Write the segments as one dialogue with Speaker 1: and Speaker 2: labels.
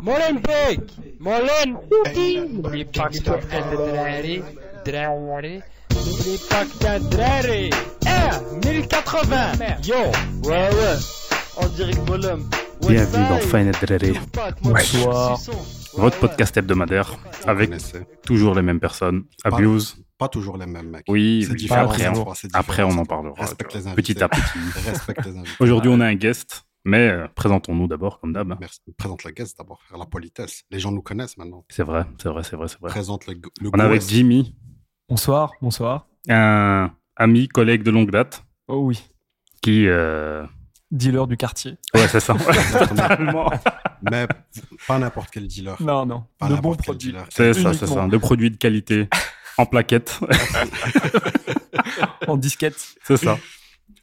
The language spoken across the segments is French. Speaker 1: Molenbeek Molenbeek N'oublie pas que t'as N'oublie pas que t'as drari Eh 1080 Yo Ouais ouais En direct Molum
Speaker 2: Bienvenue dans Fine Drerry,
Speaker 3: Bonsoir.
Speaker 2: votre podcast hebdomadaire avec
Speaker 3: connaissait.
Speaker 2: toujours les mêmes personnes. Abuse,
Speaker 3: Pas toujours les mêmes mecs.
Speaker 2: oui,
Speaker 3: C'est
Speaker 2: oui,
Speaker 3: différent,
Speaker 2: après,
Speaker 3: c'est
Speaker 2: on,
Speaker 3: différent, c'est différent.
Speaker 2: après on en parlera
Speaker 3: hein. Respecte
Speaker 2: tu vois,
Speaker 3: les invités.
Speaker 2: petit à petit.
Speaker 3: Respecte les invités. Ah,
Speaker 2: Aujourd'hui on a un guest, mais euh, présentons-nous d'abord comme d'hab. hein.
Speaker 3: Merci. Présente le guest d'abord, faire la politesse. Les gens nous connaissent maintenant.
Speaker 2: C'est vrai, c'est vrai, c'est vrai, c'est vrai.
Speaker 3: Présente le, le
Speaker 2: On est avec
Speaker 3: guest.
Speaker 2: Jimmy,
Speaker 4: Bonsoir, bonsoir.
Speaker 2: un ami, collègue de longue date,
Speaker 4: Oh oui,
Speaker 2: qui... euh,
Speaker 4: dealer du quartier.
Speaker 2: Ouais, c'est ça. Totalement.
Speaker 3: Mais pas n'importe quel dealer.
Speaker 4: Non, non,
Speaker 3: Pas
Speaker 4: de
Speaker 3: n'importe
Speaker 4: bons
Speaker 3: quel
Speaker 4: produits.
Speaker 3: dealer.
Speaker 2: C'est ça, c'est
Speaker 4: Uniquement.
Speaker 2: ça. De produits de qualité, en plaquettes,
Speaker 4: En disquette.
Speaker 2: c'est ça.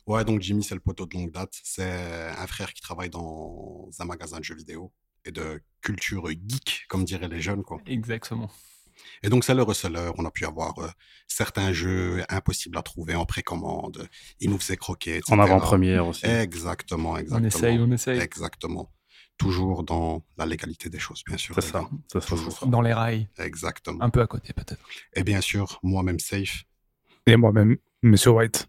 Speaker 3: Ouais, donc Jimmy, c'est le poteau de longue date. C'est un frère qui travaille dans un magasin de jeux vidéo et de culture geek, comme diraient les jeunes. Quoi.
Speaker 4: Exactement.
Speaker 3: Et donc, c'est le receleur. On a pu avoir euh, certains jeux impossibles à trouver en précommande. Il nous faisait croquer. etc.
Speaker 2: En avant-première aussi.
Speaker 3: Eh, Exactement, exactement.
Speaker 4: On essaye, on essaye.
Speaker 3: Exactement. Toujours dans la légalité des choses, bien sûr.
Speaker 2: C'est ça, c'est ça, c'est
Speaker 3: Toujours.
Speaker 2: ça.
Speaker 4: Dans les rails,
Speaker 3: Exactement.
Speaker 4: un peu à côté peut-être.
Speaker 3: Et bien sûr, moi-même safe.
Speaker 5: Et moi-même, Monsieur White.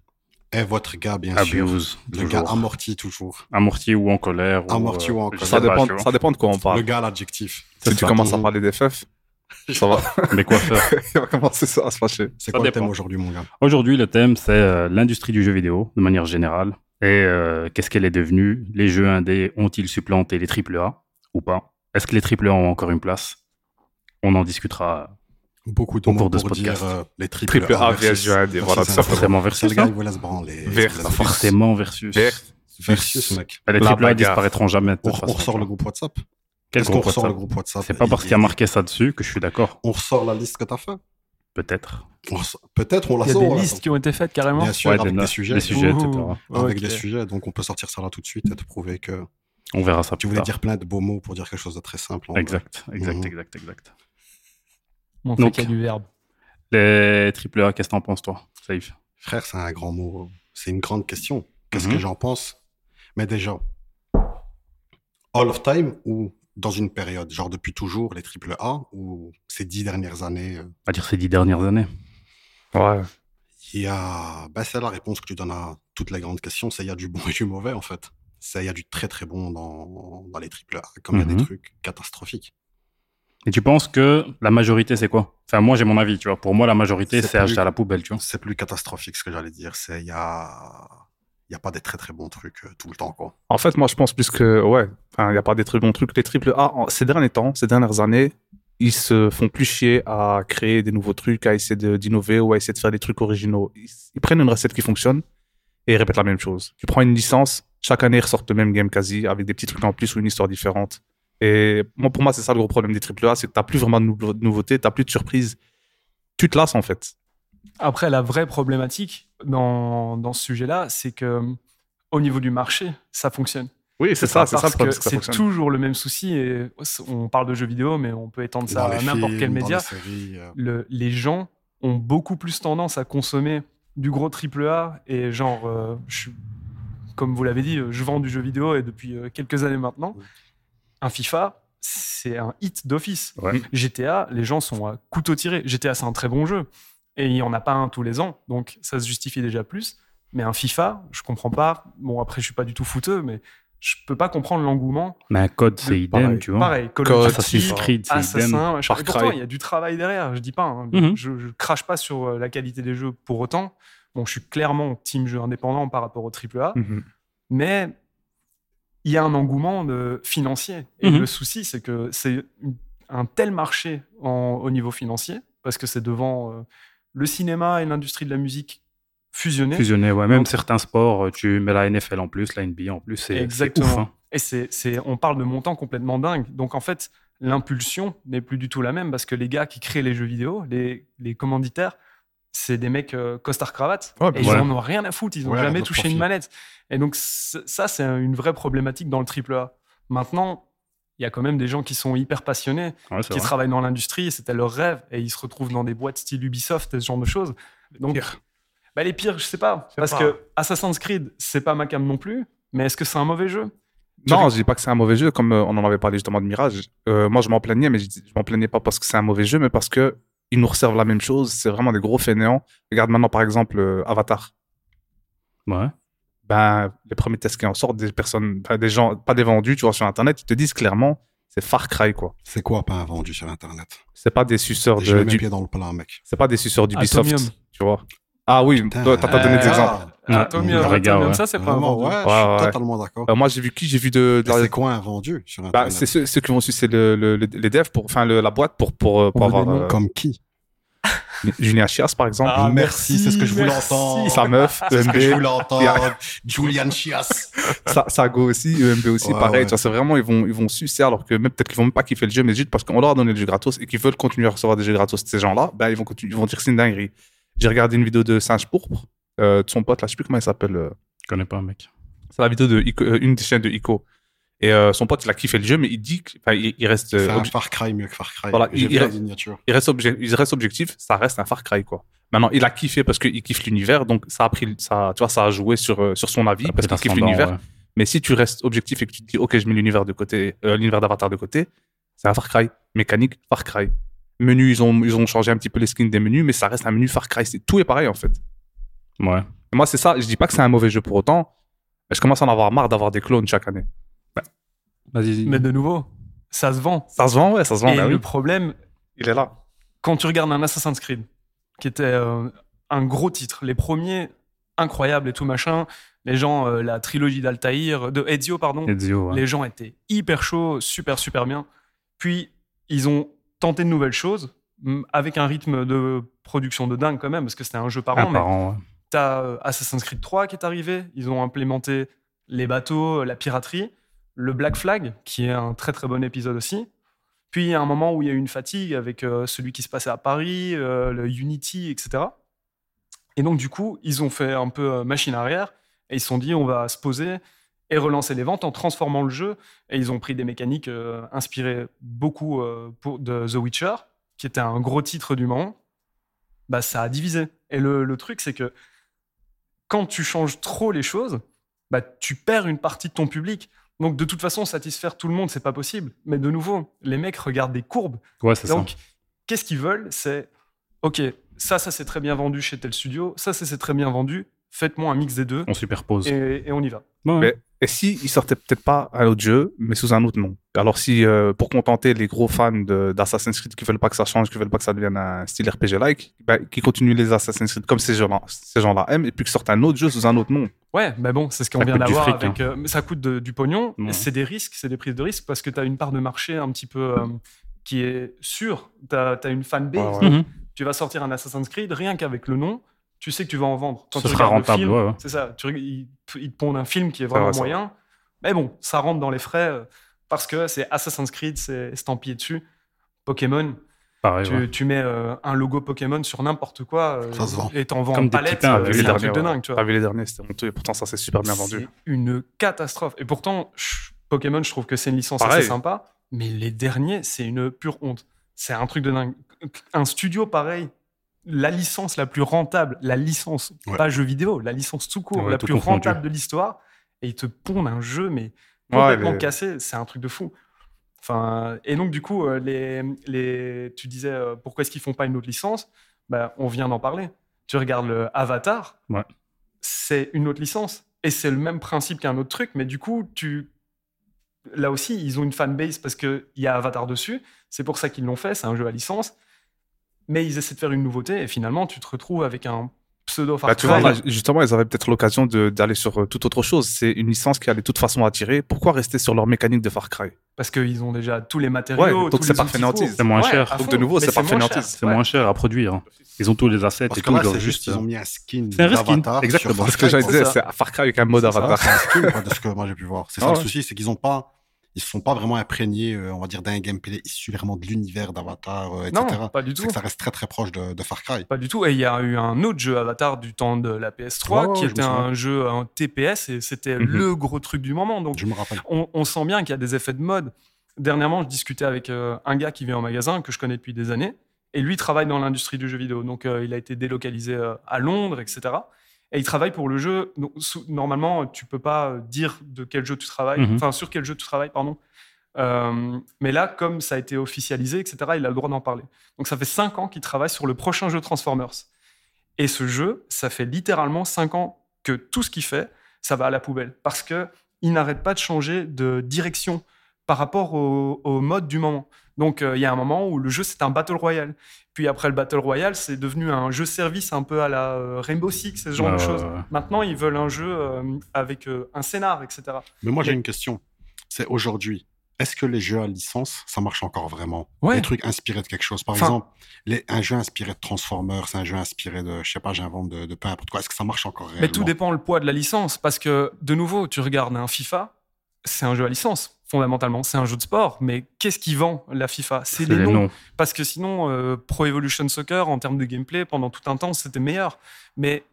Speaker 3: Et votre gars, bien
Speaker 2: Ah,
Speaker 3: sûr.
Speaker 2: Abuse,
Speaker 3: Le gars
Speaker 2: toujours.
Speaker 3: amorti toujours.
Speaker 2: Amorti ou en colère.
Speaker 3: Amorti ou en
Speaker 2: je
Speaker 3: colère.
Speaker 2: sais
Speaker 5: Ça
Speaker 2: pas,
Speaker 5: dépend,
Speaker 2: tu vois.
Speaker 5: ça dépend de quoi on
Speaker 3: Le
Speaker 5: parle.
Speaker 3: gars à l'adjectif.
Speaker 2: C'est
Speaker 5: Si tu
Speaker 2: ça.
Speaker 5: commences à
Speaker 3: Mmh.
Speaker 5: parler des feufs, ça va,
Speaker 2: Mais quoi faire
Speaker 5: il va commencer ça à se fâcher.
Speaker 3: C'est
Speaker 2: Ça
Speaker 3: quoi le
Speaker 2: dépend.
Speaker 3: thème aujourd'hui, mon gars
Speaker 2: Aujourd'hui, le thème, c'est euh, l'industrie du jeu vidéo, de manière générale. Et euh, qu'est-ce qu'elle est devenue Les jeux indés ont-ils supplanté les AAA ou pas Est-ce que les AAA ont encore une place On en discutera.
Speaker 3: Beaucoup de
Speaker 2: Au
Speaker 3: mots
Speaker 2: cours
Speaker 3: pour
Speaker 2: de ce
Speaker 3: dire
Speaker 2: podcast.
Speaker 3: euh, les triple,
Speaker 5: Triple A
Speaker 3: versus.
Speaker 5: versus AD, voilà,
Speaker 3: Versus
Speaker 5: tout
Speaker 3: un-
Speaker 5: simplement.
Speaker 2: Forcément
Speaker 3: C'est
Speaker 2: versus.
Speaker 3: le gars,
Speaker 2: hein
Speaker 3: il voulait se branler.
Speaker 5: Versus.
Speaker 3: Il voulait se branler.
Speaker 2: Forcément versus.
Speaker 5: Vert-
Speaker 3: Versus, mec.
Speaker 2: Bah, les
Speaker 5: La
Speaker 2: AAA
Speaker 5: bagarre.
Speaker 2: disparaîtront jamais. de
Speaker 3: On,
Speaker 2: toute
Speaker 3: on
Speaker 2: façon,
Speaker 3: ressort
Speaker 2: tu
Speaker 3: le
Speaker 2: vois.
Speaker 3: groupe WhatsApp.
Speaker 2: Quel
Speaker 3: Est-ce qu'on
Speaker 2: groupe
Speaker 3: ressort
Speaker 2: WhatsApp
Speaker 3: le groupe WhatsApp
Speaker 2: C'est pas parce qu'il y a marqué ça dessus que je suis d'accord.
Speaker 3: On ressort la liste que t'as fait.
Speaker 2: Peut-être.
Speaker 3: On ressort- Peut-être on la
Speaker 4: Il y a
Speaker 3: sort.
Speaker 4: des
Speaker 3: là.
Speaker 4: listes qui ont été faites carrément.
Speaker 3: Bien sûr,
Speaker 2: Ouais,
Speaker 3: avec
Speaker 2: no-
Speaker 3: des sujets.
Speaker 2: des sujets, etc.
Speaker 4: Ouh,
Speaker 3: Avec
Speaker 4: ok.
Speaker 3: des sujets. Donc on peut sortir ça là tout de suite et te prouver que.
Speaker 2: On verra ça
Speaker 3: Tu
Speaker 2: plus
Speaker 3: voulais
Speaker 2: tard.
Speaker 3: dire plein de beaux mots pour dire quelque chose de très simple. en vrai.
Speaker 2: Exact, exact,
Speaker 3: Mhm.
Speaker 2: exact, exact.
Speaker 4: Montrer
Speaker 2: Donc-
Speaker 4: qu'il y a du verbe.
Speaker 2: Les AAA, qu'est-ce que t'en penses, toi Safe
Speaker 3: Frère, c'est un grand mot. C'est une grande question. Qu'est-ce
Speaker 2: Mhm.
Speaker 3: que j'en pense Mais déjà, all of time ou dans une période, genre depuis toujours, les triple A ou ces dix dernières années euh,
Speaker 2: On va dire ces dix dernières années.
Speaker 5: Ouais.
Speaker 3: Il y a. bah, c'est la réponse que tu donnes à toutes les grandes questions c'est il y a du bon et du mauvais, en fait. C'est il y a du très très bon dans, dans les triple A, comme il y a
Speaker 2: Mhm.
Speaker 3: des trucs catastrophiques.
Speaker 2: Et tu penses que la majorité, c'est quoi Enfin, moi, j'ai mon avis, tu vois. Pour moi, la majorité,
Speaker 3: C'est
Speaker 2: c'est
Speaker 3: plus-
Speaker 2: acheter à la poubelle, tu vois.
Speaker 3: C'est plus catastrophique ce que j'allais dire. C'est il y a. Il n'y a pas des très très bons trucs euh, tout le temps, quoi.
Speaker 5: En fait, moi, je pense plus que, ouais, il n'y a pas des très bons trucs. Les triple A, en- ces derniers temps, ces dernières années, ils se font plus chier à créer des nouveaux trucs, à essayer de- d'innover ou à essayer de faire des trucs originaux. Ils, ils prennent une recette qui fonctionne et ils répètent la même chose. Tu prends une licence, chaque année, ils ressortent le même game quasi, avec des petits trucs en plus ou une histoire différente. Et moi, pour moi, c'est ça le gros problème des triple A, c'est que tu plus vraiment de, nou- de nouveautés, tu plus de surprises. Tu te lasses, en fait.
Speaker 4: Après, la vraie problématique dans, dans ce sujet-là, c'est que au niveau du marché, ça fonctionne.
Speaker 5: Oui, c'est ça, c'est ça
Speaker 4: Parce
Speaker 5: le problème.
Speaker 4: que
Speaker 5: c'est que ça
Speaker 4: c'est
Speaker 5: fonctionne.
Speaker 4: toujours le même souci. Et on parle de jeux vidéo, mais on peut étendre ça
Speaker 3: Dans les
Speaker 4: à n'importe
Speaker 3: films,
Speaker 4: quel
Speaker 3: dans
Speaker 4: média.
Speaker 3: les séries, euh,
Speaker 4: le- les gens ont beaucoup plus tendance à consommer du gros triple A et genre, euh, je suis- comme vous l'avez dit, euh, je vends du jeu vidéo et depuis euh, quelques années maintenant,
Speaker 3: Oui.
Speaker 4: un FIFA, c'est un hit d'office.
Speaker 2: Ouais.
Speaker 4: GTA, les gens sont à couteau tiré. GTA, c'est un très bon jeu et il n'y en a pas un tous les ans, donc ça se justifie déjà plus. Mais un FIFA, je comprends pas. Bon, après, je suis pas du tout fouteux, mais je peux pas comprendre l'engouement.
Speaker 2: Mais un code, c'est idem,
Speaker 5: pareil.
Speaker 2: tu vois.
Speaker 4: Pareil, Call
Speaker 5: Call
Speaker 4: of Duty,
Speaker 5: of
Speaker 2: Assassin's
Speaker 5: Assassin's
Speaker 2: Creed, c'est idem.
Speaker 4: Assassin, machin.
Speaker 5: Far
Speaker 4: Et pourtant,
Speaker 5: Cry.
Speaker 4: il y a du travail derrière. Je dis pas, hein.
Speaker 2: Mhm.
Speaker 4: je, je crache pas sur euh, la qualité des jeux pour autant. Bon, je suis clairement team jeu indépendant par rapport au AAA,
Speaker 2: Mm.
Speaker 5: Mhm.
Speaker 4: mais il y a un engouement de- financier. Et
Speaker 2: Mhm.
Speaker 4: le souci, c'est que c'est une- un tel marché en- au niveau financier, parce que c'est devant euh, le cinéma et l'industrie de la musique fusionnés.
Speaker 2: Fusionner, ouais. Même
Speaker 4: Donc-
Speaker 2: certains sports, euh, tu mets la NFL en plus, la NBA en plus, c'est c'est
Speaker 4: Exactement.
Speaker 2: ouf. hein.
Speaker 4: Et c'est, c'est- on parle de montants complètement dingues. Donc en fait, l'impulsion n'est plus du tout la même parce que les gars qui créent les jeux vidéo, les, les commanditaires, c'est des mecs euh, costard cravate.
Speaker 5: Ouais,
Speaker 4: et
Speaker 5: bien
Speaker 4: ils
Speaker 2: sûr.
Speaker 4: en ont rien à foutre. Ils n'ont
Speaker 3: Ouais,
Speaker 4: jamais
Speaker 3: d'autres
Speaker 4: touché
Speaker 3: profils.
Speaker 4: une manette. Et donc c- ça, c'est une vraie problématique dans le triple A. Maintenant, il y a quand même des gens qui sont hyper passionnés
Speaker 2: Ouais, c'est
Speaker 4: qui
Speaker 2: vrai.
Speaker 4: travaillent dans l'industrie, c'était leur rêve, et ils se retrouvent dans des boîtes style Ubisoft, et ce genre de choses. Donc,
Speaker 5: Pire.
Speaker 4: Bah, les pires, je sais pas,
Speaker 5: sais
Speaker 4: parce
Speaker 5: pas.
Speaker 4: que Assassin's Creed, c'est pas ma cam non plus, mais est-ce que c'est un mauvais jeu
Speaker 5: Non, je dis pas que c'est un mauvais jeu, comme euh, on en avait parlé justement de Mirage. Euh, moi, je m'en plaignais, mais je, dis- je m'en plaignais pas parce que c'est un mauvais jeu, mais parce que ils nous resservent la même chose. C'est vraiment des gros fainéants. Regarde maintenant, par exemple, euh, Avatar.
Speaker 2: Ouais.
Speaker 5: Ben, les premiers tests qui en sortent, des personnes, enfin, des gens, pas des vendus, tu vois, sur Internet, ils te disent clairement, c'est Far Cry, quoi.
Speaker 3: C'est quoi pas un vendu sur Internet
Speaker 5: C'est pas des suceurs
Speaker 3: Je
Speaker 5: de,
Speaker 3: mets mes
Speaker 5: euh, du-
Speaker 3: pieds dans le plat, mec.
Speaker 5: c'est pas des suceurs d'Ubisoft,
Speaker 4: Atomium.
Speaker 5: tu vois. Ah oui,
Speaker 3: Putain.
Speaker 5: toi, t'as t'as donné des
Speaker 4: Euh,
Speaker 5: exemples.
Speaker 2: Ouais,
Speaker 4: Atomium,
Speaker 2: le regard,
Speaker 4: Atomium,
Speaker 2: ouais.
Speaker 4: ça c'est pas un
Speaker 3: Ah, Vraiment,
Speaker 4: vendu.
Speaker 3: ouais, je
Speaker 5: Ouais,
Speaker 3: suis
Speaker 5: ouais.
Speaker 3: totalement d'accord.
Speaker 5: Euh, moi, j'ai vu qui J'ai vu de, de
Speaker 3: Et
Speaker 5: la-
Speaker 3: C'est quoi un vendu sur
Speaker 5: Bah,
Speaker 3: Internet
Speaker 5: c'est ceux, ceux qui vont sucer le, le- le- les devs, pour, enfin le- la boîte pour, pour, euh, pour
Speaker 4: On veut
Speaker 5: avoir
Speaker 4: des noms
Speaker 5: euh,
Speaker 3: Comme qui
Speaker 5: Julien Chias par exemple,
Speaker 4: Ah,
Speaker 3: Merci, c'est ce que je voulais
Speaker 4: merci.
Speaker 3: entendre.
Speaker 5: sa meuf,
Speaker 3: C'est ce que je
Speaker 5: EMB,
Speaker 3: voulais entendre. Julian Chias.
Speaker 5: Sa- Sago aussi, EMB aussi,
Speaker 3: Ouais,
Speaker 5: pareil.
Speaker 3: ouais.
Speaker 5: tu vois, C'est vraiment, ils vont, ils vont sucer alors que même peut-être qu'ils vont même pas kiffer le jeu, mais juste parce qu'on leur a donné le jeu gratos et qu'ils veulent continuer à recevoir des jeux gratos de ces gens-là, ben, ils, vont continuer- ils vont dire que c'est une dinguerie. J'ai regardé une vidéo de Singe Pourpre, euh, de son pote, là, je sais plus comment il s'appelle. euh,
Speaker 2: Je connais pas, mec.
Speaker 5: c'est la vidéo de Ico- euh, une des chaînes de Ico. Et euh, son pote, il a kiffé le jeu, mais il dit que- enfin, il, il reste. euh,
Speaker 3: C'est un
Speaker 5: obje-
Speaker 3: Far Cry mieux que Far Cry.
Speaker 5: Voilà,
Speaker 3: J'ai
Speaker 5: il-
Speaker 3: vu la
Speaker 5: il-
Speaker 3: signature.
Speaker 5: il reste, obje- il reste objectif, ça reste un Far Cry, quoi. Maintenant, il a kiffé parce qu'il kiffe l'univers, donc ça a pris, ça, tu vois, ça a joué sur, euh, sur son avis
Speaker 2: Après,
Speaker 5: parce
Speaker 2: t'as
Speaker 5: qu'il kiffe
Speaker 2: standard,
Speaker 5: l'univers.
Speaker 2: ouais.
Speaker 5: Mais si tu restes objectif et que tu te dis, ok, je mets l'univers de côté, euh, l'univers d'Avatar de côté, c'est un Far Cry. Mécanique, Far Cry. Menu, ils ont, ils ont changé un petit peu les skins des menus, mais ça reste un menu Far Cry. C'est- Tout est pareil, en fait.
Speaker 2: Ouais.
Speaker 5: Et moi, c'est ça. Je dis pas que c'est un mauvais jeu pour autant, mais je commence à en avoir marre d'avoir des clones chaque année.
Speaker 2: Vas-y.
Speaker 4: Mais de nouveau, ça se vend.
Speaker 5: Ça se vend, ouais, ça se vend.
Speaker 4: Et
Speaker 5: bah
Speaker 4: le
Speaker 5: oui.
Speaker 4: problème,
Speaker 5: Il est là.
Speaker 4: quand tu regardes un Assassin's Creed, qui était euh, un gros titre, les premiers incroyables et tout machin, les gens, euh, la trilogie d'Altaïr, de Ezio, pardon,
Speaker 2: Ezio, ouais.
Speaker 4: les gens étaient hyper chauds, super, super bien. Puis, ils ont tenté de nouvelles choses, m- avec un rythme de production de dingue quand même, parce que c'était un jeu par
Speaker 2: Un
Speaker 4: an, Ah, mais
Speaker 2: Ah, par an, ouais.
Speaker 4: T'as euh, Assassin's Creed 3 qui est arrivé. Ils ont implémenté les bateaux, euh, la piraterie, le Black Flag, qui est un très très bon épisode aussi. Puis il y a un moment où il y a eu une fatigue avec euh, celui qui se passait à Paris, euh, le Unity, etc. Et donc du coup, ils ont fait un peu euh, machine arrière et ils se sont dit on va se poser et relancer les ventes en transformant le jeu. Et ils ont pris des mécaniques euh, inspirées beaucoup euh, pour, de The Witcher, qui était un gros titre du moment. Bah, ça a divisé. Et le, le truc, c'est que quand tu changes trop les choses, bah, tu perds une partie de ton public. Donc, de toute façon, satisfaire tout le monde, c'est pas possible. Mais de nouveau, les mecs regardent des courbes.
Speaker 2: Ouais, c'est ça.
Speaker 4: Donc, qu'est-ce qu'ils veulent C'est OK, ça, ça s'est très bien vendu chez tel studio, ça, ça s'est très bien vendu. Faites-moi un mix des deux
Speaker 2: On superpose.
Speaker 4: et, et on y va.
Speaker 2: Ouais.
Speaker 5: Mais- Et si il sortait peut-être pas un autre jeu, mais sous un autre nom. Alors si euh, pour contenter les gros fans de- d'Assassin's Creed qui veulent pas que ça change, qui veulent pas que ça devienne un style RPG-like, ben, qui continuent les Assassin's Creed comme ces gens-là, ces gens-là aiment, et puis que sortent un autre jeu sous un autre nom.
Speaker 4: Ouais, mais bon, c'est ce qu'on
Speaker 2: Ça
Speaker 4: vient
Speaker 2: coûte du
Speaker 4: d'avoir
Speaker 2: fric, hein. Mmh.
Speaker 4: avec. euh, mais ça coûte de- du pognon,
Speaker 2: Ouais.
Speaker 4: et c'est des risques, c'est des prises de risques parce que tu as une part de marché un petit peu euh, qui est sûre. Tu as, une fanbase.
Speaker 5: Ouais, ouais.
Speaker 2: Mhm.
Speaker 4: tu vas sortir un Assassin's Creed, rien qu'avec le nom, tu sais que tu vas en vendre.
Speaker 2: Ce
Speaker 4: tu
Speaker 2: sera
Speaker 4: regardes le
Speaker 2: rentable,
Speaker 4: film,
Speaker 2: ouais, ouais.
Speaker 4: C'est ça, tu, reg- ils, p- ils te pondent un film qui est vraiment
Speaker 5: va, ça va.
Speaker 4: moyen, mais bon, ça rentre dans les frais euh, parce que c'est Assassin's Creed, c'est estampillé dessus. Pokémon,
Speaker 2: Pareil,
Speaker 4: tu,
Speaker 2: ouais.
Speaker 4: tu mets euh, un logo Pokémon sur n'importe quoi euh,
Speaker 3: Ça se vend.
Speaker 4: et t'en vends
Speaker 2: Comme
Speaker 4: en
Speaker 2: des Ah
Speaker 4: palette,
Speaker 2: petits pains,
Speaker 4: euh,
Speaker 2: vu
Speaker 4: c'est
Speaker 2: les
Speaker 4: un truc de
Speaker 5: derniers,
Speaker 4: dingue, tu vois.
Speaker 5: T'as vu les derniers, c'était honteux, et pourtant ça s'est super bien vendu.
Speaker 4: C'est une catastrophe. Et pourtant, je- Pokémon, je trouve que c'est une licence
Speaker 5: Pareil.
Speaker 4: assez sympa, mais les derniers, c'est une pure honte. C'est un truc de dingue. Un studio pareil, la licence la plus rentable, la licence,
Speaker 3: Ouais.
Speaker 4: pas jeu vidéo, la licence tout court,
Speaker 2: Ouais,
Speaker 4: la
Speaker 2: tout
Speaker 4: plus
Speaker 2: confondu.
Speaker 4: rentable de l'histoire, et ils te pondent un jeu, mais
Speaker 5: Ouais,
Speaker 4: complètement
Speaker 5: mais-
Speaker 4: cassé. C'est un truc de fou. Enfin, et donc, du coup, euh, les, les, tu disais euh, pourquoi est-ce qu'ils font pas une autre licence bah, On vient d'en parler. Tu regardes le Avatar,
Speaker 2: Ouais.
Speaker 4: c'est une autre licence. Et c'est le même principe qu'un autre truc, mais du coup, tu... là aussi, ils ont une fanbase parce qu'il y a Avatar dessus. C'est pour ça qu'ils l'ont fait, c'est un jeu à licence. Mais ils essaient de faire une nouveauté et finalement, tu te retrouves avec un pseudo Far
Speaker 5: Bah, tu
Speaker 4: Cry.
Speaker 5: vois, là, justement, ils avaient peut-être l'occasion de- d'aller sur euh, toute autre chose. C'est une licence qui allait de toute façon attirer. Pourquoi rester sur leur mécanique de Far Cry
Speaker 4: parce qu'ils ont déjà tous les
Speaker 5: Ouais,
Speaker 4: matériaux.
Speaker 5: donc
Speaker 4: tous
Speaker 5: c'est
Speaker 4: les
Speaker 5: pas
Speaker 4: outils
Speaker 5: fainéantise.
Speaker 4: pour.
Speaker 2: C'est moins
Speaker 4: Ouais,
Speaker 2: cher.
Speaker 4: à
Speaker 5: Donc, de
Speaker 4: fond.
Speaker 5: nouveau,
Speaker 4: Mais
Speaker 5: c'est pas
Speaker 4: moins cher.
Speaker 5: fainéantise.
Speaker 2: C'est
Speaker 4: Ouais.
Speaker 2: moins cher à produire. hein. Ils ont tous les assets
Speaker 3: Parce
Speaker 2: et
Speaker 3: que
Speaker 2: tout.
Speaker 3: là,
Speaker 2: ils doivent
Speaker 3: c'est juste, ils ont
Speaker 2: euh,
Speaker 3: mis un skin
Speaker 2: C'est un reskin,
Speaker 3: d'Avatar.
Speaker 4: Ah,
Speaker 3: sur
Speaker 2: exactement.
Speaker 3: Far
Speaker 5: Parce que
Speaker 3: Cry,
Speaker 5: j'allais
Speaker 3: quoi.
Speaker 5: dire, c'est un Far Cry avec un mode
Speaker 3: C'est ça,
Speaker 5: avatar.
Speaker 3: c'est un skin, quoi, de ce que moi j'ai pu voir. C'est ça
Speaker 5: Ah
Speaker 3: le
Speaker 5: ouais.
Speaker 3: souci, c'est qu'ils ont pas, ils se sont pas vraiment imprégnés, euh, on va dire, d'un gameplay issu vraiment de l'univers d'Avatar, euh, etc.
Speaker 4: Non, pas du
Speaker 3: C'est
Speaker 4: tout.
Speaker 3: que ça reste très très proche de, de Far Cry.
Speaker 4: Pas du tout. Et il y a eu un autre jeu Avatar du temps de la PS3
Speaker 3: Ouais, ouais,
Speaker 4: qui
Speaker 3: je me
Speaker 4: était
Speaker 3: souviens.
Speaker 4: un jeu en TPS et c'était
Speaker 2: Mhm.
Speaker 4: le gros truc du moment. Donc
Speaker 3: Je me rappelle.
Speaker 4: on, on sent bien qu'il y a des effets de mode. Dernièrement, je discutais avec euh, un gars qui vient en magasin que je connais depuis des années et lui travaille dans l'industrie du jeu vidéo. Donc euh, il a été délocalisé euh, à Londres, etc. Et ils travaillent pour le jeu. Donc, sous- normalement, tu peux pas euh, dire de quel jeu tu travailles,
Speaker 2: Mhm.
Speaker 4: enfin sur quel jeu tu travailles, pardon. Euh, mais là, comme ça a été officialisé, etc., il a le droit d'en parler. Donc ça fait cinq ans qu'il travaille sur le prochain jeu Transformers. Et ce jeu, ça fait littéralement cinq ans que tout ce qu'il fait, ça va à la poubelle. Parce que il n'arrête pas de changer de direction par rapport au, au mode du moment. Donc euh, il y a un moment où le jeu, c'est un Battle Royale. Puis après le Battle Royale, c'est devenu un jeu service un peu à la euh, Rainbow Six, ce genre
Speaker 2: Ouais,
Speaker 4: de
Speaker 2: ouais,
Speaker 4: choses.
Speaker 2: ouais.
Speaker 4: Maintenant, ils veulent un jeu euh, avec euh, un scénar, etc.
Speaker 3: Mais moi, j'ai
Speaker 4: Mais-
Speaker 3: une question. C'est aujourd'hui, est-ce que les jeux à licence, ça marche encore vraiment
Speaker 4: Ouais.
Speaker 3: Les trucs inspirés de quelque chose. Par
Speaker 4: Enfin-
Speaker 3: exemple, les, un jeu inspiré de Transformers, un jeu inspiré de, je sais pas, j'invente de, de peu importe quoi. Est-ce que ça marche encore réellement
Speaker 4: Mais tout dépend le poids de la licence, parce que de nouveau, tu regardes un FIFA, c'est un jeu à licence fondamentalement, c'est un jeu de sport. Mais qu'est-ce qui vend la FIFA C'est
Speaker 2: C'est
Speaker 4: les
Speaker 2: les
Speaker 4: noms.
Speaker 2: noms.
Speaker 4: Parce que sinon, euh, Pro Evolution Soccer, en termes de gameplay, pendant tout un temps, c'était meilleur. Mais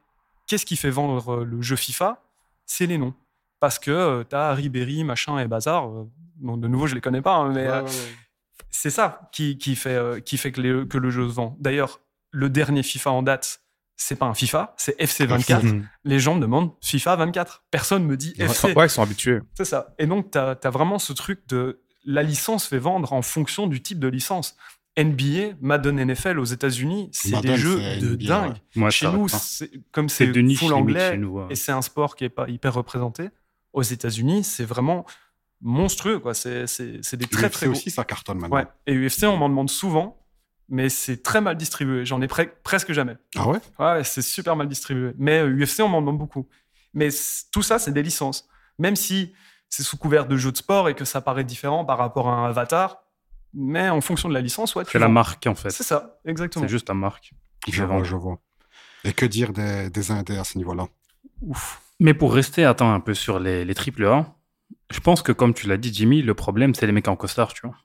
Speaker 4: qu'est-ce qui fait vendre euh, le jeu FIFA C'est les noms. Parce que tu as Ribéry, machin et bazar. euh, bon, de nouveau, je les connais pas, hein, mais
Speaker 3: Ouais,
Speaker 4: euh,
Speaker 3: ouais, ouais.
Speaker 4: c'est ça qui, qui fait, euh, qui fait que, les- que le jeu se vend. D'ailleurs, le dernier FIFA en date, c'est pas un FIFA, c'est FC24.
Speaker 5: Mhm.
Speaker 4: Les gens me demandent FIFA 24. Personne me dit
Speaker 5: Ouais,
Speaker 4: FC.
Speaker 5: ouais, ils sont habitués.
Speaker 4: C'est ça. Et donc, tu as, vraiment ce truc de la licence fait vendre en fonction du type de licence. NBA, Madden NFL aux États-Unis, c'est des
Speaker 3: Madden,
Speaker 4: jeux
Speaker 3: c'est
Speaker 4: de
Speaker 3: NBA,
Speaker 4: dingue.
Speaker 3: ouais.
Speaker 2: Moi,
Speaker 4: Chez
Speaker 2: ça-
Speaker 4: nous,
Speaker 3: pas.
Speaker 4: c'est- comme
Speaker 2: c'est
Speaker 4: c'est
Speaker 2: de niche
Speaker 4: full
Speaker 2: limite
Speaker 4: anglais
Speaker 2: chez nous. ouais.
Speaker 4: et c'est un sport qui est pas hyper représenté, aux États-Unis, c'est vraiment monstrueux. quoi. C'est c'est- c'est des très
Speaker 3: UFC
Speaker 4: très beaux.
Speaker 3: aussi, ça cartonne maintenant.
Speaker 2: hein.
Speaker 4: Ouais. Et UFC, on m'en demande souvent, mais c'est très mal distribué. J'en ai pre- presque jamais.
Speaker 3: Ah ouais
Speaker 4: Ouais, ouais, c'est super mal distribué. Mais euh, UFC, on m'en demande beaucoup. Mais c- tout ça, c'est des licences. Même si c'est sous couvert de jeux de sport et que ça paraît différent par rapport à un avatar, mais en fonction de la licence, ouais, tu
Speaker 2: C'est la
Speaker 4: vends.
Speaker 2: marque, en fait.
Speaker 4: C'est ça, exactement.
Speaker 2: C'est juste la marque. qui
Speaker 3: Je
Speaker 2: fait
Speaker 3: vois,
Speaker 2: vendre.
Speaker 3: je vois. Et que dire des, des indés à ce niveau-là
Speaker 4: Ouf.
Speaker 2: Mais pour rester, attends, un peu sur les, les triple A, je pense que comme tu l'as dit, Jimmy, le problème, c'est les mecs en costard, tu vois.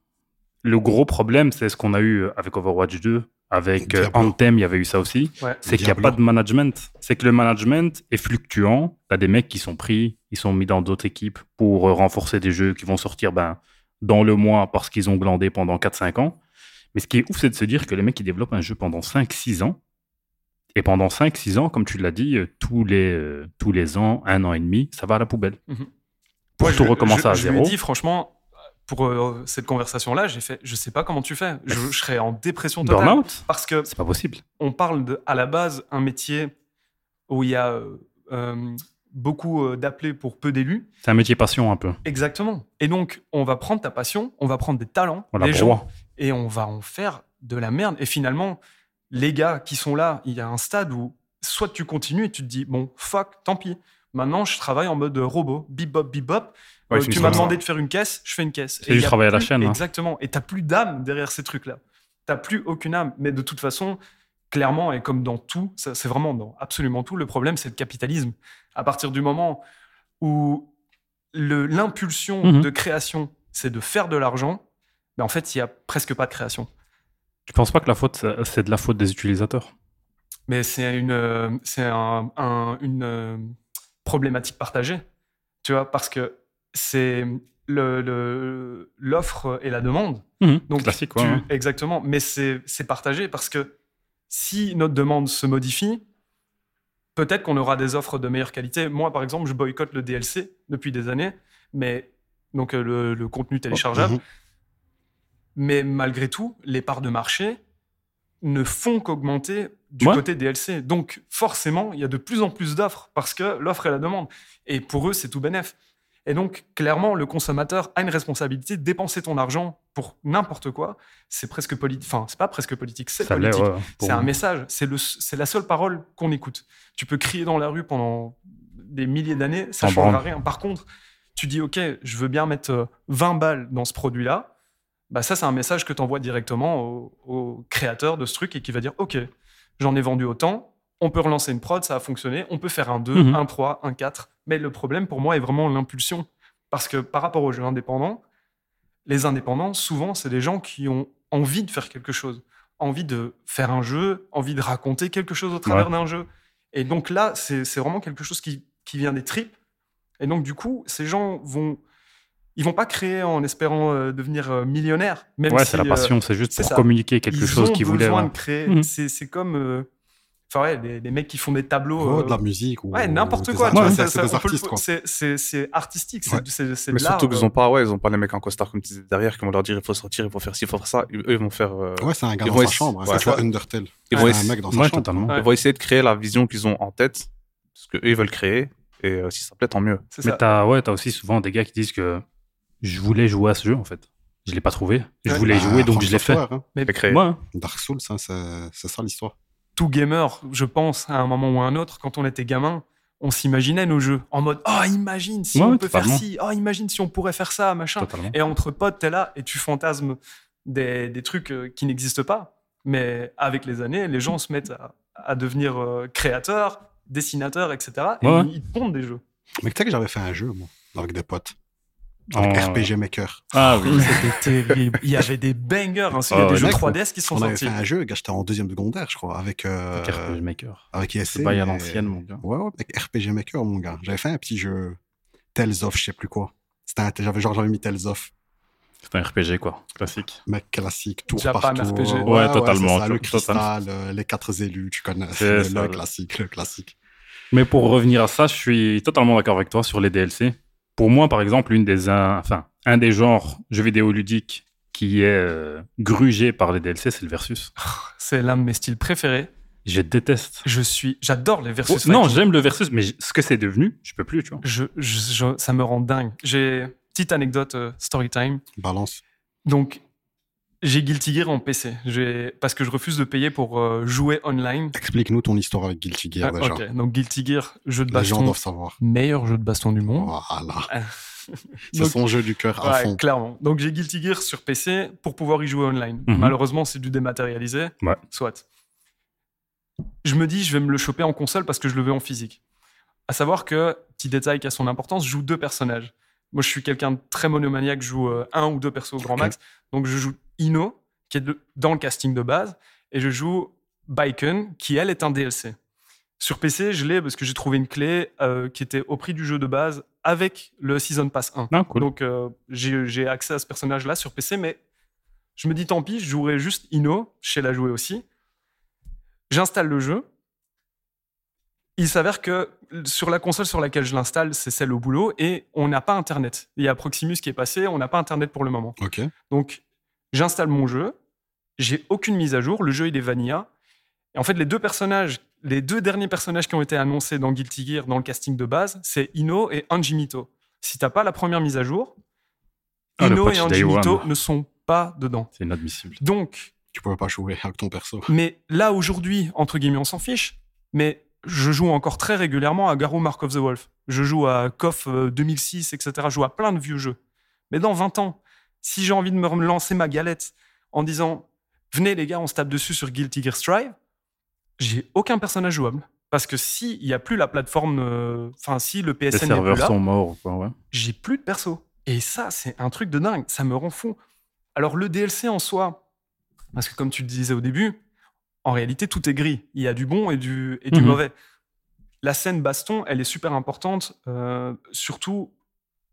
Speaker 2: Le gros problème, c'est ce qu'on a eu avec Overwatch 2, avec euh,
Speaker 3: Diablo.
Speaker 2: Anthem, il y avait eu ça aussi.
Speaker 4: Ouais.
Speaker 2: C'est qu'il n'y a
Speaker 3: Diablo.
Speaker 2: pas de management. C'est que le management est fluctuant. T'as des mecs qui sont pris, ils sont mis dans d'autres équipes pour euh, renforcer des jeux qui vont sortir ben, dans le mois parce qu'ils ont glandé pendant 4-5 ans. Mais ce qui est ouf, c'est de se dire que les mecs, ils développent un jeu pendant 5-6 ans. Et pendant 5-6 ans, comme tu l'as dit, euh, tous les, euh, tous les ans, un an et demi, ça va à la poubelle.
Speaker 4: Mhm.
Speaker 2: Pour
Speaker 4: Moi,
Speaker 2: tout
Speaker 4: je-
Speaker 2: recommencer
Speaker 4: je-
Speaker 2: à
Speaker 4: Je
Speaker 2: zéro.
Speaker 4: lui ai dit, franchement, pour euh, cette conversation-là, j'ai fait, je sais pas comment tu fais. Je, je serais en dépression totale.
Speaker 2: Burnout
Speaker 4: Parce que
Speaker 2: C'est pas possible.
Speaker 4: on parle de, à la base un métier où il y a euh, euh, beaucoup euh, d'appelés pour peu d'élus.
Speaker 2: C'est un métier passion un peu.
Speaker 4: Exactement. Et donc, on va prendre ta passion, on va prendre des talents,
Speaker 2: On la
Speaker 4: des
Speaker 2: broie.
Speaker 4: gens, et on va en faire de la merde. Et finalement, les gars qui sont là, il y a un stade où soit tu continues et tu te dis, bon, fuck, tant pis. Maintenant, je travaille en mode robot, bebop, bebop.
Speaker 5: Ouais,
Speaker 4: Euh,
Speaker 5: ils finissent
Speaker 4: tu m'as
Speaker 5: comme ça.
Speaker 4: demandé de faire une caisse, je fais une caisse.
Speaker 2: C'est
Speaker 4: Et
Speaker 2: du
Speaker 4: il y a
Speaker 2: travail à la
Speaker 4: plus-
Speaker 2: chaîne, hein.
Speaker 4: Exactement. Et t'as plus d'âme derrière ces trucs-là. T'as plus aucune âme. Mais de toute façon, clairement, et comme dans tout, ça, c'est vraiment dans absolument tout, le problème, c'est le capitalisme. À partir du moment où le- l'impulsion
Speaker 2: Mhm.
Speaker 4: de création, c'est de faire de l'argent, ben en fait, il y a presque pas de création.
Speaker 2: Tu penses pas que la faute, ça- c'est de la faute des utilisateurs
Speaker 4: Mais c'est une, euh, c'est un- un- une euh, problématique partagée, tu vois, parce que c'est le- le- l'offre et la demande.
Speaker 2: Donc, Classique, quoi.
Speaker 4: tu-
Speaker 2: hein.
Speaker 4: Exactement, mais c'est c'est partagé parce que si notre demande se modifie, peut-être qu'on aura des offres de meilleure qualité. Moi, par exemple, je boycotte le DLC depuis des années, mais donc euh, le, le contenu téléchargeable.
Speaker 3: Mhm.
Speaker 4: Mais malgré tout, les parts de marché ne font qu'augmenter du
Speaker 2: Ouais.
Speaker 4: côté DLC. Donc forcément, il y a de plus en plus d'offres parce que l'offre et la demande. Et pour eux, c'est tout bénef. Et donc, clairement, le consommateur a une responsabilité. Dépenser ton argent pour n'importe quoi, c'est presque politique. Enfin, c'est pas presque politique, c'est
Speaker 2: Ça l'est,
Speaker 4: politique.
Speaker 2: ouais, pour
Speaker 4: C'est un
Speaker 2: nous.
Speaker 4: message, c'est le- c'est la seule parole qu'on écoute. Tu peux crier dans la rue pendant des milliers d'années, ça
Speaker 2: T'en
Speaker 4: ne changera
Speaker 2: branles.
Speaker 4: rien. Par contre, tu dis, OK, je veux bien mettre euh, 20 balles dans ce produit-là. Bah ça, c'est un message que tu envoies directement au, au créateur de ce truc et qui va dire, OK, j'en ai vendu autant, on peut relancer une prod, ça a fonctionné, on peut faire un 2,
Speaker 2: Mhm.
Speaker 4: un 3, un 4. Mais le problème pour moi est vraiment l'impulsion. Parce que par rapport aux jeux indépendants, les indépendants, souvent, c'est des gens qui ont envie de faire quelque chose, envie de faire un jeu, envie de raconter quelque chose au travers d'un jeu. Et donc là, c'est c'est vraiment quelque chose qui, qui vient des tripes. Et donc, du coup, ces gens vont. Ils vont pas créer en espérant euh, devenir euh, millionnaire. Même
Speaker 2: Ouais,
Speaker 4: si,
Speaker 2: c'est la
Speaker 4: euh,
Speaker 2: passion, c'est juste
Speaker 4: c'est
Speaker 2: pour
Speaker 4: ça.
Speaker 2: communiquer quelque
Speaker 4: ils
Speaker 2: chose
Speaker 4: ont
Speaker 2: qu'ils voulaient.
Speaker 4: besoin
Speaker 2: ouais.
Speaker 4: de créer.
Speaker 2: Mhm.
Speaker 4: C'est c'est comme euh, Enfin, ouais, les, les mecs qui font des tableaux.
Speaker 3: Oh,
Speaker 4: euh,
Speaker 3: de la musique ou euh,
Speaker 4: Ouais, n'importe
Speaker 3: des
Speaker 4: quoi.
Speaker 3: artistes.
Speaker 4: tu vois, ça-
Speaker 3: Ouais, c'est- c'est
Speaker 4: ça-
Speaker 3: des
Speaker 4: on peut le-
Speaker 3: artistes, quoi.
Speaker 4: c'est- c'est- C'est artistique, c'est
Speaker 3: Ouais.
Speaker 4: du- c'est c'est de
Speaker 5: Mais
Speaker 4: l'art.
Speaker 5: surtout qu'ils
Speaker 4: euh.
Speaker 5: ont pas, ouais, ils ont pas les mecs en costard comme tu disais derrière qui vont leur dire il faut sortir, il faut faire ci, il faut faire ça. Eux, ils vont faire. euh,
Speaker 3: Ouais, c'est un gars
Speaker 5: Ils
Speaker 3: dans
Speaker 5: vont
Speaker 3: sa
Speaker 5: ess-
Speaker 3: chambre. hein.
Speaker 5: ouais.
Speaker 3: C'est tu vois Undertale.
Speaker 5: ils,
Speaker 4: Ouais,
Speaker 5: vont
Speaker 3: C'est
Speaker 5: ess-
Speaker 3: un mec dans sa
Speaker 2: Ouais,
Speaker 3: chambre.
Speaker 2: totalement.
Speaker 5: ils vont essayer de créer la vision qu'ils ont en tête, ce que eux, ils veulent créer. Et euh, si ça plaît, tant mieux.
Speaker 4: C'est
Speaker 2: Mais
Speaker 4: ça.
Speaker 2: t'as ouais, t'as aussi souvent des gars qui disent que je voulais jouer à ce jeu en fait. Je l'ai pas trouvé. Je
Speaker 4: Ouais. Ah,
Speaker 2: voulais
Speaker 3: Bah,
Speaker 2: jouer donc
Speaker 3: From
Speaker 2: je l'ai fait.
Speaker 3: Software, hein.
Speaker 5: Et créer.
Speaker 2: Moi, hein.
Speaker 3: Dark Souls, hein, c'est c'est ça l'histoire.
Speaker 4: Tout gamer, je pense, à un moment ou à un autre, quand on était gamin, on s'imaginait nos jeux en mode Oh, imagine si
Speaker 2: Ouais,
Speaker 4: on
Speaker 2: ouais,
Speaker 4: peut faire
Speaker 2: totalement.
Speaker 4: ci, oh, imagine si on pourrait faire ça, machin.
Speaker 2: totalement.
Speaker 4: Et entre potes, t'es là et tu fantasmes des, des trucs euh, qui n'existent pas. Mais avec les années, les gens se mettent à, à devenir euh, créateurs, dessinateurs, etc. Et
Speaker 2: Ouais, ouais.
Speaker 4: ils, ils pondent des jeux.
Speaker 3: Mais tu sais que j'avais fait un jeu, moi, avec des potes.
Speaker 2: En-
Speaker 3: Avec RPG Maker.
Speaker 2: Ah oui.
Speaker 4: C'était terrible. Il y avait des bangers. hein. Il y a
Speaker 2: Ah
Speaker 4: des
Speaker 2: ouais,
Speaker 4: jeux
Speaker 3: mec,
Speaker 4: 3DS qui sont
Speaker 3: On avait
Speaker 4: sortis.
Speaker 3: fait un jeu, gars, j'étais en deuxième secondaire, je crois, avec, euh,
Speaker 2: RPG Maker.
Speaker 3: avec
Speaker 2: C'est
Speaker 3: ISC.
Speaker 2: pas à
Speaker 3: mais-
Speaker 2: l'ancienne, mon gars.
Speaker 3: Ouais, ouais, avec RPG Maker, mon gars. J'avais fait un petit jeu Tales of, je sais plus quoi. C'était un- j'avais genre j'avais mis Tales of,
Speaker 2: C'est un RPG quoi, classique.
Speaker 3: mec classique, tour
Speaker 4: Japan
Speaker 3: partout.
Speaker 4: RPG. Ouais,
Speaker 3: c'est
Speaker 2: totalement,
Speaker 3: ça,
Speaker 2: totalement.
Speaker 3: le cristal, euh, les quatre élus, tu connais.
Speaker 2: C'est
Speaker 3: le,
Speaker 2: ça,
Speaker 3: le
Speaker 2: le-
Speaker 3: classique, le classique.
Speaker 2: Mais pour revenir à ça, je suis totalement d'accord avec toi sur les DLC. Pour moi, par exemple, une des un, enfin, un des genres jeux vidéo ludiques qui est euh, grugé par les DLC, c'est le versus.
Speaker 4: C'est l'un de mes styles préférés.
Speaker 2: Je déteste.
Speaker 4: Je suis, j'adore les versus.
Speaker 2: Oh, non,
Speaker 4: fighting.
Speaker 2: j'aime le versus, mais j- ce que c'est devenu, je peux plus, tu vois.
Speaker 4: je, je- je- ça me rend dingue. J'ai petite anecdote euh, story time.
Speaker 3: Balance.
Speaker 4: Donc, j'ai Guilty Gear en PC J'ai- parce que je refuse de payer pour euh, jouer online.
Speaker 3: Explique-nous ton histoire avec Guilty Gear, bah,
Speaker 4: Ah,
Speaker 3: déjà.
Speaker 4: ok, Bah, donc Guilty Gear, jeu de
Speaker 3: Les gens
Speaker 4: baston,
Speaker 3: doivent savoir.
Speaker 4: meilleur jeu de baston du monde.
Speaker 3: Voilà. C'est
Speaker 4: Hmm? Donc-
Speaker 3: son jeu du cœur à
Speaker 4: Ouais,
Speaker 3: fond.
Speaker 4: clairement. Donc j'ai Guilty Gear sur PC pour pouvoir y jouer online.
Speaker 2: Mhm.
Speaker 4: Malheureusement, c'est du dématérialisé.
Speaker 2: Ouais.
Speaker 4: Soit. Je me dis, je vais me le choper en console parce que je le veux en physique. À savoir que, petit détail qui a son importance, je joue deux personnages. Moi, je suis quelqu'un de très monomaniaque, je joue euh, un ou deux persos au grand
Speaker 3: Ok.
Speaker 4: max. Donc je joue Ino, qui est de- dans le casting de base, et je joue Baiken, qui elle est un DLC. Sur PC, je l'ai parce que j'ai trouvé une clé euh, qui était au prix du jeu de base avec le Season Pass 1.
Speaker 2: Non, cool.
Speaker 4: Donc euh, j'ai j'ai accès à ce personnage-là sur PC, mais je me dis tant pis, je jouerai juste Ino, je sais la jouer aussi. J'installe le jeu. Il s'avère que sur la console sur laquelle je l'installe, c'est celle au boulot, et on n'a pas Internet. Il y a Proximus qui est passé, on n'a pas Internet pour le moment.
Speaker 3: Ok.
Speaker 4: Donc, j'installe mon jeu, j'ai aucune mise à jour, le jeu il est vanilla. Et en fait, les deux personnages, les deux derniers personnages qui ont été annoncés dans Guilty Gear dans le casting de base, c'est Ino et Anjimito. Si t'as pas la première mise à jour,
Speaker 2: Ah, le
Speaker 4: Ino
Speaker 2: patch
Speaker 4: et
Speaker 2: Day
Speaker 4: Anjimito
Speaker 2: One.
Speaker 4: ne sont pas dedans.
Speaker 2: C'est inadmissible.
Speaker 4: Donc,
Speaker 3: Tu pouvais pas jouer avec ton perso.
Speaker 4: mais là aujourd'hui, entre guillemets, on s'en fiche, mais je joue encore très régulièrement à Garou Mark of the Wolf. Je joue à KOF euh, 2006, etc. Je joue à plein de vieux jeux. Mais dans 20 ans, si j'ai envie de me relancer ma galette en disant Venez les gars, on se tape dessus sur Guilty Gear Strive, j'ai aucun personnage jouable. Parce que s'il n'y a plus la plateforme, euh, enfin, si le
Speaker 2: Les
Speaker 4: PSN n'est plus
Speaker 2: serveurs
Speaker 4: là,
Speaker 2: sont morts ou quoi, ouais.
Speaker 4: j'ai plus de perso. Et ça, c'est un truc de dingue. Ça me rend fou. Alors, le DLC en soi, parce que comme tu le disais au début, en réalité, tout est gris. Il y a du bon et du, et du
Speaker 2: Mhm.
Speaker 4: mauvais. La scène baston, elle est super importante, euh, surtout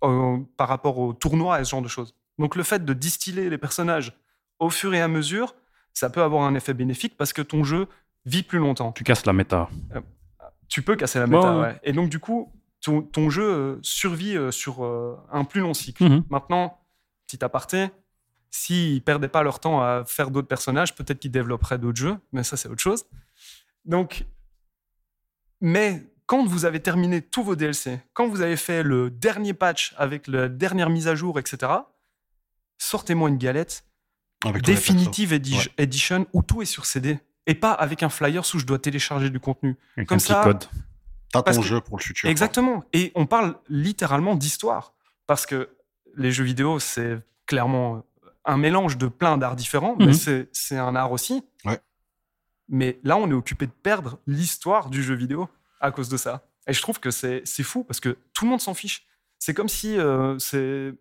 Speaker 4: euh, par rapport au tournoi et ce genre de choses. Donc, le fait de distiller les personnages au fur et à mesure, ça peut avoir un effet bénéfique parce que ton jeu vit plus longtemps
Speaker 2: Tu casses la méta.
Speaker 4: tu peux casser la
Speaker 2: Ouais,
Speaker 4: méta.
Speaker 2: ouais.
Speaker 4: ouais. Et donc, du coup, ton, ton jeu euh, survit euh, sur euh, un plus long cycle.
Speaker 2: Mhm.
Speaker 4: Maintenant, petit aparté, s'ils perdaient pas leur temps à faire d'autres personnages, peut-être qu'ils développeraient d'autres jeux, mais ça, c'est autre chose. Donc, mais quand vous avez terminé tous vos DLC, quand vous avez fait le dernier patch avec la dernière mise à jour, etc., sortez-moi une galette
Speaker 3: Avec ton hein. perso.
Speaker 4: Definitive Edi- Edition où tout est sur CD et pas avec un flyer sous je dois télécharger du contenu.
Speaker 2: Avec
Speaker 4: Comme
Speaker 2: un petit
Speaker 4: ça,
Speaker 2: code.
Speaker 3: T'as
Speaker 4: parce
Speaker 3: ton
Speaker 4: que-
Speaker 3: jeu pour le futur. quoi.
Speaker 4: Exactement. Et on parle littéralement d'histoire. Parce que les jeux vidéo, c'est clairement euh, un mélange de plein d'arts différents, mais
Speaker 2: Mhm.
Speaker 4: c'est- c'est un art aussi.
Speaker 3: Ouais.
Speaker 4: Mais là, on est occupé de perdre l'histoire du jeu vidéo à cause de ça. Et je trouve que c'est c'est fou parce que tout le monde s'en fiche. C'est comme si euh, c'est.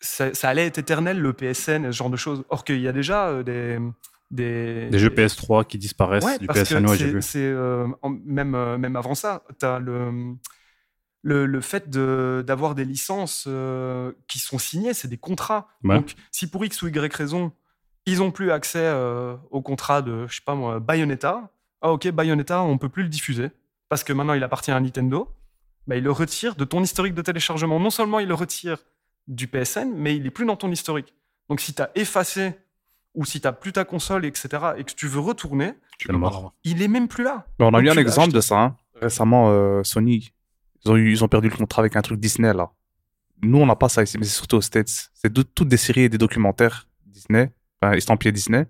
Speaker 4: Ça, ça allait être éternel le PSN et ce genre de choses. Or qu'il y a déjà euh, des, des,
Speaker 2: Des jeux PS3 qui disparaissent
Speaker 4: Ouais,
Speaker 2: du
Speaker 4: parce
Speaker 2: PSN,
Speaker 4: que
Speaker 2: ouais, j'ai
Speaker 4: c'est-
Speaker 2: vu.
Speaker 4: c'est euh, en- même euh, même avant ça, t'as le le, le fait de- d'avoir des licences euh, qui sont signées, c'est des contrats.
Speaker 2: Ouais.
Speaker 4: Donc, si pour X ou Y raison, ils n'ont plus accès euh, au contrat de, je sais pas moi, Bayonetta, ah ok, Bayonetta, on peut plus le diffuser parce que maintenant il appartient à Nintendo, bah, il le retire de ton historique de téléchargement. Non seulement il le retire du PSN, mais il est plus dans ton historique. Donc si tu as effacé ou si tu plus ta console, etc., et que tu veux retourner,
Speaker 2: C'est
Speaker 3: Tu peux pas
Speaker 2: mort.
Speaker 3: l'avoir.
Speaker 4: il est même plus là.
Speaker 5: Mais on a
Speaker 4: Donc
Speaker 5: eu un
Speaker 4: tu l'as
Speaker 5: exemple
Speaker 4: acheté.
Speaker 5: de ça. hein. Récemment, euh, Sony, ils ont, eu- ils ont perdu le contrat avec un truc Disney, là. Nous, on n'a pas ça ici, mais c'est surtout aux States. C'est tout- toutes des séries et des documentaires Disney, enfin, estampillés Disney.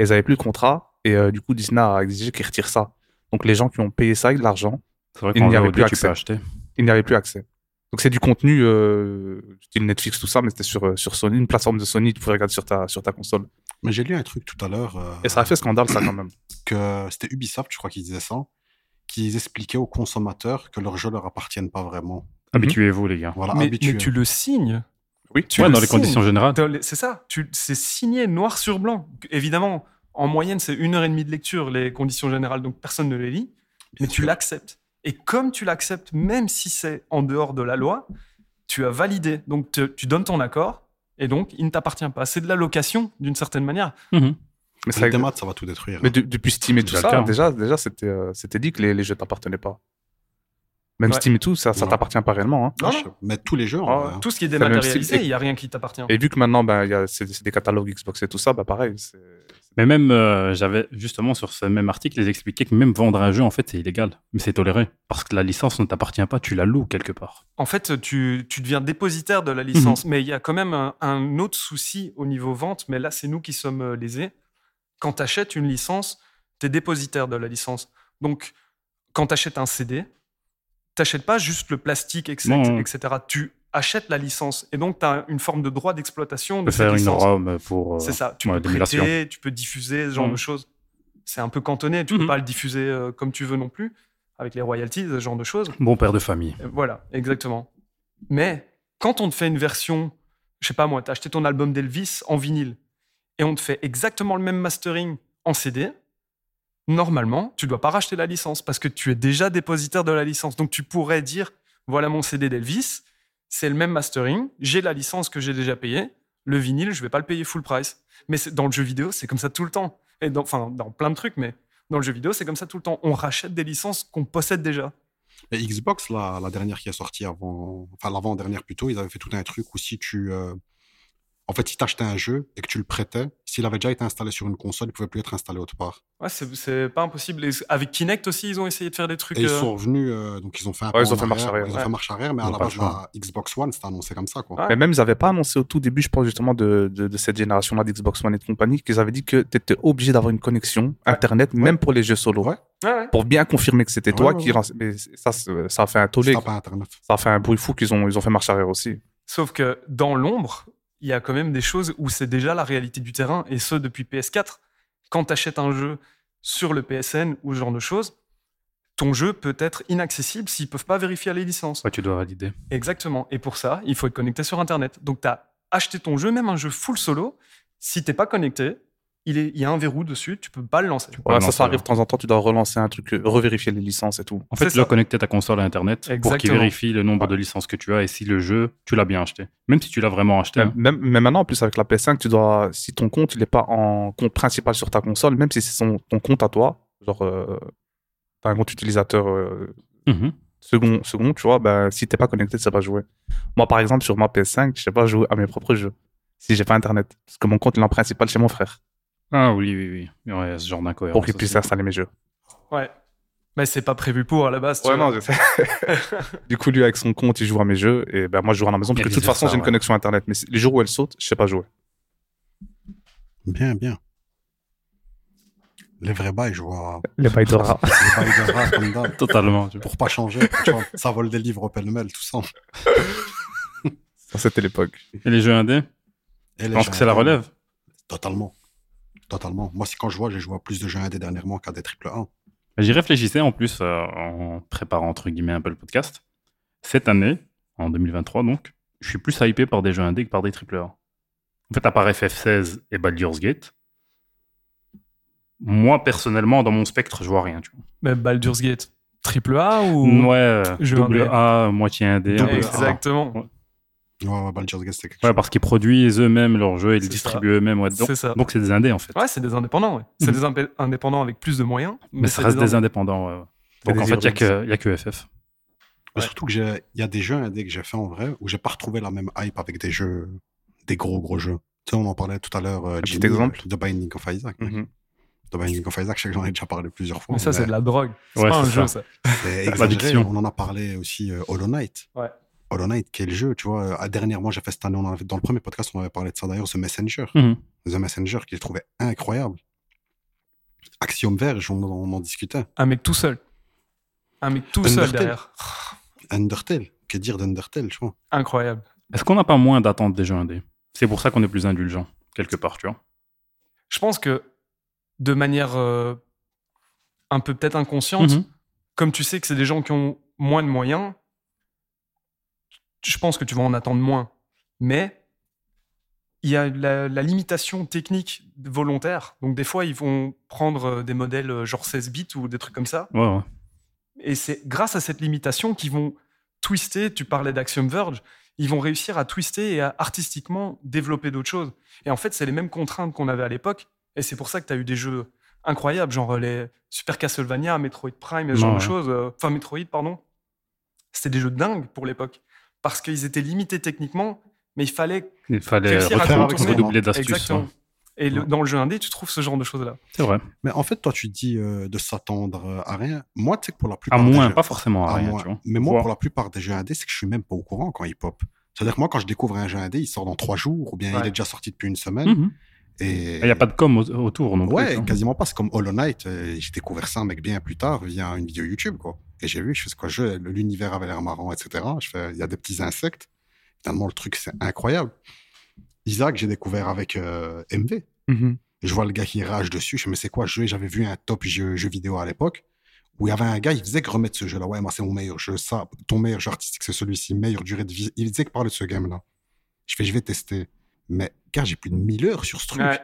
Speaker 5: Et ils n'avaient plus le contrat. Et euh, du coup, Disney a exigé qu'ils retirent ça. Donc, les gens qui ont payé ça avec de l'argent,
Speaker 2: C'est vrai
Speaker 5: Il
Speaker 2: qu'en
Speaker 5: n'y avait
Speaker 2: VOD,
Speaker 5: plus
Speaker 2: tu
Speaker 5: accès.
Speaker 2: peux acheter.
Speaker 4: Mhm.
Speaker 5: ils n'y avaient plus accès. Donc, c'est du contenu, euh, style Netflix, tout ça, mais c'était sur, euh, sur Sony, une plateforme de Sony, tu pouvais regarder sur ta, sur ta console.
Speaker 3: Mais j'ai lu un truc tout à l'heure. euh,
Speaker 5: Et ça a fait scandale, ça, quand même.
Speaker 3: que c'était Ubisoft, je crois qu'ils disaient ça, qu'ils expliquaient aux consommateurs que leurs jeux leur appartiennent pas vraiment.
Speaker 2: Habituez-vous, les gars.
Speaker 3: Voilà,
Speaker 4: Mais,
Speaker 3: habitués.
Speaker 4: mais tu le signes.
Speaker 5: Oui,
Speaker 4: tu
Speaker 2: ouais,
Speaker 4: le
Speaker 2: dans les
Speaker 4: signes.
Speaker 2: conditions générales.
Speaker 4: T'as les- C'est ça. Tu- C'est signé noir sur blanc. Évidemment, en moyenne, c'est une heure et demie de lecture, les conditions générales, donc personne ne les lit. Mais tu l'acceptes. Et comme tu l'acceptes, même si c'est en dehors de la loi, tu as validé. Donc te- tu donnes ton accord. Et donc, il ne t'appartient pas. C'est de la location, d'une certaine manière.
Speaker 5: Mais, ça,
Speaker 3: La démat, ça va tout détruire.
Speaker 5: mais de- depuis Steam et tout
Speaker 2: Déjà le
Speaker 5: ça,
Speaker 2: cas, hein.
Speaker 5: déjà, déjà c'était, euh, c'était dit que les, les jeux t'appartenaient pas. Même
Speaker 4: Ouais.
Speaker 5: Steam et tout, ça, ça
Speaker 3: Non.
Speaker 5: t'appartient pas réellement. hein.
Speaker 3: Ah,
Speaker 4: Non,
Speaker 3: je- Mais tous les jeux, en
Speaker 5: Ah,
Speaker 3: vrai, hein.
Speaker 4: Tout ce qui est
Speaker 5: C'est le même
Speaker 4: dématérialisé,
Speaker 5: style.
Speaker 4: il n'y a rien qui t'appartient.
Speaker 5: Et vu que maintenant, ben, il y a, c'est, c'est des catalogues Xbox et tout ça, bah pareil. C'est...
Speaker 2: Mais même, euh, j'avais justement sur ce même article, ils expliquaient que même vendre un jeu, en fait, c'est illégal. Mais c'est toléré. Parce que la licence ne t'appartient pas, tu la loues quelque part.
Speaker 4: En fait, tu, tu deviens dépositaire de la licence,
Speaker 2: Mhm.
Speaker 4: mais il y a quand même un, un autre souci au niveau vente, mais là, c'est nous qui sommes euh, lésés. Quand tu achètes une licence, tu es dépositaire de la licence. Donc, quand tu achètes un CD, tu pas juste le plastique, etc.
Speaker 2: Non.
Speaker 4: etc. Tu achètes la licence, et donc tu as une forme de droit d'exploitation
Speaker 2: Tu
Speaker 4: de
Speaker 2: peux
Speaker 4: cette
Speaker 2: faire une
Speaker 4: licence.
Speaker 2: ROM pour. euh,
Speaker 4: C'est ça, tu
Speaker 2: ouais,
Speaker 4: peux
Speaker 2: d'émulation.
Speaker 4: prêter, tu peux diffuser, ce genre
Speaker 2: Mhm.
Speaker 4: de choses. C'est un peu cantonné, tu
Speaker 2: Mhm.
Speaker 4: peux pas le diffuser euh, comme tu veux non plus, avec les royalties, ce genre de choses.
Speaker 2: Bon père de famille.
Speaker 4: Euh, Voilà, exactement. Mais quand on te fait une version, je sais pas moi, t'as acheté ton album d'Elvis en vinyle et on te fait exactement le même mastering en CD, normalement, tu dois pas racheter la licence parce que tu es déjà dépositaire de la licence. Donc tu pourrais dire voilà mon CD d'Elvis, c'est le même mastering, j'ai la licence que j'ai déjà payée, le vinyle, je vais pas le payer full price. Mais c'est- dans le jeu vidéo, c'est comme ça tout le temps. Et dans, enfin, dans plein de trucs, mais dans le jeu vidéo, c'est comme ça tout le temps. On rachète des licences qu'on possède déjà.
Speaker 3: Et Xbox, la, la dernière qui est sortie avant, enfin l'avant-dernière plutôt, ils avaient fait tout un truc où si tu, euh, en fait, si t'achetais un jeu et que tu le prêtais, s'il avait déjà été installé sur une console, il pouvait plus être installé autre part.
Speaker 4: Ouais, c'est- c'est pas impossible. Et avec Kinect aussi, ils ont essayé de faire des trucs.
Speaker 3: Et ils
Speaker 4: euh,
Speaker 3: sont revenus, euh, donc ils ont fait un
Speaker 5: Ouais,
Speaker 3: pas
Speaker 5: ils ont
Speaker 3: en
Speaker 5: fait marche arrière,
Speaker 3: Ils ont
Speaker 4: ouais.
Speaker 3: fait marche arrière, mais
Speaker 2: Ils
Speaker 3: à
Speaker 2: ont
Speaker 3: la
Speaker 2: pas
Speaker 3: base,
Speaker 2: le choix.
Speaker 3: la Xbox One, c'était annoncé comme ça, quoi.
Speaker 4: Ouais.
Speaker 5: Mais même, ils n'avaient pas annoncé au tout début, je pense, justement, de, de, de cette génération-là d'Xbox One et de compagnie, qu'ils avaient dit que tu étais obligé d'avoir une connexion Internet, même pour les jeux solo.
Speaker 3: Ouais.
Speaker 4: ouais, ouais.
Speaker 5: Pour bien confirmer que c'était
Speaker 3: Ouais,
Speaker 5: toi
Speaker 3: ouais,
Speaker 5: qui.
Speaker 3: ouais.
Speaker 5: rens- Mais ça, c'est- ça a fait un tollé.
Speaker 3: C'était pas Internet.
Speaker 5: Ça a fait un bruit fou qu'ils ont, ils ont fait marche arrière aussi.
Speaker 4: Sauf que dans l'ombre, il y a quand même des choses où c'est déjà la réalité du terrain, et ce depuis PS4. Quand tu achètes un jeu sur le PSN ou ce genre de choses, ton jeu peut être inaccessible s'ils peuvent pas vérifier les licences.
Speaker 2: Ouais, tu dois valider.
Speaker 4: Exactement. Et pour ça, il faut être connecté sur Internet. Donc tu as acheté ton jeu, même un jeu full solo. Si t'es pas connecté, il, est, il y a un verrou dessus, tu peux pas le lancer.
Speaker 2: Ouais,
Speaker 5: Ouais,
Speaker 2: non,
Speaker 5: ça,
Speaker 2: ça
Speaker 5: ça arrive de temps en temps, tu dois relancer un truc, euh, revérifier les licences et tout.
Speaker 2: En
Speaker 4: C'est
Speaker 2: fait, tu dois
Speaker 4: ça.
Speaker 2: connecter ta console à Internet pour qu'il
Speaker 4: Exactement.
Speaker 2: vérifie le nombre de licences que tu as et si le jeu, tu l'as bien acheté. Même si tu l'as vraiment acheté.
Speaker 5: Mais,
Speaker 2: hein.
Speaker 5: même, mais maintenant, en plus, avec la PS5, tu dois, si ton compte, il n'est pas en compte principal sur ta console, même si c'est son- ton compte à toi, genre, euh, t'as un compte utilisateur euh,
Speaker 2: Mhm.
Speaker 5: second, second, tu vois, ben, si t'es pas connecté, tu sais pas jouer. Moi, par exemple, sur ma PS5, je sais pas jouer à mes propres jeux. Si j'ai pas Internet. Parce que mon compte, il est en principal chez mon frère.
Speaker 2: Ah oui, oui, oui. Ouais, ce genre d'incohérence.
Speaker 5: Pour qu'il
Speaker 2: aussi.
Speaker 5: puisse installer mes jeux.
Speaker 4: Ouais. Mais c'est pas prévu pour à la base. tu vois.
Speaker 5: sais. du coup, lui, avec son compte, il joue à mes jeux. Et ben, moi, je joue à la maison. Parce
Speaker 2: Et
Speaker 5: que de toute façon,
Speaker 2: vice-versa,
Speaker 5: j'ai une
Speaker 2: ouais.
Speaker 5: connexion Internet. Mais les jours où elle saute, je sais pas jouer.
Speaker 3: Bien, bien. Les vrais bails, je vois.
Speaker 5: Les bails de rats.
Speaker 3: Les bails de rats, comme d'hab.
Speaker 2: Totalement. tu vois.
Speaker 3: Pour pas changer, tu vois, ça vole des livres au pêle-mêle, tout ça.
Speaker 5: Ça, c'était l'époque.
Speaker 2: Et les jeux indés
Speaker 3: Et
Speaker 2: Je
Speaker 3: les
Speaker 2: pense que c'est la
Speaker 3: jeux indés,
Speaker 2: relève.
Speaker 3: Totalement. Totalement. Moi, c'est quand je vois, j'ai joué à plus de jeux indés dernièrement qu'à des triple 1.
Speaker 2: J'y réfléchissais en plus euh, en préparant entre guillemets un peu le podcast. Cette année, en 2023 donc, je suis plus hypé par des jeux indés que par des triple A. En fait, à part FF16 et Baldur's Gate, moi personnellement, dans mon spectre, je vois rien. Tu vois.
Speaker 4: Mais Baldur's Gate, triple A ou
Speaker 2: Ouais, euh,
Speaker 4: Jeu
Speaker 2: double
Speaker 4: indé.
Speaker 2: A, moitié indé.
Speaker 3: Double
Speaker 2: un peu
Speaker 3: A.
Speaker 2: ça.
Speaker 4: Exactement.
Speaker 3: Ouais, ouais, Baldur's Gate, c'est quelque
Speaker 2: Ouais,
Speaker 3: chose.
Speaker 2: parce qu'ils produisent eux-mêmes leurs jeux et ils
Speaker 4: C'est
Speaker 2: distribuent eux-mêmes. ouais, donc,
Speaker 4: C'est ça.
Speaker 2: donc c'est des indés en fait.
Speaker 4: Ouais, c'est des indépendants. ouais. C'est
Speaker 2: Mhm.
Speaker 4: des impé- indépendants avec plus de moyens.
Speaker 2: mais ça
Speaker 4: c'est
Speaker 2: reste des
Speaker 4: indépendants.
Speaker 2: indépendants. ouais, ouais.
Speaker 5: Et
Speaker 2: Donc
Speaker 5: des
Speaker 2: en fait, il n'y a,
Speaker 5: urbex.
Speaker 2: que- y a que FF.
Speaker 3: Mais
Speaker 4: Ouais.
Speaker 3: Surtout que j'ai, il y a des jeux indés que j'ai fait en vrai où j'ai pas retrouvé la même hype avec des jeux, des gros gros jeux. Tu sais, on en parlait tout à l'heure. euh,
Speaker 5: petit
Speaker 3: Jimmy,
Speaker 5: exemple
Speaker 3: de Binding of Isaac.
Speaker 2: Mm.
Speaker 3: mec.
Speaker 5: Mhm.
Speaker 3: De Binding of Isaac, je sais que j'en ai déjà parlé plusieurs fois.
Speaker 4: Mais ça, c'est de la drogue. C'est
Speaker 2: Ouais,
Speaker 4: pas un
Speaker 2: c'est
Speaker 4: jeu,
Speaker 2: ça.
Speaker 4: ça.
Speaker 3: c'est
Speaker 2: l'addiction.
Speaker 3: exagéré. On en a parlé aussi euh, Hollow Knight.
Speaker 4: Ouais.
Speaker 3: Hollow Knight, quel jeu, tu vois. euh, Dernièrement, j'ai fait cette année, on en avait- dans le premier podcast, on avait parlé de ça d'ailleurs, The Messenger.
Speaker 2: Mhm.
Speaker 3: The Messenger, que j'ai trouvé incroyable. Axiom Verge, on, en- on en discutait.
Speaker 4: Un mec tout seul. Un mec tout seul
Speaker 3: Undertale.
Speaker 4: derrière.
Speaker 3: Undertale, que dire d'Undertale, tu vois.
Speaker 4: Incroyable.
Speaker 2: Est-ce qu'on n'a pas moins d'attentes des jeux indés C'est pour ça qu'on est plus indulgent, quelque part, tu vois.
Speaker 4: Je pense que de manière euh, un peu peut-être inconsciente,
Speaker 2: Mhm.
Speaker 4: comme tu sais que c'est des gens qui ont moins de moyens, je pense que tu vas en attendre moins. Mais il y a la, la limitation technique volontaire. Donc des fois, ils vont prendre euh, des modèles euh, genre 16 bits ou des trucs comme ça.
Speaker 2: Ouais, ouais.
Speaker 4: Et c'est grâce à cette limitation qu'ils vont twister. Tu parlais d'Axiom Verge. Ils vont réussir à twister et à artistiquement développer d'autres choses. Et en fait, c'est les mêmes contraintes qu'on avait à l'époque. Et c'est pour ça que tu as eu des jeux incroyables, genre euh, les Super Castlevania, Metroid Prime, et ce genre
Speaker 2: Ouais,
Speaker 4: de
Speaker 2: ouais.
Speaker 4: choses. euh, Enfin, Metroid, pardon. C'était des jeux dingues pour l'époque. Parce qu'ils étaient limités techniquement, mais il fallait
Speaker 2: Il fallait
Speaker 4: Réussir à
Speaker 2: redoubler-
Speaker 3: contourner.
Speaker 2: redoubler d'astuces.
Speaker 4: exactement.
Speaker 2: ouais.
Speaker 4: Et le-
Speaker 2: Ouais.
Speaker 4: dans le jeu indé, tu trouves ce genre de choses-là.
Speaker 2: C'est vrai.
Speaker 3: Mais en fait, toi, tu dis euh, de s'attendre euh, à rien. Moi, tu sais que pour la
Speaker 2: À
Speaker 3: plupart des
Speaker 2: moins,
Speaker 3: jeux-
Speaker 2: pas forcément à,
Speaker 3: à
Speaker 2: rien,
Speaker 3: moins.
Speaker 2: tu vois.
Speaker 3: Mais moi,
Speaker 2: Voir.
Speaker 3: pour la plupart des jeux indés, c'est que je suis même pas au courant quand ils pop. C'est-à-dire que moi, quand je découvre un jeu indé, il sort dans trois jours, ou bien
Speaker 4: Ouais.
Speaker 3: il est déjà sorti depuis une semaine.
Speaker 2: Mhm.
Speaker 3: Et
Speaker 2: Il n'y a pas de com au- autour non plus, tu
Speaker 3: Ouais,
Speaker 2: vois.
Speaker 3: quasiment pas. C'est comme Hollow Knight. euh, J'ai découvert ça, mec, bien plus tard via une vidéo YouTube, quoi. Et j'ai vu, je fais ce quoi, je, l'univers avait l'air marrant, etc. Je fais, il y a des petits insectes. Finalement, le truc, c'est incroyable. Isaac, j'ai découvert avec euh, MV.
Speaker 5: Mhm.
Speaker 3: Je vois le gars qui rage dessus. Je me mais c'est quoi, ce jeu J'avais vu un top jeu, jeu vidéo à l'époque où il y avait un gars, il faisait que remettre ce jeu-là. Ouais, moi, c'est mon meilleur jeu. Ça, ton meilleur jeu artistique, c'est celui-ci. Meilleure durée de vie. Il faisait que parler de ce game-là. Je fais, je vais tester. Mais, gars, j'ai plus de 1000 heures sur ce truc.
Speaker 4: Ouais.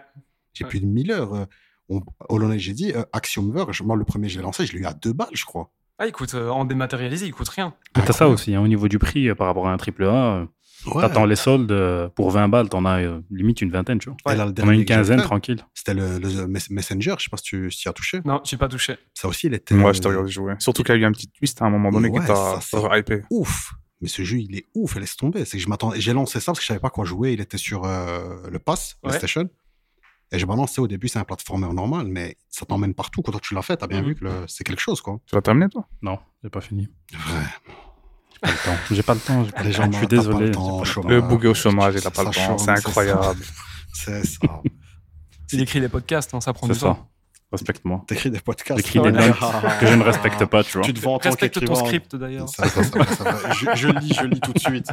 Speaker 3: J'ai
Speaker 4: Ouais.
Speaker 3: plus de 1000 heures. euh, on- Hollow Knight, j'ai dit, euh, Axiom Verge, moi, le premier, je l'ai lancé, je l'ai eu à deux balles, je crois.
Speaker 4: Ah, écoute, euh, en dématérialisé, il coûte rien.
Speaker 2: Mais T'as ça
Speaker 3: Incroyable.
Speaker 2: aussi, hein, au niveau du prix, euh, par rapport à un triple A, euh,
Speaker 3: Ouais.
Speaker 2: t'attends les soldes euh, pour 20 balles, t'en as euh, limite une vingtaine, tu vois.
Speaker 3: Et là, le
Speaker 2: On a
Speaker 3: dernier
Speaker 2: une
Speaker 3: que j'ai
Speaker 2: quinzaine,
Speaker 3: fait,
Speaker 2: tranquille.
Speaker 3: C'était le, le Mess- Messenger, je sais pas si tu si tu y as touché.
Speaker 4: Non, j'ai pas touché.
Speaker 3: Ça aussi, il était.
Speaker 5: Moi, je t'ai
Speaker 3: euh,
Speaker 5: regardé jouer. Surtout qu'il y a eu un petit twist à un moment donné
Speaker 3: Ouais,
Speaker 5: qui
Speaker 3: ça, c'est-
Speaker 5: t'a hypé.
Speaker 3: euh, Ouf! Mais ce jeu, il est ouf, elle laisse tomber. C'est que je m'attendais. J'ai lancé ça parce que je savais pas quoi jouer. Il était sur euh, le Pass,
Speaker 4: Ouais.
Speaker 3: PlayStation. Et j'ai balancé au début, c'est un platformer normal, mais ça t'emmène partout. Quand toi, tu l'as fait, t'as
Speaker 2: Mm-hmm.
Speaker 3: bien
Speaker 4: Mhm.
Speaker 3: vu que le- c'est quelque chose, quoi.
Speaker 5: Tu l'as terminé, toi
Speaker 2: Non, j'ai pas fini.
Speaker 3: Vrai.
Speaker 2: J'ai pas le temps. J'ai pas le temps. j'ai pas
Speaker 3: Les
Speaker 2: le
Speaker 3: gens,
Speaker 2: temps. Je suis
Speaker 3: t'as pas
Speaker 2: désolé.
Speaker 3: le
Speaker 2: j'ai
Speaker 3: temps,
Speaker 2: pas le
Speaker 3: chômage.
Speaker 2: temps.
Speaker 5: Le bouguet au chômage, il a
Speaker 3: ça
Speaker 5: pas le temps.
Speaker 3: change,
Speaker 5: C'est
Speaker 3: c'est
Speaker 5: incroyable.
Speaker 3: C'est ça.
Speaker 4: Il écrit les podcasts, hein, ça prend
Speaker 2: C'est
Speaker 4: du temps.
Speaker 2: ça. Respecte-moi.
Speaker 3: T'écris des podcasts. Ah.
Speaker 2: J'écris des notes que je ne respecte pas, tu vois.
Speaker 3: Tu te vends en tant
Speaker 4: Respecte ton
Speaker 3: qu'écrivain.
Speaker 4: script d'ailleurs.
Speaker 3: Ça, ça, ça, ça, ça. Je, je lis, je lis tout de suite.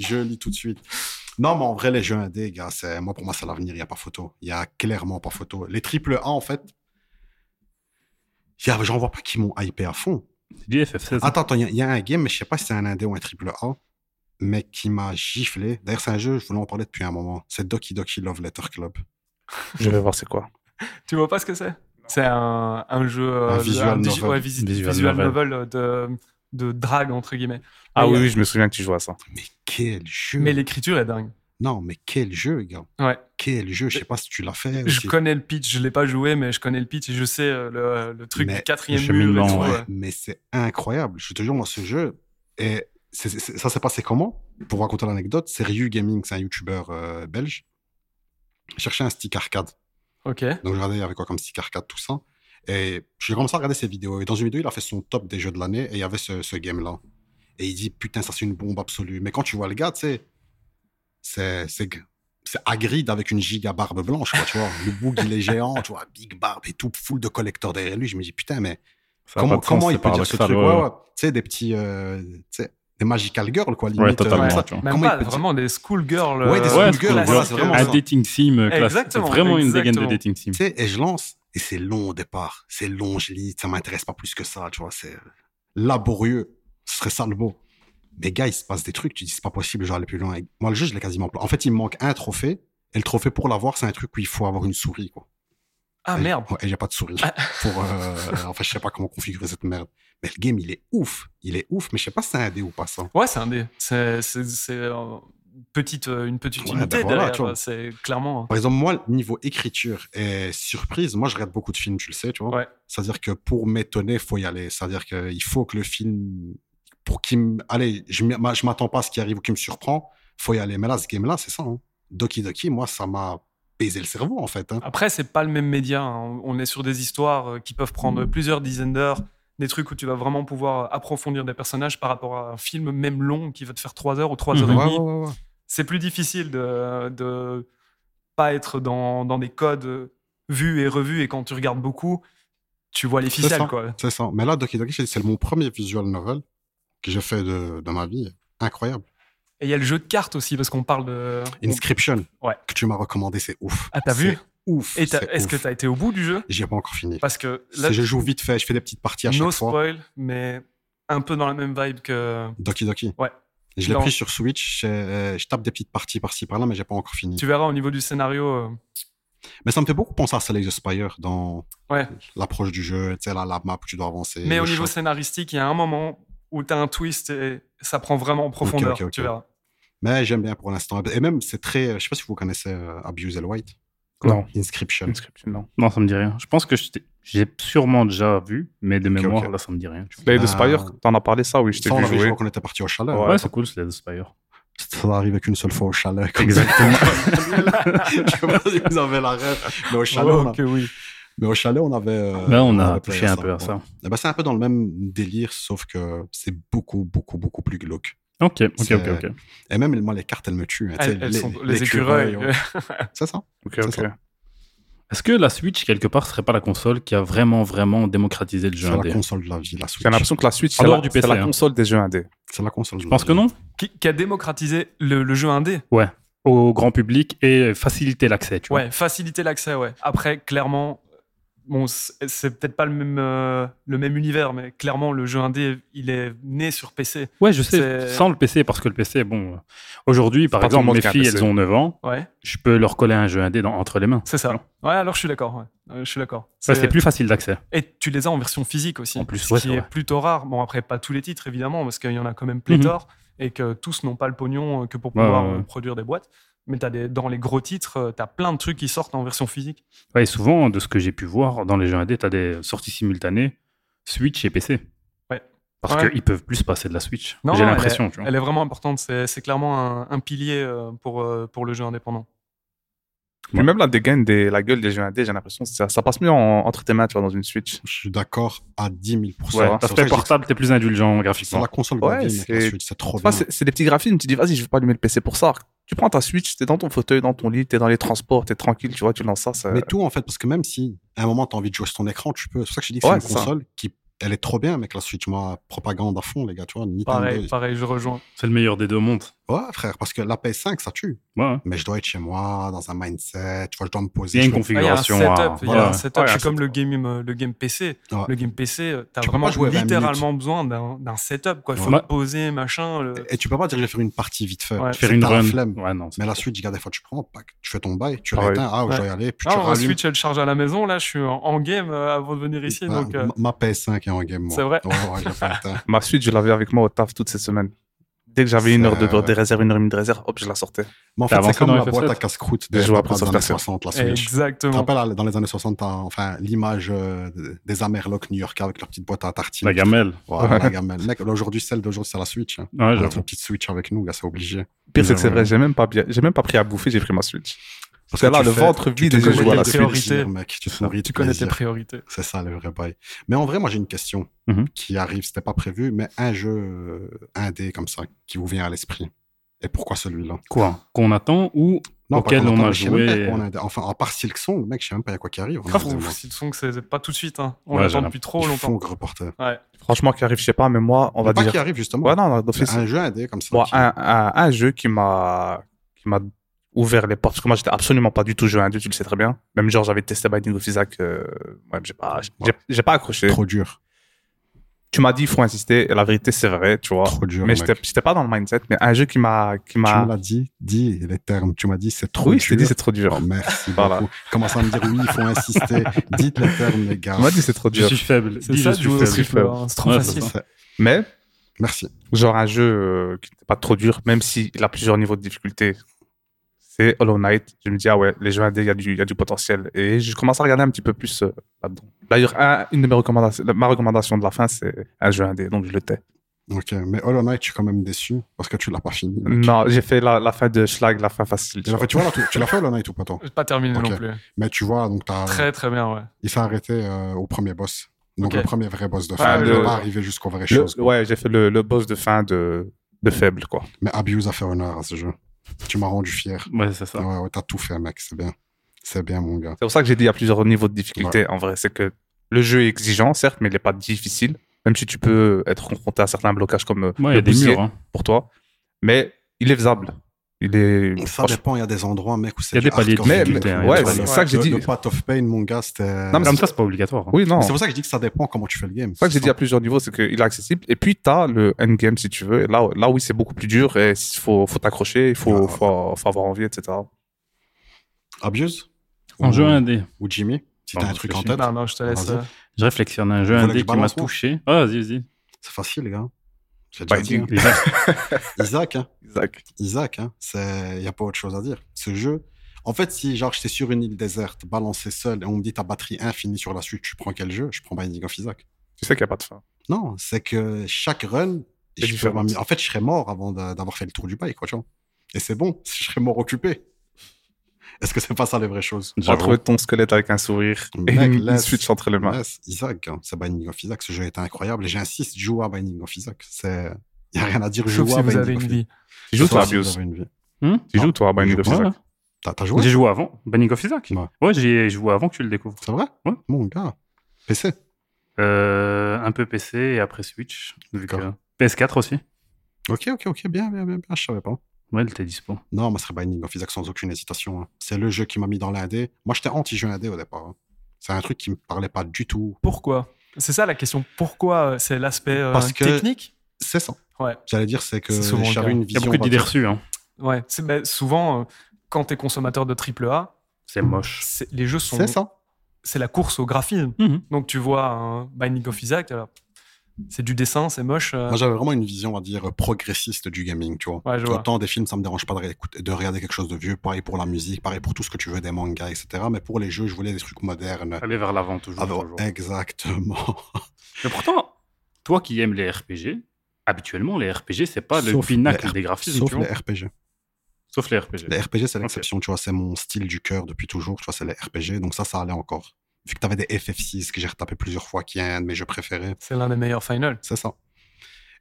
Speaker 3: Je lis tout de suite. Non, mais en vrai, les jeux indés, gars, c'est, moi, pour moi, c'est l'avenir. Il n'y a pas photo. Il n'y a clairement pas photo. Les triple A, en fait, y a- j'en vois pas qui m'ont hypé à fond.
Speaker 2: C'est du FF16.
Speaker 3: Attends, attends, il y a- il y, a un game, mais je sais pas si c'est un indé ou un triple A, mais qui m'a giflé. D'ailleurs, c'est un jeu, je voulais en parler depuis un moment. C'est Doki Doki Love Letter Club.
Speaker 5: Je vais voir c'est quoi.
Speaker 4: Tu vois pas ce que c'est C'est un, un jeu. euh,
Speaker 3: Un visual
Speaker 4: digi-
Speaker 3: novel.
Speaker 4: ouais, visi-
Speaker 2: Visual
Speaker 4: visual,
Speaker 2: novel.
Speaker 4: novel, de, de drague, entre guillemets.
Speaker 5: Ah
Speaker 4: Ouais.
Speaker 5: oui, oui, je me souviens que tu jouais à ça.
Speaker 3: Mais quel jeu.
Speaker 4: Mais l'écriture est dingue.
Speaker 3: Non, mais quel jeu, gars.
Speaker 4: Ouais.
Speaker 3: Quel jeu. Je sais pas si tu l'as fait.
Speaker 4: Je
Speaker 3: si-
Speaker 4: connais le pitch, je l'ai pas joué, mais je connais le pitch et je sais euh, le, le truc
Speaker 3: Mais
Speaker 4: du quatrième
Speaker 2: le
Speaker 4: mur et tout.
Speaker 2: cheminement,
Speaker 4: ouais.
Speaker 3: Ouais, mais c'est incroyable. Je te jure, moi, ce jeu, et c'est- c'est- ça s'est passé comment Pour vous raconter l'anecdote, c'est Ryu Gaming, c'est un youtubeur euh, belge. Il cherchait un stick arcade.
Speaker 4: euh. Ok.
Speaker 3: Donc, je regardais, il y avait quoi comme stick arcade, tout ça. Et j'ai commencé à regarder ses vidéos. Et dans une vidéo, il a fait son top des jeux de l'année et il y avait ce, ce game-là. Et il dit, putain, ça, c'est une bombe absolue. Mais quand tu vois le gars, tu sais, c'est. c'est c'est Hagrid avec une giga barbe blanche, quoi, tu vois. Le boug, il est géant, tu vois, big barbe et tout, full de collector derrière lui. Je me dis, putain, mais
Speaker 2: Ça a
Speaker 3: Comment,
Speaker 2: pas de sens,
Speaker 3: comment il
Speaker 2: c'est
Speaker 3: peut dire ce
Speaker 2: paradoxal,
Speaker 3: truc
Speaker 2: ouais,
Speaker 3: Ouais,
Speaker 2: ouais.
Speaker 3: ouais. Tu sais, des petits. euh, tu sais, des magical girls, quoi, limite.
Speaker 2: Ouais,
Speaker 3: euh, comme
Speaker 2: totalement.
Speaker 3: ça.
Speaker 2: tu vois.
Speaker 4: Même
Speaker 3: Comment
Speaker 4: pas,
Speaker 3: il peut dire-
Speaker 4: vraiment des schoolgirls.
Speaker 3: Ouais, des
Speaker 4: euh,
Speaker 2: Ouais,
Speaker 3: schoolgirls,
Speaker 2: c'est
Speaker 3: girls,
Speaker 2: cool,
Speaker 4: classiques,
Speaker 2: voilà,
Speaker 3: c'est
Speaker 2: c'est
Speaker 4: euh,
Speaker 2: vraiment
Speaker 3: vraiment
Speaker 2: un
Speaker 3: ça.
Speaker 2: dating sim euh, classe.
Speaker 4: Exactement,
Speaker 2: C'est vraiment une dégaine de
Speaker 4: exactement.
Speaker 2: dating sim.
Speaker 3: Tu sais, et je lance, et c'est long au départ. C'est long, je lis, ça m'intéresse pas plus que ça, tu vois. C'est laborieux. Ce serait ça le mot. Mais gars, il se passe des trucs, tu dis, c'est pas possible, je vais aller plus loin. Et moi, le jeu, je l'ai quasiment plat. En fait, il me manque un trophée, et le trophée pour l'avoir, c'est un truc où il faut avoir une souris, quoi.
Speaker 4: Ah
Speaker 3: Et-
Speaker 4: merde.
Speaker 3: ouais, Et j'ai pas de souris. pour, euh, enfin, je sais pas comment configurer cette merde. Mais le game, il est ouf. Il est ouf, mais je sais pas si c'est un dé ou pas ça.
Speaker 4: Ouais, c'est un dé. C'est- c'est- c'est, euh, petite, euh, une petite
Speaker 3: Ouais,
Speaker 4: unité
Speaker 3: ben voilà,
Speaker 4: derrière,
Speaker 3: tu vois.
Speaker 4: c'est clairement. hein.
Speaker 3: Par exemple, moi, niveau écriture et surprise, moi, je regarde beaucoup de films, tu le sais, tu vois.
Speaker 4: Ouais.
Speaker 3: C'est-à-dire que pour m'étonner, faut y aller. C'est-à-dire qu'il faut que le film, pour qu'il me, allez, je m'y- je m'attends pas à ce qui arrive ou qui me surprend, faut y aller. Mais là, ce game-là, c'est ça. hein. Doki Doki, moi, ça m'a baisé le cerveau, en fait. hein.
Speaker 4: Après, c'est pas le même média. hein. On est sur des histoires euh, qui peuvent prendre
Speaker 3: Mm.
Speaker 4: plusieurs dizaines d'heures, des trucs où tu vas vraiment pouvoir euh, approfondir des personnages par rapport à un film même long qui va te faire 3 heures ou 3
Speaker 2: Mhm.
Speaker 4: heures
Speaker 3: Mm. Ouais,
Speaker 4: et demie.
Speaker 3: ouais, ouais, ouais.
Speaker 4: C'est plus difficile de, de pas être dans, dans des codes euh, vus et revus et quand tu regardes beaucoup, tu vois les
Speaker 3: C'est
Speaker 4: ficelles
Speaker 3: ça.
Speaker 4: quoi.
Speaker 3: C'est ça. Mais là, Doki Doki, c'est- c'est mon premier visual novel que j'ai fait de, de ma vie. Incroyable.
Speaker 4: Et il y a le jeu de cartes aussi parce qu'on parle de.
Speaker 3: Inscription,
Speaker 4: Ouais.
Speaker 3: que tu m'as recommandé, c'est ouf.
Speaker 4: Ah, t'as vu
Speaker 3: C'est Ouf.
Speaker 4: Et t'as-
Speaker 3: c'est
Speaker 4: est-ce
Speaker 3: ouf.
Speaker 4: que t'as été au bout du jeu
Speaker 3: J'ai pas encore fini.
Speaker 4: Parce que là,
Speaker 3: C'est- je joue vite fait, je fais des petites parties à chaque
Speaker 4: no
Speaker 3: fois.
Speaker 4: spoil, mais un peu dans la même vibe que.
Speaker 3: Doki Doki.
Speaker 4: Ouais.
Speaker 3: Je l'ai
Speaker 4: Non.
Speaker 3: pris sur Switch, euh, je tape des petites parties par-ci par-là, mais j'ai pas encore fini.
Speaker 4: Tu verras au niveau du scénario. euh,
Speaker 3: Mais ça me fait beaucoup penser à Slay the Spire dans
Speaker 4: Ouais.
Speaker 3: l'approche du jeu, tu sais, la, la map où tu dois avancer.
Speaker 4: Mais
Speaker 3: le
Speaker 4: au niveau
Speaker 3: choc.
Speaker 4: scénaristique, il y a un moment où tu as un twist et ça prend vraiment en profondeur,
Speaker 3: ok, ok.
Speaker 4: tu verras.
Speaker 3: Mais j'aime bien pour l'instant. Et même, c'est très. Je sais pas si vous connaissez euh, Abuse El White.
Speaker 5: Non.
Speaker 3: Inscription.
Speaker 5: Inscription, non.
Speaker 2: Non, ça me dit rien. Je pense que je t'ai- j'ai sûrement déjà vu, mais de
Speaker 3: Ok,
Speaker 2: mémoire,
Speaker 3: ok.
Speaker 2: là, ça me dit rien. tu vois.
Speaker 5: Blade
Speaker 3: Euh,
Speaker 5: of Spire, t'en as parlé ça, oui, je t'ai
Speaker 3: Ça, on
Speaker 5: vu
Speaker 3: avait joué
Speaker 5: jouer.
Speaker 3: quand on était parti au chalet.
Speaker 5: Ouais.
Speaker 2: Ouais, c'est cool, Slade Spire.
Speaker 3: Ça n'arrivait qu'une seule fois au chalet. comme
Speaker 2: Exactement.
Speaker 3: ça. je sais pas si vous avez la rêve. Mais au
Speaker 5: Ah,
Speaker 3: chalet, on a-
Speaker 4: oui.
Speaker 3: mais au chalet, on avait. euh,
Speaker 2: Oh, Là, on a
Speaker 3: avait
Speaker 2: touché
Speaker 3: playé
Speaker 2: un peu à ça.
Speaker 3: Eh ben, c'est un peu dans le même délire, sauf que c'est beaucoup, beaucoup, beaucoup plus glauque.
Speaker 2: Ok, ok,
Speaker 3: C'est-
Speaker 2: ok, ok.
Speaker 3: Et même, moi, les cartes, elles me tuent. hein, tu sais,
Speaker 4: Elles, elles sont les, écureuils.
Speaker 3: ouais. C'est ça.
Speaker 5: Ok,
Speaker 3: C'est
Speaker 5: ok.
Speaker 3: ça.
Speaker 2: Est-ce que la Switch, quelque part, serait pas la console qui a vraiment, vraiment démocratisé le
Speaker 3: C'est
Speaker 2: jeu
Speaker 3: la
Speaker 2: indé
Speaker 3: console de la vie, la Switch.
Speaker 5: J'ai l'impression que la Switch,
Speaker 2: En
Speaker 5: c'est
Speaker 2: dehors
Speaker 5: la,
Speaker 2: du
Speaker 5: c'est
Speaker 2: PC,
Speaker 5: la
Speaker 2: hein.
Speaker 5: console des jeux indés.
Speaker 3: C'est la console de
Speaker 2: Je
Speaker 3: la
Speaker 2: pense que
Speaker 3: vie.
Speaker 2: non.
Speaker 4: qui, qui a démocratisé le, le jeu indé.
Speaker 2: Au grand public et faciliter l'accès, tu vois.
Speaker 4: Ouais, faciliter l'accès, ouais. Après, clairement, bon, c'est c'est peut-être pas le même, euh, le même univers, mais clairement, le jeu indé, il est né sur PC.
Speaker 2: Ouais, je sais,
Speaker 4: C'est-
Speaker 2: sans le PC, parce que le PC, bon, euh, aujourd'hui, par
Speaker 5: pas tout le
Speaker 2: exemple,
Speaker 5: monde
Speaker 2: mes
Speaker 5: qui a un
Speaker 2: filles,
Speaker 5: PC.
Speaker 2: elles ont 9 ans,
Speaker 4: Ouais,
Speaker 2: je peux leur coller un jeu indé dans- entre les mains.
Speaker 4: c'est ça. Ouais, alors je suis d'accord. ouais. Euh, Je suis d'accord.
Speaker 2: Ouais, c'est plus facile d'accès.
Speaker 4: Et tu les as en version physique aussi.
Speaker 2: En plus,
Speaker 4: ce
Speaker 2: ouais,
Speaker 4: qui
Speaker 2: c'est
Speaker 4: est
Speaker 2: vrai.
Speaker 4: plutôt rare. Bon, après, pas tous les titres, évidemment, parce qu'il y en a quand même pléthore et que tous n'ont pas le pognon euh, que pour
Speaker 2: Mhm. Ouais,
Speaker 4: pouvoir
Speaker 2: ouais, ouais.
Speaker 4: euh, produire des boîtes. Mais as des, dans les gros titres, tu as plein de trucs qui sortent en version physique.
Speaker 2: Ouais, et souvent, de ce que j'ai pu voir dans les jeux indés, t'as des sorties simultanées Switch et PC.
Speaker 4: Ouais.
Speaker 2: Parce
Speaker 4: Ouais.
Speaker 2: qu'ils peuvent plus passer de la Switch.
Speaker 4: Non,
Speaker 2: J'ai
Speaker 4: non,
Speaker 2: l'impression, tu vois.
Speaker 4: Elle est vraiment importante. C'est c'est clairement un, un pilier euh, pour, euh, pour le jeu indépendant.
Speaker 5: Puis
Speaker 2: Ouais.
Speaker 5: même la dégaine, des, la gueule des jeux indés, j'ai l'impression que ça, ça passe mieux en- entre tes mains, tu vois, dans une Switch.
Speaker 3: Je suis d'accord à 10 000
Speaker 5: Ouais,
Speaker 3: C'est
Speaker 2: T'as
Speaker 3: pour ça
Speaker 2: fait
Speaker 3: que je dis que
Speaker 2: portable, t'es plus indulgent
Speaker 3: C'est
Speaker 2: graphiquement.
Speaker 3: la console de la
Speaker 5: Ouais,
Speaker 3: vie, mec, la
Speaker 5: c'est-
Speaker 3: Switch. C'est trop
Speaker 5: Tu vois,
Speaker 3: bien.
Speaker 5: c'est c'est des petits graphismes, tu dis, vas-y, je vais pas allumer le PC pour ça. Tu prends ta Switch, t'es dans ton fauteuil, dans ton lit, t'es dans les transports, t'es tranquille, tu vois, tu lances ça. ça...
Speaker 3: Mais tout, en fait, parce que même si à un moment, t'as envie de jouer sur ton écran, tu peux. C'est pour ça que je dis que
Speaker 5: Ouais,
Speaker 3: c'est
Speaker 5: c'est
Speaker 3: une
Speaker 5: ça.
Speaker 3: console qui. Elle est trop bien, mec, la Switch. Moi, propagande à fond, les gars, tu vois. Nintendo.
Speaker 4: Pareil, pareil, je rejoins.
Speaker 2: C'est le meilleur des deux mondes.
Speaker 3: Ouais, frère, parce que la PS5, ça tue.
Speaker 2: Ouais, hein.
Speaker 3: Mais je dois être chez moi, dans un mindset, tu vois, je dois me
Speaker 2: Il
Speaker 3: poser.
Speaker 2: y a
Speaker 3: je
Speaker 2: une
Speaker 3: dois-
Speaker 4: Ah, Il y a un
Speaker 2: configuration.
Speaker 4: setup.
Speaker 2: à-
Speaker 4: il y a un
Speaker 2: Ouais. Ah.
Speaker 4: setup.
Speaker 5: Ouais, un
Speaker 4: c'est comme le game, euh, le game PC.
Speaker 3: Ouais.
Speaker 4: Le game PC, euh, t'as
Speaker 3: Tu peux
Speaker 4: vraiment
Speaker 3: pas jouer 20
Speaker 4: littéralement besoin d'un d'un setup. quoi. Il faut
Speaker 2: Ouais.
Speaker 4: le poser, machin. le-
Speaker 3: Et tu peux pas dire, je vais faire une partie vite fait.
Speaker 4: Ouais.
Speaker 3: C'est
Speaker 2: Faire
Speaker 3: que
Speaker 2: une
Speaker 3: t'as la
Speaker 2: run.
Speaker 3: flemme.
Speaker 2: Ouais, non. c'est-
Speaker 3: Mais la suite, regarde, des fois, tu prends, pac, tu fais ton bail, tu
Speaker 5: Ah ouais.
Speaker 3: l'éteins, ah, je
Speaker 4: Ouais.
Speaker 3: dois y aller, puis
Speaker 4: Ah,
Speaker 3: tu
Speaker 4: on
Speaker 3: rallumes.
Speaker 4: Switch, elle charge à la maison. Là, je suis en en game euh, avant de venir ici.
Speaker 3: Bah,
Speaker 4: donc, euh,
Speaker 3: ma- Ma PS5 est en game, moi.
Speaker 4: c'est vrai.
Speaker 3: Ouais, ouais, j'ai pas le temps.
Speaker 5: Ma Switch, je l'avais avec moi au taf toutes ces semaines. Dès que j'avais une heure de,
Speaker 3: C'est-
Speaker 5: de réserve, une heure et demie de réserve, hop, je la sortais.
Speaker 3: Mais en
Speaker 2: T'as
Speaker 3: fait, c'est
Speaker 2: avancé
Speaker 3: comme
Speaker 2: dans
Speaker 3: la
Speaker 2: FF7?
Speaker 3: boîte à casse-croûte
Speaker 5: Je
Speaker 3: des papas
Speaker 5: vois après
Speaker 3: des
Speaker 5: sur
Speaker 3: années
Speaker 5: ta sœur.
Speaker 3: 60, la Switch. Tu te
Speaker 4: Exactement.
Speaker 3: rappelles, dans les années 60, t'as, enfin, l'image euh, des Amerlocs new-yorkais avec leur petite boîte à tartines.
Speaker 2: La gamelle.
Speaker 3: Voilà, la gamelle. Mec, là, aujourd'hui, celle d'aujourd'hui, c'est la Switch. hein.
Speaker 2: Ouais,
Speaker 3: On a
Speaker 2: j'avoue.
Speaker 3: une petite Switch avec nous, gars, c'est obligé.
Speaker 5: Pire, c'est que c'est
Speaker 2: Ouais.
Speaker 5: vrai, j'ai même, pas bien- j'ai même pas pris à bouffer, j'ai pris ma Switch. Parce que
Speaker 3: que
Speaker 5: là,
Speaker 3: tu
Speaker 5: le
Speaker 3: fais-
Speaker 5: ventre
Speaker 3: tu
Speaker 5: vide
Speaker 3: te
Speaker 5: et je
Speaker 3: connais
Speaker 5: joue à la
Speaker 3: tes
Speaker 5: Switch.
Speaker 4: priorités.
Speaker 3: plaisir, mec. Tu te nourris de
Speaker 4: Tu connais tes
Speaker 3: plaisir.
Speaker 4: priorités.
Speaker 3: C'est ça, le vrai bail. Mais en vrai, moi, j'ai une question
Speaker 2: Mhm.
Speaker 3: qui arrive, c'était pas prévu, mais un jeu euh, indé comme ça, qui vous vient à l'esprit. Et pourquoi celui-là
Speaker 2: Quoi Qu'on attend ou
Speaker 3: pas
Speaker 2: Auquel
Speaker 3: qu'on
Speaker 2: on
Speaker 3: attend,
Speaker 2: a
Speaker 3: mais je sais même
Speaker 2: joué.
Speaker 3: pas qu'on a-
Speaker 5: euh.
Speaker 3: Enfin, à part Silk Song, mec, je sais même pas il y a quoi qui arrive.
Speaker 4: Ouf, si le son que c'est pas tout de suite. hein. On
Speaker 2: Ouais, j'ai
Speaker 4: l'attend
Speaker 2: l'im-
Speaker 4: depuis trop longtemps.
Speaker 3: Fong Reporter.
Speaker 5: Franchement, qui arrive, je sais pas, mais moi, on va
Speaker 3: pas Ah,
Speaker 5: dire.
Speaker 3: qui arrive, justement.
Speaker 5: Ouais, non, non,
Speaker 3: C'est
Speaker 5: d'office.
Speaker 3: un jeu indé comme ça.
Speaker 5: Moi,
Speaker 3: qui-
Speaker 5: un, un, un jeu qui m'a qui m'a ouvert les portes, parce que moi, j'étais absolument pas du tout jeu indé, tu le sais très bien. Même genre, j'avais testé Binding of Isaac, euh, ouais, j'ai pas, j'ai-
Speaker 3: Ouais.
Speaker 5: j'ai pas accroché.
Speaker 3: Trop dur.
Speaker 5: Tu m'as dit, il faut insister, et la vérité, c'est vrai, tu vois.
Speaker 3: Trop dur.
Speaker 5: mais
Speaker 3: mec.
Speaker 5: j'étais j'étais pas dans le mindset, mais un jeu qui m'a. qui
Speaker 3: Tu
Speaker 5: m'a
Speaker 3: me l'as dit, dis les termes. Tu m'as dit, c'est trop
Speaker 5: Oui,
Speaker 3: dur.
Speaker 5: je t'ai dit, c'est trop dur.
Speaker 3: Oh, merci
Speaker 5: Voilà.
Speaker 3: beaucoup. Commence à me dire oui, il faut insister. Dites les termes, les gars.
Speaker 5: Tu m'as dit, c'est trop
Speaker 2: je
Speaker 5: dur.
Speaker 2: suis faible.
Speaker 4: C'est
Speaker 2: Dis,
Speaker 4: ça
Speaker 2: je
Speaker 4: de
Speaker 2: suis
Speaker 4: jouer au
Speaker 2: faible.
Speaker 4: triple. hein. C'est trop
Speaker 2: Ouais, c'est
Speaker 4: facile.
Speaker 2: ça.
Speaker 3: C'est-
Speaker 5: Mais
Speaker 3: Merci.
Speaker 5: Genre un jeu euh, qui n'est pas trop dur, même s'il a plusieurs niveaux de difficulté. C'est Hollow Knight. Je me dis, ah ouais, les jeux indés, il y, a du- il y a du potentiel. Et je commence à regarder un petit peu plus euh, là-dedans. D'ailleurs, un- une de mes recommandations, ma recommandation de la fin, c'est un jeu indé, donc je le tais.
Speaker 3: Ok, mais Hollow Knight, je suis quand même déçu parce que tu l'as pas fini. mec.
Speaker 5: Non, j'ai fait la, la fin de Schlag, la fin facile.
Speaker 3: Tu l'as fait, tu vois, là, tu, tu l'as fait Hollow Knight ou pas toi
Speaker 4: Pas terminé
Speaker 3: Ok.
Speaker 4: non plus.
Speaker 3: Mais tu vois, donc t'as-
Speaker 4: Très très bien, ouais.
Speaker 3: il s'est arrêté euh, au premier boss. Donc
Speaker 4: Ok.
Speaker 3: le premier vrai boss de fin.
Speaker 4: Ah,
Speaker 3: il
Speaker 4: le-
Speaker 3: n'est pas arrivé jusqu'aux vraies
Speaker 5: Le-
Speaker 3: choses. quoi.
Speaker 5: ouais, j'ai fait le, le boss de fin de, de faible, quoi.
Speaker 3: Mais Abuse a fait honneur à ce jeu. Tu m'as rendu fier.
Speaker 2: Ouais, c'est ça.
Speaker 3: Ouais, ouais, t'as tout fait, mec. C'est bien. C'est bien, mon gars.
Speaker 5: C'est pour ça que j'ai dit il y a plusieurs niveaux de difficulté. En vrai, c'est que le jeu est exigeant, certes, mais il n'est pas difficile. Même si tu peux être confronté à certains blocages comme euh,
Speaker 2: Ouais, il y
Speaker 5: le
Speaker 2: a des
Speaker 5: bousier
Speaker 2: murs. hein.
Speaker 5: pour toi, mais il est faisable. Il est.
Speaker 3: Ça dépend, il y a des endroits, mec, où c'est.
Speaker 2: Il y a des
Speaker 3: du
Speaker 2: paliers de
Speaker 3: hardcore.
Speaker 2: difficulté, hein, il y a
Speaker 5: ouais,
Speaker 2: des paliers.
Speaker 5: c'est ça que j'ai
Speaker 3: Le-
Speaker 5: dit.
Speaker 3: Le Path of Pain, mon gars, c'était.
Speaker 5: Non, mais
Speaker 2: Comme ça, c'est pas obligatoire. hein.
Speaker 5: Oui, non.
Speaker 3: Mais C'est
Speaker 5: C'est pour
Speaker 3: pour ça que je dis que ça dépend comment tu fais le game.
Speaker 5: ça que j'ai dit à plusieurs niveaux, c'est qu'il est accessible. Et puis, tu as le endgame, si tu veux. Et là, là oui, c'est beaucoup plus dur. Et il faut, faut t'accrocher, il faut,
Speaker 3: Ouais, ouais.
Speaker 5: faut, faut avoir envie, etc.
Speaker 3: Abuse
Speaker 2: En
Speaker 3: Ou-
Speaker 2: jeu indé.
Speaker 3: Ou Jimmy Si
Speaker 2: Pardon,
Speaker 3: t'as un truc en
Speaker 2: réfléchis.
Speaker 3: tête.
Speaker 4: Non, non, je te laisse.
Speaker 3: Vas-y.
Speaker 4: euh,
Speaker 2: Je réflexionne un jeu
Speaker 3: Voilà,
Speaker 2: indé
Speaker 3: je
Speaker 2: qui m'a
Speaker 3: balance, moi.
Speaker 2: touché. Ah, vas-y, vas-y.
Speaker 3: C'est facile, les gars. J'ai
Speaker 5: Bah,
Speaker 3: déjà dit.
Speaker 5: dis-
Speaker 3: hein.
Speaker 2: Il va-
Speaker 3: Isaac, hein.
Speaker 5: Isaac.
Speaker 3: Isaac, hein, c'est il y a pas autre chose à dire. Ce jeu, en fait, si genre j'étais sur une île déserte, balancé seul et on me dit ta batterie infinie sur la suite, tu prends quel jeu Je prends Binding of Isaac.
Speaker 5: Tu sais qu'il n'y a pas de fin.
Speaker 3: Non, c'est que chaque run,
Speaker 5: C'est
Speaker 3: je peux
Speaker 5: différent.
Speaker 3: m'amuser. en fait, je serais mort avant de- d'avoir fait le tour du bail, quoi, tu vois. Et c'est bon, je serais mort occupé. Est-ce que c'est pas ça les vraies choses
Speaker 5: Tu vas trouver ton squelette avec un sourire et
Speaker 3: Mec,
Speaker 5: une, une
Speaker 3: laisse-
Speaker 5: switch entre les mains.
Speaker 3: Ouais, c'est Isaac, hein, c'est Binding of Isaac. Ce jeu était incroyable. Et j'insiste, joue à Binding of Isaac. C'est, y a rien à dire. Joue
Speaker 4: Sauf
Speaker 3: à
Speaker 4: si vous
Speaker 3: Binding
Speaker 4: avez
Speaker 3: of
Speaker 4: une
Speaker 3: Isaac.
Speaker 4: vie.
Speaker 5: Tu joues,
Speaker 3: Sauf
Speaker 5: toi,
Speaker 3: si vous
Speaker 5: Abuse
Speaker 3: avez une vie.
Speaker 2: Hmm
Speaker 5: Tu joues, toi, à Binding
Speaker 3: Je
Speaker 5: of
Speaker 3: joue
Speaker 5: Isaac.
Speaker 2: Voilà.
Speaker 3: T'as t'as joué
Speaker 2: J'ai joué avant Banning of Isaac.
Speaker 3: Ouais.
Speaker 2: Ouais, j'y ai joué avant que tu le découvres.
Speaker 3: C'est vrai
Speaker 2: Ouais.
Speaker 3: Mon gars. PC.
Speaker 2: Euh, un peu PC et après Switch. vu que-
Speaker 3: D'accord.
Speaker 2: PS4 aussi.
Speaker 3: Ok, ok, ok. Bien, bien, bien, bien. Je savais pas.
Speaker 2: Ouais, elle était dispo.
Speaker 3: Non, moi, ce serait Binding of Isaac sans aucune hésitation. hein. C'est le jeu qui m'a mis dans l'indé. Moi, j'étais anti-jeu indé au départ. hein. C'est un truc qui me parlait pas du tout.
Speaker 4: Pourquoi C'est ça la question. Pourquoi euh, C'est l'aspect euh,
Speaker 3: Parce que-
Speaker 4: technique
Speaker 3: C'est ça.
Speaker 4: Ouais.
Speaker 3: J'allais dire, c'est que
Speaker 4: C'est souvent
Speaker 3: j'avais
Speaker 4: le cas.
Speaker 3: une
Speaker 2: Il y a
Speaker 3: vision.
Speaker 2: beaucoup
Speaker 3: on va
Speaker 2: d'idées
Speaker 3: dire,
Speaker 2: reçues. Hein.
Speaker 4: Ouais. C'est, ben, souvent, euh, quand tu es consommateur de AAA,
Speaker 2: C'est moche.
Speaker 4: c'est- les jeux sont.
Speaker 3: C'est ça.
Speaker 4: c'est la course au graphisme.
Speaker 2: Mhm.
Speaker 4: Donc tu vois un Binding of Isaac, alors, c'est du dessin, c'est moche. euh,
Speaker 3: Moi, j'avais vraiment une vision, on va dire, progressiste du gaming, tu vois.
Speaker 4: Ouais, je vois.
Speaker 3: Autant des films, ça me dérange pas de, réécouter- de regarder quelque chose de vieux. Pareil pour la musique, pareil pour tout ce que tu veux, des mangas, etc. Mais pour les jeux, je voulais des trucs modernes.
Speaker 2: Aller vers l'avant toujours.
Speaker 3: Ah, bah,
Speaker 2: toujours.
Speaker 3: exactement.
Speaker 2: Mais pourtant, toi qui aimes les RPG, habituellement les RPG c'est pas le
Speaker 3: Sauf
Speaker 2: pinacle
Speaker 3: les R-
Speaker 2: des graphismes,
Speaker 3: Sauf
Speaker 2: tu vois.
Speaker 3: les RPG.
Speaker 2: Sauf les RPG.
Speaker 3: Les RPG, c'est l'exception, tu vois, c'est mon style du cœur depuis toujours, tu vois, c'est les RPG, donc ça, ça allait encore. Vu que t'avais des FF6 que j'ai retapé plusieurs fois, qui est un de mes jeux préférés,
Speaker 4: C'est l'un des meilleurs finals.
Speaker 3: c'est ça.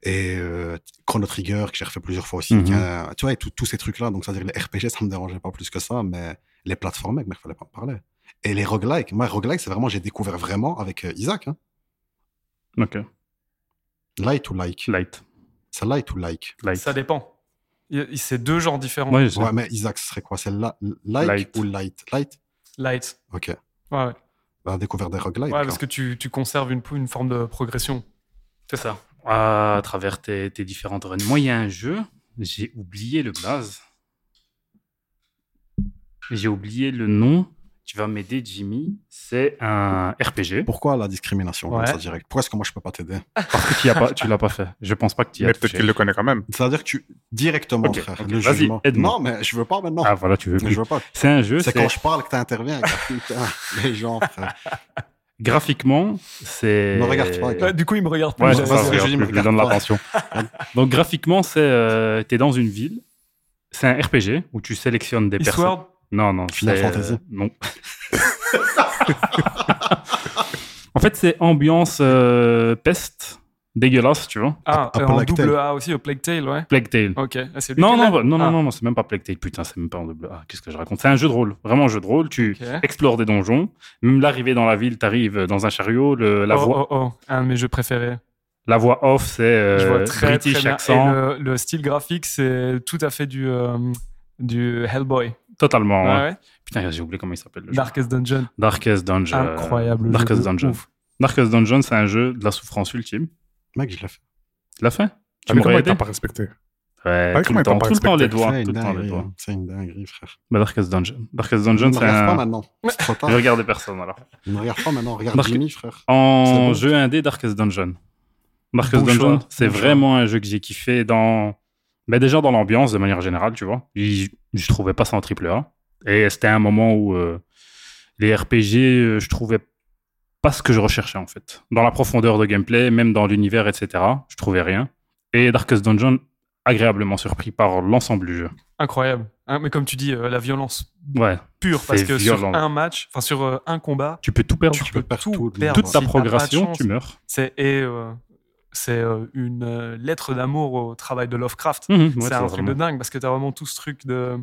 Speaker 3: Et euh, Chrono Trigger, que j'ai refait plusieurs fois aussi,
Speaker 4: Mm-hmm.
Speaker 2: Mhm.
Speaker 3: qui est un- tu vois, et tout- tous ces trucs-là, donc c'est-à-dire les RPG, ça me dérangeait pas plus que ça, mais les plateformes, mec, mais il fallait pas me parler. Et les roguelikes, moi, roguelike, c'est vraiment, j'ai découvert vraiment avec euh, Isaac, hein.
Speaker 2: Ok.
Speaker 3: Light ou
Speaker 4: Mm.
Speaker 3: like
Speaker 2: Light.
Speaker 3: C'est light ou like
Speaker 2: Light.
Speaker 4: Ça dépend. Il- il- C'est deux genres différents.
Speaker 2: Ouais, je sais.
Speaker 3: Ouais, mais Isaac, ce serait quoi C'est la- like
Speaker 2: Light.
Speaker 3: ou light Light
Speaker 4: Light.
Speaker 3: Ok.
Speaker 4: Ouais, ouais.
Speaker 3: On a découvert des roguelikes.
Speaker 4: Ouais,
Speaker 3: hein.
Speaker 4: parce que tu, tu conserves une, une forme de progression.
Speaker 2: C'est ça. À travers tes, tes différentes runs. Moi, il y a un jeu, j'ai oublié le blaze. J'ai oublié le nom. Tu vas m'aider, Jimmy. C'est un RPG.
Speaker 3: Pourquoi la discrimination comme
Speaker 4: Ouais.
Speaker 3: ça direct Pourquoi est-ce que moi je peux pas t'aider
Speaker 2: Parce que tu y as pas- tu l'as pas fait. Je pense pas que tu y
Speaker 5: Mais
Speaker 2: as
Speaker 5: peut-être
Speaker 2: touché.
Speaker 5: qu'il le connaît quand même.
Speaker 3: C'est-à-dire que tu directement,
Speaker 2: Ok,
Speaker 3: frère,
Speaker 2: ok,
Speaker 3: le
Speaker 2: vas-y,
Speaker 3: jugement.
Speaker 2: aide-moi.
Speaker 3: Non, mais je veux pas maintenant.
Speaker 2: Ah, voilà, tu veux
Speaker 3: je
Speaker 2: plus.
Speaker 3: veux pas.
Speaker 2: C'est un jeu.
Speaker 3: C'est
Speaker 2: C'est
Speaker 3: quand je parle que t'interviens. gars. Putain, les gens, frère.
Speaker 2: Graphiquement, c'est.
Speaker 3: Ne regarde pas, gars.
Speaker 4: Ouais, du coup, il me regarde plus.
Speaker 2: Ouais,
Speaker 3: Je
Speaker 2: c'est
Speaker 4: j'avoue.
Speaker 2: ça,
Speaker 3: regarde
Speaker 2: je,
Speaker 3: plus, je me
Speaker 2: regarde plus, je lui donne
Speaker 3: regarde pas.
Speaker 2: l'attention. Donc, graphiquement, c'est. euh, t'es dans une ville. C'est un RPG où tu sélectionnes des personnes.
Speaker 4: Eastward,
Speaker 2: Non, non.
Speaker 3: Final
Speaker 2: c'est- euh,
Speaker 3: Fantasy.
Speaker 2: non. en fait, c'est ambiance euh, peste, dégueulasse, tu vois.
Speaker 4: ah,
Speaker 3: à
Speaker 4: euh, en
Speaker 3: Plague Tale.
Speaker 4: double A aussi, au Plague Tale, ouais.
Speaker 2: Plague Tale.
Speaker 4: Ok. Ah, c'est lui
Speaker 2: Non,
Speaker 4: qui
Speaker 2: non,
Speaker 4: l'a
Speaker 2: bah, non,
Speaker 4: Ah.
Speaker 2: non, non, non, c'est même pas Plague Tale, putain, c'est même pas en double. Ah, qu'est-ce que je raconte C'est un jeu de rôle, vraiment un jeu de rôle. Tu
Speaker 4: Ok.
Speaker 2: explores des donjons, même l'arrivée dans la ville, t'arrives dans un chariot, le- la,
Speaker 4: oh,
Speaker 2: voix,
Speaker 4: oh, oh, un de mes jeux préférés.
Speaker 2: la voix off, c'est euh,
Speaker 4: je vois très,
Speaker 2: British
Speaker 4: très bien.
Speaker 2: accent,
Speaker 4: Et le, le style graphique, c'est tout à fait du, euh, du Hellboy.
Speaker 2: totalement.
Speaker 4: Ouais,
Speaker 2: hein.
Speaker 4: ouais.
Speaker 2: Putain, j'ai oublié comment il s'appelle le jeu.
Speaker 4: Darkest Dungeon.
Speaker 2: Darkest Dungeon.
Speaker 4: Incroyable. jeu
Speaker 2: Darkest
Speaker 4: de
Speaker 2: Dungeon.
Speaker 4: ouf.
Speaker 2: Darkest Dungeon, c'est un jeu de la souffrance ultime.
Speaker 3: Mec, je l'ai fait.
Speaker 2: Tu l'as fait
Speaker 5: Ah,
Speaker 2: Tu
Speaker 5: mais
Speaker 2: m'aurais
Speaker 5: comment il
Speaker 2: aidé
Speaker 5: t'a pas respecté
Speaker 2: Ouais,
Speaker 5: Ah,
Speaker 2: tout
Speaker 5: comment
Speaker 2: le
Speaker 5: ils t'ont
Speaker 2: temps,
Speaker 5: pas
Speaker 2: tout le temps les
Speaker 5: respecté
Speaker 2: doigts,
Speaker 3: C'est
Speaker 2: tout
Speaker 3: une
Speaker 2: le temps les
Speaker 3: dinguerie.
Speaker 2: doigts.
Speaker 3: hein. C'est une dinguerie, frère.
Speaker 2: Bah, Darkest Dungeon. Darkest
Speaker 3: Ne
Speaker 2: Dungeon,
Speaker 3: hein. me
Speaker 2: c'est
Speaker 3: regarde pas
Speaker 2: un...
Speaker 3: maintenant. C'est trop
Speaker 2: Je
Speaker 3: tard.
Speaker 2: regarde personne alors.
Speaker 3: Ne me regarde pas maintenant. Regarde
Speaker 2: Marc-
Speaker 3: Jimmy, frère.
Speaker 2: En
Speaker 3: bon.
Speaker 2: jeu indé, Darkest Dungeon. Marcus
Speaker 4: Bon
Speaker 2: Dungeon,
Speaker 4: choix.
Speaker 2: c'est
Speaker 4: Bon
Speaker 2: vraiment un jeu que j'ai kiffé dans. Mais déjà dans l'ambiance, de manière générale, tu vois. Il- Je trouvais pas ça en triple A. Et c'était un moment où euh, les RPG, euh, je trouvais pas ce que je recherchais, en fait. Dans la profondeur de gameplay, même dans l'univers, etc., je trouvais rien. Et Darkest Dungeon, agréablement surpris par l'ensemble du jeu.
Speaker 4: Incroyable. Hein, mais comme tu dis, euh, la violence
Speaker 2: Ouais,
Speaker 4: pure, parce
Speaker 2: C'est
Speaker 4: que
Speaker 2: violent.
Speaker 4: sur un match, enfin sur euh, un combat,
Speaker 2: tu peux tout perdre.
Speaker 3: Tu
Speaker 4: tu
Speaker 3: peux
Speaker 4: peux
Speaker 3: perdre
Speaker 4: tout
Speaker 3: tout,
Speaker 4: perdre.
Speaker 2: Toute ta
Speaker 4: Si t'as pas de
Speaker 2: progression,
Speaker 4: chance,
Speaker 2: tu meurs.
Speaker 4: C'est et euh, c'est euh, une euh, lettre d'amour au travail de Lovecraft.
Speaker 2: Mhm, ouais,
Speaker 4: c'est
Speaker 2: c'est
Speaker 4: un truc
Speaker 2: vraiment-
Speaker 4: de dingue parce que t'as vraiment tout ce truc de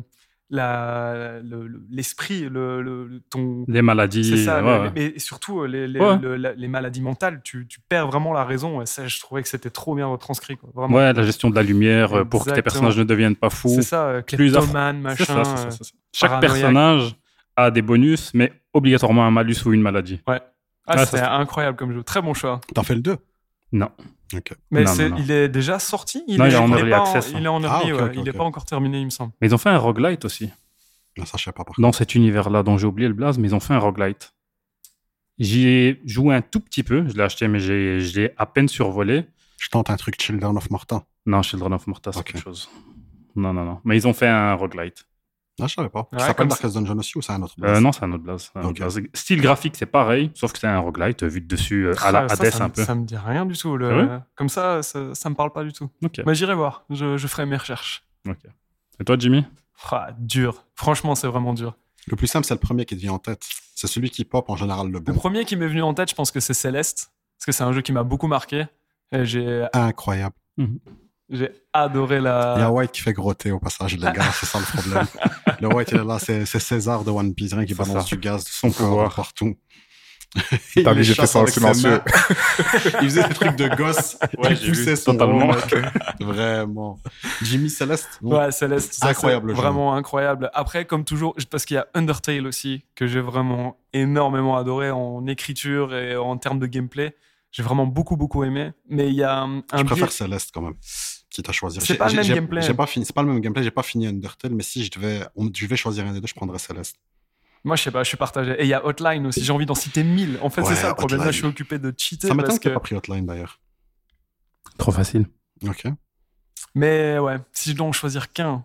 Speaker 4: la le- le- l'esprit, le, le- le- ton
Speaker 2: Les maladies.
Speaker 4: c'est ça,
Speaker 2: ouais,
Speaker 4: le-
Speaker 2: ouais.
Speaker 4: mais surtout euh, les, les,
Speaker 2: Ouais.
Speaker 4: le- la- les maladies mentales, tu, tu perds vraiment la raison. Et ça, je trouvais que c'était trop bien retranscrit. quoi. Vraiment.
Speaker 2: Ouais, la gestion de la lumière euh, pour que tes
Speaker 4: Exactement.
Speaker 2: personnages ne deviennent pas fous.
Speaker 4: c'est ça, euh,
Speaker 2: Plus
Speaker 4: kleptomane,
Speaker 2: C'est
Speaker 4: machin.
Speaker 2: ça, c'est ça,
Speaker 4: euh,
Speaker 2: c'est ça. Chaque
Speaker 4: paranoïaque.
Speaker 2: personnage a des bonus, mais obligatoirement un malus ou une maladie.
Speaker 4: Ah,
Speaker 2: Ah, ça,
Speaker 4: c'était
Speaker 2: c'est-
Speaker 4: incroyable comme jeu. Très bon choix.
Speaker 3: T'as fait le 2
Speaker 2: Non.
Speaker 3: Ok.
Speaker 4: Mais
Speaker 2: Non,
Speaker 4: c'est-
Speaker 2: non, non.
Speaker 4: il est déjà sorti il
Speaker 2: Non,
Speaker 4: est,
Speaker 2: il est en
Speaker 4: pas
Speaker 2: early access, hein.
Speaker 4: Il est en early,
Speaker 3: Ah, ok,
Speaker 4: ouais.
Speaker 3: ok,
Speaker 4: il n'est
Speaker 3: ok.
Speaker 4: pas encore terminé, il me semble.
Speaker 2: Mais ils ont fait un roguelite aussi.
Speaker 3: Là, ça, je sais pas par contre.
Speaker 2: Dans cet univers-là dont j'ai oublié le blaze, mais ils ont fait un roguelite. J'y ai joué un tout petit peu. Je l'ai acheté, mais j'ai- je l'ai à peine survolé.
Speaker 3: Je tente un truc Children of Morta.
Speaker 2: Non, Children of Morta, c'est
Speaker 3: Ok.
Speaker 2: quelque chose. Non, non, non. Mais ils ont fait un roguelite.
Speaker 3: Là, je savais pas.
Speaker 4: Ouais,
Speaker 3: ça s'appelle
Speaker 4: comme
Speaker 3: Darkest Dungeon aussi ou c'est un autre
Speaker 2: Euh, non, c'est un autre blaze. c'est un autre
Speaker 3: Ok.
Speaker 2: blaze. Style graphique, c'est pareil, sauf que c'est un roguelite euh, vu de dessus euh, à la
Speaker 4: Ah, ça,
Speaker 2: Hades
Speaker 4: ça,
Speaker 2: un
Speaker 4: me-
Speaker 2: peu. Ah
Speaker 4: ça me dit rien du tout. le-
Speaker 2: C'est vrai
Speaker 4: Comme ça, ça, ça me parle pas du tout.
Speaker 2: Ok,
Speaker 4: Mais j'irai voir. Je, je ferai mes recherches.
Speaker 2: ok. Et toi, Jimmy
Speaker 4: Ah, dur. Franchement, c'est vraiment dur.
Speaker 3: Le plus simple, c'est le premier qui te vient en tête. C'est celui qui pop en général le
Speaker 4: Le
Speaker 3: bon.
Speaker 4: premier qui m'est venu en tête, je pense que c'est Céleste. Parce que c'est un jeu qui m'a beaucoup marqué. Et J'ai
Speaker 3: Incroyable.
Speaker 4: j'ai adoré
Speaker 3: Il y a
Speaker 4: la.
Speaker 3: White qui fait grotter au passage, les gars, c'est ça le problème. Le White, il est là, c'est c'est César de One Piece, rien qui
Speaker 2: C'est
Speaker 3: balance
Speaker 2: ça.
Speaker 3: du gaz de
Speaker 2: Son
Speaker 3: son
Speaker 2: pouvoir.
Speaker 3: pouvoir partout.
Speaker 5: T'as
Speaker 3: Il
Speaker 5: vu, j'ai
Speaker 3: les
Speaker 5: fait
Speaker 3: chasse
Speaker 5: ça en
Speaker 3: avec ses
Speaker 5: silencieux.
Speaker 3: mains. il faisait des trucs de gosse,
Speaker 2: Ouais,
Speaker 3: il
Speaker 2: j'ai vu,
Speaker 3: poussait son
Speaker 2: totalement.
Speaker 3: rond, mec. Vraiment. Jimmy Celeste non
Speaker 4: Ouais, Céleste. ça, c'est
Speaker 3: Incroyable, le jeu.
Speaker 4: Vraiment incroyable. Après, comme toujours, parce qu'il y a Undertale aussi, que j'ai vraiment énormément adoré en écriture et en termes de gameplay. J'ai vraiment beaucoup, beaucoup aimé. Mais il y a hum, un.
Speaker 3: Je
Speaker 4: biais-
Speaker 3: préfère Celeste quand même, quitte à choisir.
Speaker 4: C'est
Speaker 3: J'ai-
Speaker 4: pas le
Speaker 3: j'ai-
Speaker 4: même
Speaker 3: j'ai-
Speaker 4: gameplay.
Speaker 3: j'ai pas fini- C'est pas le même gameplay, j'ai pas fini Undertale, mais si je devais, on- je vais choisir un des deux, je prendrais Celeste.
Speaker 4: Moi, je sais pas, je suis partagé. Et il y a Hotline aussi. J'ai envie d'en citer 1000. En fait,
Speaker 3: Ouais,
Speaker 4: c'est ça le problème. Là,
Speaker 3: Hotline.
Speaker 4: je suis occupé de cheater.
Speaker 3: Ça
Speaker 4: parce
Speaker 3: m'étonne
Speaker 4: que...
Speaker 3: que t'aies pas pris Hotline d'ailleurs.
Speaker 2: Trop facile.
Speaker 3: Ok.
Speaker 4: Mais ouais, si je dois en choisir qu'un.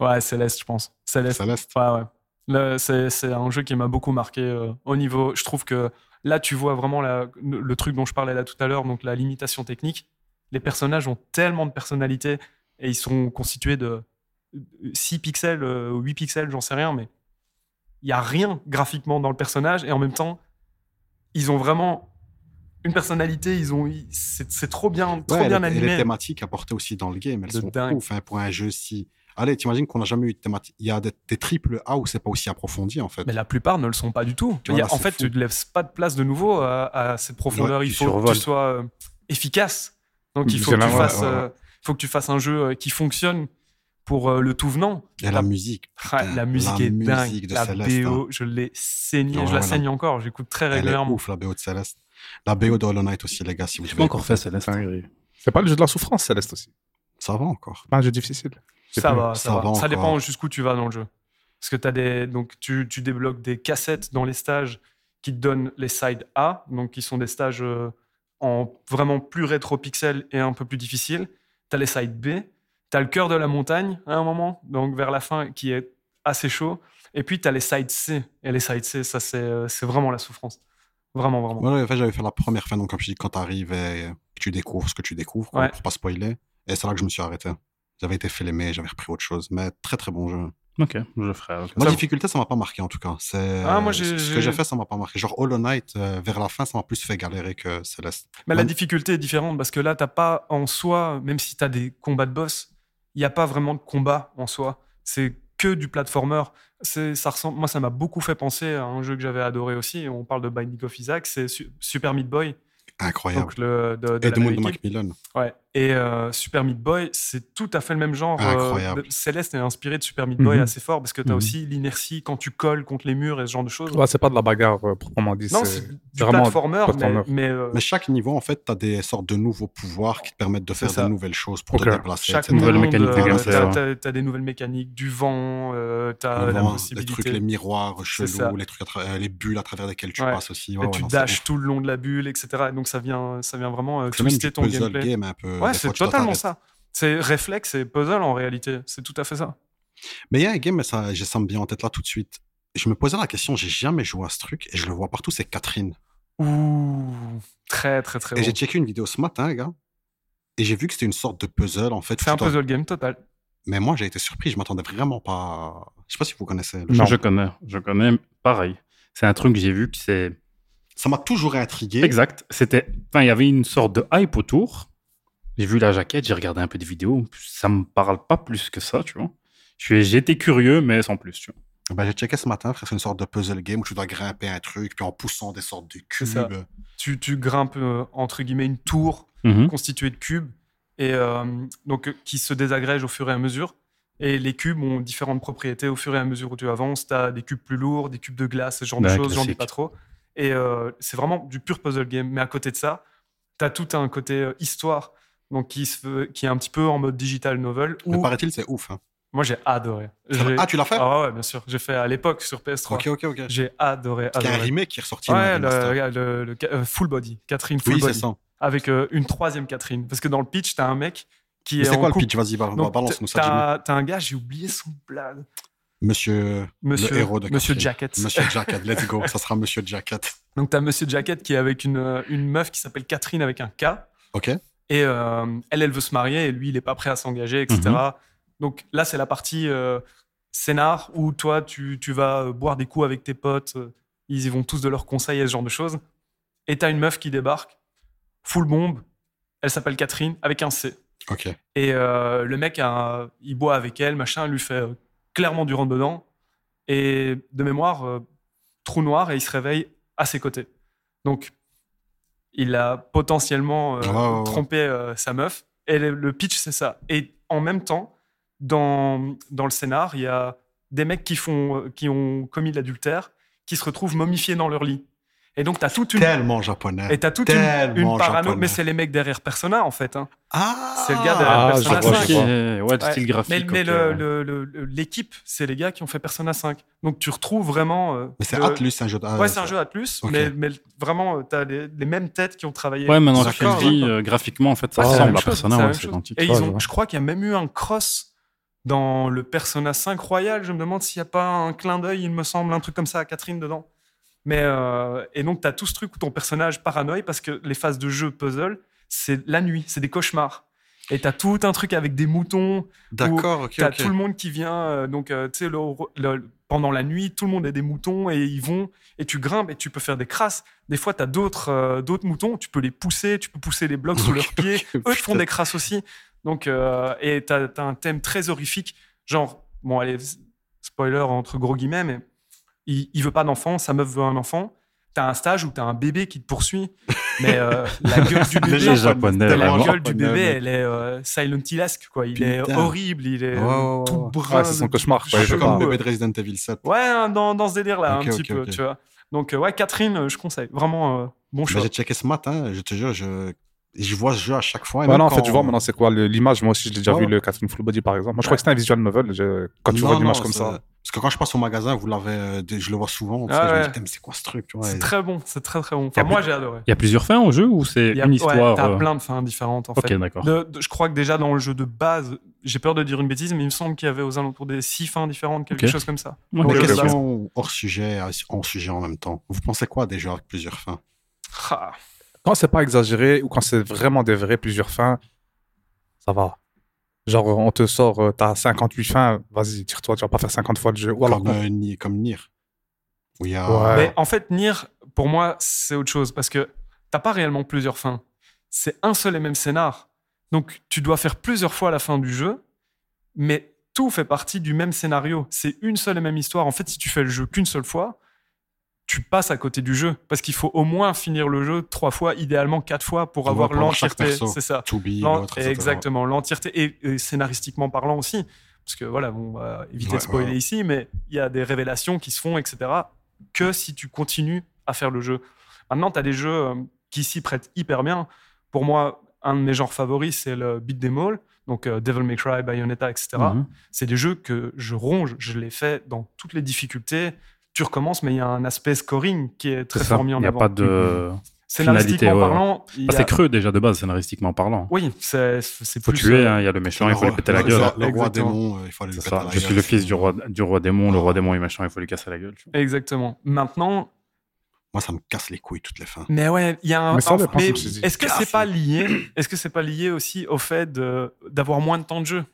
Speaker 4: Ouais, Céleste, je pense. Céleste.
Speaker 3: Celeste.
Speaker 4: Ouais, ouais. Là, C'est c'est un jeu qui m'a beaucoup marqué euh, au niveau. Je trouve que là, tu vois vraiment la- le truc dont je parlais là tout à l'heure, donc la limitation technique. Les personnages ont tellement de personnalité et ils sont constitués de 6 pixels, euh, 8 pixels, j'en sais rien, mais il n'y a rien graphiquement dans le personnage et en même temps, ils ont vraiment une personnalité, ils ont ils- c'est c'est trop bien, trop
Speaker 3: Ouais,
Speaker 4: bien
Speaker 3: les, et les
Speaker 4: animé.
Speaker 3: thématiques apportées aussi dans le game, elles
Speaker 4: De
Speaker 3: sont
Speaker 4: dingue.
Speaker 3: ouf hein, pour un jeu si. Allez, t'imagines qu'on n'a jamais eu de thématique. Il y a des, des triple A où c'est pas aussi approfondi en fait.
Speaker 4: Mais la plupart ne le sont pas du tout.
Speaker 3: Tu
Speaker 4: Il
Speaker 3: vois,
Speaker 4: y a-
Speaker 3: là,
Speaker 4: en
Speaker 3: c'est
Speaker 4: fait,
Speaker 3: fou.
Speaker 4: tu ne laisses pas de place de nouveau à, à cette profondeur.
Speaker 3: Ouais,
Speaker 4: il
Speaker 3: tu
Speaker 4: faut que
Speaker 2: survoles.
Speaker 4: tu sois euh, efficace. Donc, il faut que,
Speaker 5: C'est
Speaker 4: tu
Speaker 5: là, ouais,
Speaker 4: fasses,
Speaker 3: ouais, ouais.
Speaker 4: euh, faut que tu fasses un jeu euh, qui fonctionne pour euh, le tout venant.
Speaker 3: Et la musique,
Speaker 4: Ah,
Speaker 3: putain,
Speaker 4: la musique
Speaker 3: la
Speaker 4: est dingue.
Speaker 3: musique de hein.
Speaker 4: La
Speaker 3: Céleste,
Speaker 4: BO, je l'ai saignée.
Speaker 3: Ouais,
Speaker 4: je la
Speaker 3: ouais,
Speaker 4: saigne encore. J'écoute très
Speaker 3: elle est
Speaker 4: régulièrement.
Speaker 3: ouf, la BO de Céleste. La BO de Hollow Knight aussi, les gars, si vous
Speaker 2: J'ai
Speaker 3: devez
Speaker 2: pas encore
Speaker 3: écouter.
Speaker 2: fait Céleste.
Speaker 5: C'est pas le jeu de la souffrance, Céleste aussi.
Speaker 3: Ça va encore.
Speaker 5: C'est pas un jeu difficile. C'est
Speaker 4: Ça
Speaker 5: plus-
Speaker 4: va, ça,
Speaker 3: ça
Speaker 4: va.
Speaker 3: va
Speaker 4: Ça
Speaker 3: encore.
Speaker 4: dépend jusqu'où tu vas dans le jeu. Parce que as des, donc tu, tu débloques des cassettes dans les stages qui te donnent les sides A, donc qui sont des stages euh, en vraiment plus rétro-pixel et un peu plus difficiles. Tu as les sides B, tu as le cœur de la montagne hein, à un moment, donc vers la fin, qui est assez chaud. Et puis tu as les sides C. Et les sides C, ça c'est euh, c'est vraiment la souffrance. Vraiment, vraiment.
Speaker 3: Ouais, ouais, en fait, j'avais fait la première fin, donc comme je dis, quand t'arrives et que tu découvres ce que tu découvres, quoi,
Speaker 4: Ouais.
Speaker 3: pour pas spoiler. Et c'est là que je me suis arrêté. J'avais été filmé, j'avais repris autre chose, mais très très bon jeu.
Speaker 2: Ok, je le ferai. ok.
Speaker 3: Moi,
Speaker 4: Ça-
Speaker 3: difficulté, ça m'a pas marqué en tout cas. C'est
Speaker 4: Ah, moi, j'ai-
Speaker 3: ce
Speaker 4: j'ai-
Speaker 3: que j'ai fait, ça m'a pas marqué. Genre Hollow Knight, euh, vers la fin, ça m'a plus fait galérer que Céleste.
Speaker 4: Mais la
Speaker 3: Ouais.
Speaker 4: difficulté est différente parce que là, t'as pas en soi, même si t'as des combats de boss, il n'y a pas vraiment de combat en soi. C'est que du platformer. C'est, ça ressemble, moi, ça m'a beaucoup fait penser à un jeu que j'avais adoré aussi. On parle de Binding of Isaac, c'est Su- Super Meat Boy,
Speaker 3: Incroyable.
Speaker 4: donc le, de, de
Speaker 3: Et
Speaker 4: la
Speaker 3: Edmund
Speaker 4: même équipe.
Speaker 3: Macmillan.
Speaker 4: Ouais. Et euh, Super Meat Boy, c'est tout à fait le même genre. euh,
Speaker 3: Incroyable.
Speaker 4: de- Céleste est inspiré de Super Meat Boy
Speaker 5: Mhm.
Speaker 4: assez fort parce que tu as
Speaker 2: Mhm.
Speaker 4: aussi l'inertie quand tu colles contre les murs et ce genre de choses.
Speaker 5: Ouais, c'est pas de la bagarre euh, proprement dit.
Speaker 4: non,
Speaker 5: c'est-
Speaker 4: c'est du
Speaker 5: vraiment
Speaker 4: platformer, mais,
Speaker 5: platformer.
Speaker 4: mais, euh,
Speaker 3: Mais chaque niveau, en fait, tu as des sortes de nouveaux pouvoirs qui te permettent de faire
Speaker 4: ça.
Speaker 3: de nouvelles choses pour
Speaker 5: Ok.
Speaker 3: te déplacer.
Speaker 4: chaque
Speaker 3: etc.
Speaker 2: nouvelle
Speaker 4: monde,
Speaker 2: mécanique de
Speaker 4: euh,
Speaker 2: gameplay,
Speaker 4: t'as-
Speaker 2: ouais.
Speaker 4: t'as- t'as des nouvelles mécaniques, du vent, euh, t'as
Speaker 3: Le
Speaker 4: la
Speaker 3: vent, les
Speaker 4: possibilité.
Speaker 3: trucs, les miroirs
Speaker 4: ça.
Speaker 3: chelous, les, trucs à tra- euh, les bulles à travers lesquelles tu
Speaker 4: Ouais.
Speaker 3: passes aussi. Ouais,
Speaker 4: Et
Speaker 3: ouais,
Speaker 4: tu
Speaker 3: non, c'est ouf.
Speaker 4: dashes tout le long de la bulle, etc. Et donc ça vient, ça vient vraiment euh,
Speaker 3: C'est même du
Speaker 4: twister ton
Speaker 3: puzzle
Speaker 4: gameplay.
Speaker 3: game un peu.
Speaker 4: Ouais,
Speaker 3: Des
Speaker 4: c'est
Speaker 3: fois, tu dois
Speaker 4: totalement
Speaker 3: t'arrêter.
Speaker 4: ça. C'est réflexe et puzzle en réalité. C'est tout à fait ça.
Speaker 3: Mais il y a un game, mais ça, j'ai- ça me vient en tête là tout de suite. Je me posais la question, j'ai jamais joué à ce truc et je le vois partout, c'est Catherine.
Speaker 4: Ouh, très très très
Speaker 3: et
Speaker 4: bon.
Speaker 3: j'ai checké une vidéo ce matin, gars, et j'ai vu que c'était une sorte de puzzle en fait.
Speaker 4: C'est
Speaker 3: où
Speaker 4: un
Speaker 3: tu dois-
Speaker 4: puzzle game total.
Speaker 3: Mais moi, j'ai été surpris, je m'attendais vraiment pas. à- Je sais pas si vous connaissez. le
Speaker 2: Je-
Speaker 3: jeu.
Speaker 2: Je connais, je connais. Pareil. C'est un truc que j'ai vu que c'est
Speaker 3: Ça m'a toujours intrigué.
Speaker 2: Exact. C'était. Enfin, il y avait une sorte de hype autour. J'ai vu la jaquette, j'ai regardé un peu de vidéos. Ça me parle pas plus que ça, tu vois. Je suis- J'étais curieux, mais sans plus, tu vois.
Speaker 3: Ben, j'ai checké ce matin, frère, c'est une sorte de puzzle game où tu dois grimper un truc, puis en poussant des sortes de cubes.
Speaker 4: ça. Tu, tu grimpes euh, entre guillemets une tour
Speaker 2: Mhm.
Speaker 4: constituée de cubes et euh, donc euh, qui se désagrègent au fur et à mesure. Et les cubes ont différentes propriétés au fur et à mesure où tu avances. Tu as des cubes plus lourds, des cubes de glace, ce genre de
Speaker 2: Ouais,
Speaker 4: choses, j'en dis
Speaker 2: classique.
Speaker 4: pas trop. Et euh, c'est vraiment du pur puzzle game. Mais à côté de ça, tu as tout un côté euh, histoire donc qui, se fait- qui est un petit peu en mode digital novel.
Speaker 3: Mais
Speaker 4: où-
Speaker 3: paraît-il, c'est ouf. hein.
Speaker 4: moi, j'ai adoré. J'ai-
Speaker 3: Ah, tu l'as fait
Speaker 4: Ah ouais, bien sûr. J'ai fait à l'époque sur PS3.
Speaker 3: Ok, ok, ok.
Speaker 4: J'ai adoré,
Speaker 3: Il y a un
Speaker 4: adoré.
Speaker 3: remake qui est ressorti. ou un
Speaker 4: Ouais,
Speaker 3: remaster.
Speaker 4: le, le- le- euh, full body, Catherine full
Speaker 3: Oui, c'est
Speaker 4: body,
Speaker 3: ça.
Speaker 4: avec euh, une troisième Catherine. Parce que dans le pitch, t'as un mec qui
Speaker 3: Mais
Speaker 4: est
Speaker 3: C'est
Speaker 4: en
Speaker 3: quoi le
Speaker 4: couple.
Speaker 3: pitch Vas-y, ba-
Speaker 4: Donc,
Speaker 3: balance-nous ça, Jimmy.
Speaker 4: T'as t'as un gars, j'ai oublié son blague.
Speaker 3: Monsieur,
Speaker 4: Monsieur,
Speaker 3: héros de
Speaker 4: Monsieur
Speaker 3: Catherine.
Speaker 4: Jacket.
Speaker 3: Monsieur Jacket, let's go. Ça sera Monsieur Jacket.
Speaker 4: Donc t'as Monsieur Jacket qui est avec une, euh, une meuf qui s'appelle Catherine avec un K.
Speaker 3: Ok.
Speaker 4: Et euh, elle, elle veut se marier et lui, il est pas prêt à s'engager, etc.
Speaker 3: Mhm.
Speaker 4: Donc là, c'est la partie euh, scénar où toi, tu, tu vas euh, boire des coups avec tes potes. euh, Ils y vont tous de leurs conseils et ce genre de choses. Et t'as une meuf qui débarque, full bombe. Elle s'appelle Catherine avec un C.
Speaker 3: Ok.
Speaker 4: Et euh, le mec, a un- il boit avec elle, machin, elle lui fait euh, clairement du rentre-dedans. Et de mémoire, euh, trou noir, et il se réveille à ses côtés. Donc, il a potentiellement euh,
Speaker 3: Ah, Ouais, ouais, ouais.
Speaker 4: trompé euh, sa meuf. Et le, le pitch, c'est ça. Et en même temps, dans, dans le scénar, il y a des mecs qui, font, euh, qui ont commis de l'adultère qui se retrouvent momifiés dans leur lit. Et donc, tu as toute une.
Speaker 3: Tellement japonais.
Speaker 4: Et t'as toute une,
Speaker 3: tellement
Speaker 4: une parano,
Speaker 3: japonais.
Speaker 4: mais c'est les mecs derrière Persona en fait. hein.
Speaker 3: Ah
Speaker 4: c'est le gars de la
Speaker 5: Ah, je
Speaker 4: Persona
Speaker 5: vois, je
Speaker 4: 5.
Speaker 5: vois.
Speaker 2: Ouais, le
Speaker 4: Ouais.
Speaker 2: style graphique.
Speaker 4: Mais,
Speaker 2: ok,
Speaker 4: mais le-
Speaker 2: ouais.
Speaker 4: le- le- le- l'équipe, c'est les gars qui ont fait Persona 5. Donc tu retrouves vraiment. euh,
Speaker 3: Mais c'est
Speaker 4: le-
Speaker 3: Atlus, c'est un jeu de.
Speaker 4: Ouais, c'est un jeu Atlus,
Speaker 3: Ok.
Speaker 4: mais, mais vraiment, tu as les, les mêmes têtes qui ont travaillé.
Speaker 2: Ouais, maintenant
Speaker 3: D'accord,
Speaker 2: que tu le dis, euh, graphiquement, en fait, ça
Speaker 5: Ah, c'est la
Speaker 2: ressemble
Speaker 4: même
Speaker 2: à
Speaker 4: chose,
Speaker 2: Persona,
Speaker 4: c'est la
Speaker 2: ouais,
Speaker 4: même
Speaker 2: c'est
Speaker 4: chose.
Speaker 2: identique.
Speaker 4: Et
Speaker 5: Ouais,
Speaker 4: ils ont,
Speaker 5: ouais.
Speaker 4: je crois qu'il y a même eu un cross dans le Persona 5 Royal. Je me demande s'il n'y a pas un clin d'œil, il me semble, un truc comme ça à Catherine dedans. Mais euh, et donc, tu as tout ce truc où ton personnage paranoïe parce que les phases de jeu puzzle, c'est la nuit, c'est des cauchemars. Et t'as tout un truc avec des moutons,
Speaker 3: Ah, D'accord, ok,
Speaker 4: T'as
Speaker 3: ok.
Speaker 4: tout le monde qui vient, euh, donc euh, tu sais, le- le- pendant la nuit, tout le monde a des moutons et ils vont, et tu grimpes et tu peux faire des crasses. Des fois, t'as d'autres euh, d'autres moutons, tu peux les pousser, tu peux pousser les blocs sous
Speaker 3: Ok,
Speaker 4: leurs pieds.
Speaker 3: ok,
Speaker 4: Eux te
Speaker 3: putain.
Speaker 4: font des crasses aussi. Donc, euh, et t'as as un thème très horrifique, genre, bon, allez, spoiler entre gros guillemets, mais il, il veut pas d'enfant, sa meuf veut un enfant. T'as un stage où t'as un bébé qui te poursuit, mais euh, la gueule du
Speaker 3: Les
Speaker 4: bébé,
Speaker 2: Les
Speaker 3: Japonais,
Speaker 2: Japonais,
Speaker 4: la
Speaker 3: vraiment.
Speaker 4: gueule du
Speaker 3: Japonais,
Speaker 4: bébé,
Speaker 3: mec.
Speaker 4: elle est euh, Silent Hillasque, quoi. Il est
Speaker 3: Putain.
Speaker 4: horrible, il est
Speaker 3: Ouais, ouais, ouais,
Speaker 4: tout
Speaker 3: ouais.
Speaker 4: brun.
Speaker 5: Ouais, c'est son cauchemar. quoi,
Speaker 4: Je
Speaker 5: je
Speaker 4: sais
Speaker 3: Un peu
Speaker 5: sais
Speaker 4: pas.
Speaker 5: pas.
Speaker 3: comme le bébé de Resident Evil 7.
Speaker 4: Ouais, hein, dans, dans ce délire-là,
Speaker 3: Ok,
Speaker 4: un
Speaker 3: ok,
Speaker 4: petit peu,
Speaker 3: ok.
Speaker 4: tu vois. Donc, euh, ouais, Catherine, euh, je conseille. Vraiment, euh, bon
Speaker 3: Ben,
Speaker 4: choix.
Speaker 3: j'ai checké ce matin, je te jure, je, je vois ce jeu à chaque fois. et
Speaker 5: Bah
Speaker 3: même
Speaker 5: non, en fait,
Speaker 3: quand-
Speaker 5: tu vois, maintenant, c'est quoi le- l'image Moi aussi, j'ai déjà
Speaker 3: Ouais,
Speaker 5: vu
Speaker 3: ouais.
Speaker 5: le Catherine Full Body, par exemple. Moi, je crois que c'était un visual novel. je- Quand tu
Speaker 3: Non,
Speaker 5: vois l'image
Speaker 3: non,
Speaker 5: comme
Speaker 3: c'est-
Speaker 5: ça.
Speaker 3: Parce que quand je passe au magasin, vous l'avez, euh, des- je le vois souvent. tu sais,
Speaker 4: Ah
Speaker 3: je me
Speaker 4: ouais.
Speaker 3: dis, Putain, mais c'est quoi ce truc tu vois,
Speaker 4: C'est
Speaker 3: et-
Speaker 4: très bon, c'est très très bon. Enfin,
Speaker 2: Y a
Speaker 4: moi, j'ai adoré.
Speaker 2: Il y a plusieurs fins au jeu ou c'est
Speaker 4: Il y a-
Speaker 2: une
Speaker 4: ouais,
Speaker 2: histoire
Speaker 4: T'as
Speaker 2: euh,
Speaker 4: plein de fins différentes, en
Speaker 2: Ok,
Speaker 4: fait.
Speaker 2: d'accord.
Speaker 4: De- de- je crois que déjà dans le jeu de base, j'ai peur de dire une bêtise, mais il me semble qu'il y avait aux alentours des six fins différentes, quelque
Speaker 2: Ok.
Speaker 4: chose comme ça.
Speaker 2: Ok,
Speaker 4: de-
Speaker 3: Des
Speaker 4: Ouais,
Speaker 2: ok, ok.
Speaker 3: questions hors sujet, euh, en sujet en même temps. Vous pensez quoi des jeux avec plusieurs fins
Speaker 4: Ah,
Speaker 5: Quand c'est pas exagéré ou quand c'est vraiment des vrais plusieurs fins, ça va. Genre, on te sort, euh, t'as 58 fins, vas-y, tire-toi, tu vas pas faire 50 fois le jeu. Ou alors,
Speaker 3: comme, euh, Ni- comme Nier. Où il y a.
Speaker 5: Ouais.
Speaker 4: Mais en fait, Nier, pour moi, c'est autre chose parce que t'as pas réellement plusieurs fins. C'est un seul et même scénar. Donc, tu dois faire plusieurs fois la fin du jeu, mais tout fait partie du même scénario. C'est une seule et même histoire. En fait, si tu fais le jeu qu'une seule fois, tu tu passes à côté du jeu. Parce qu'il faut au moins finir le jeu trois fois, idéalement quatre fois, pour
Speaker 3: Ouais,
Speaker 4: avoir
Speaker 3: pour avoir chaque
Speaker 4: l'entièreté.
Speaker 3: perso.
Speaker 4: C'est ça.
Speaker 3: To be,
Speaker 4: L'en-
Speaker 3: l'autre, etc.
Speaker 4: Exactement, l'entièreté et, et scénaristiquement parlant aussi, parce que voilà, bon, on va éviter
Speaker 3: Ouais,
Speaker 4: de spoiler
Speaker 3: ouais, ouais.
Speaker 4: ici, mais il y a des révélations qui se font, etc. Que si tu continues à faire le jeu. Maintenant, tu as des jeux euh, qui s'y prêtent hyper bien. Pour moi, un de mes genres favoris, c'est le beat them all, donc euh, Devil May Cry, Bayonetta, etc.
Speaker 2: Mhm.
Speaker 4: C'est des jeux que je ronge, je les fais dans toutes les difficultés. Tu recommences, mais il y a un aspect scoring qui est très
Speaker 2: C'est ça.
Speaker 4: fort mis
Speaker 2: Il
Speaker 4: en
Speaker 2: n'y a
Speaker 4: avant.
Speaker 2: pas de. finalité,
Speaker 4: Scénaristiquement
Speaker 2: ouais, ouais.
Speaker 4: parlant, il y
Speaker 2: Bah,
Speaker 4: a-
Speaker 2: c'est creux déjà de base, scénaristiquement parlant.
Speaker 4: oui, c'est c'est
Speaker 2: Faut
Speaker 4: plus,
Speaker 2: tuer, hein, il
Speaker 4: euh,
Speaker 2: y a le méchant, il faut lui péter la
Speaker 3: Le-
Speaker 2: gueule.
Speaker 3: Le roi
Speaker 4: Exactement.
Speaker 3: démon, euh, il fallait lui
Speaker 2: C'est
Speaker 3: péter
Speaker 2: ça.
Speaker 3: la
Speaker 2: Je suis le
Speaker 3: gueule.
Speaker 2: fils du roi, du roi démon, le roi démon est méchant, il faut lui casser la gueule. tu vois.
Speaker 4: Exactement. Maintenant,
Speaker 3: Moi, ça me casse les couilles toutes les fins.
Speaker 4: mais ouais, il y a un.
Speaker 5: Mais ça, le
Speaker 4: enfin,
Speaker 5: principe,
Speaker 4: mais
Speaker 5: c'est-
Speaker 4: est-ce que c'est pas lié Est-ce que c'est pas lié aussi au fait de- d'avoir moins de temps de jeu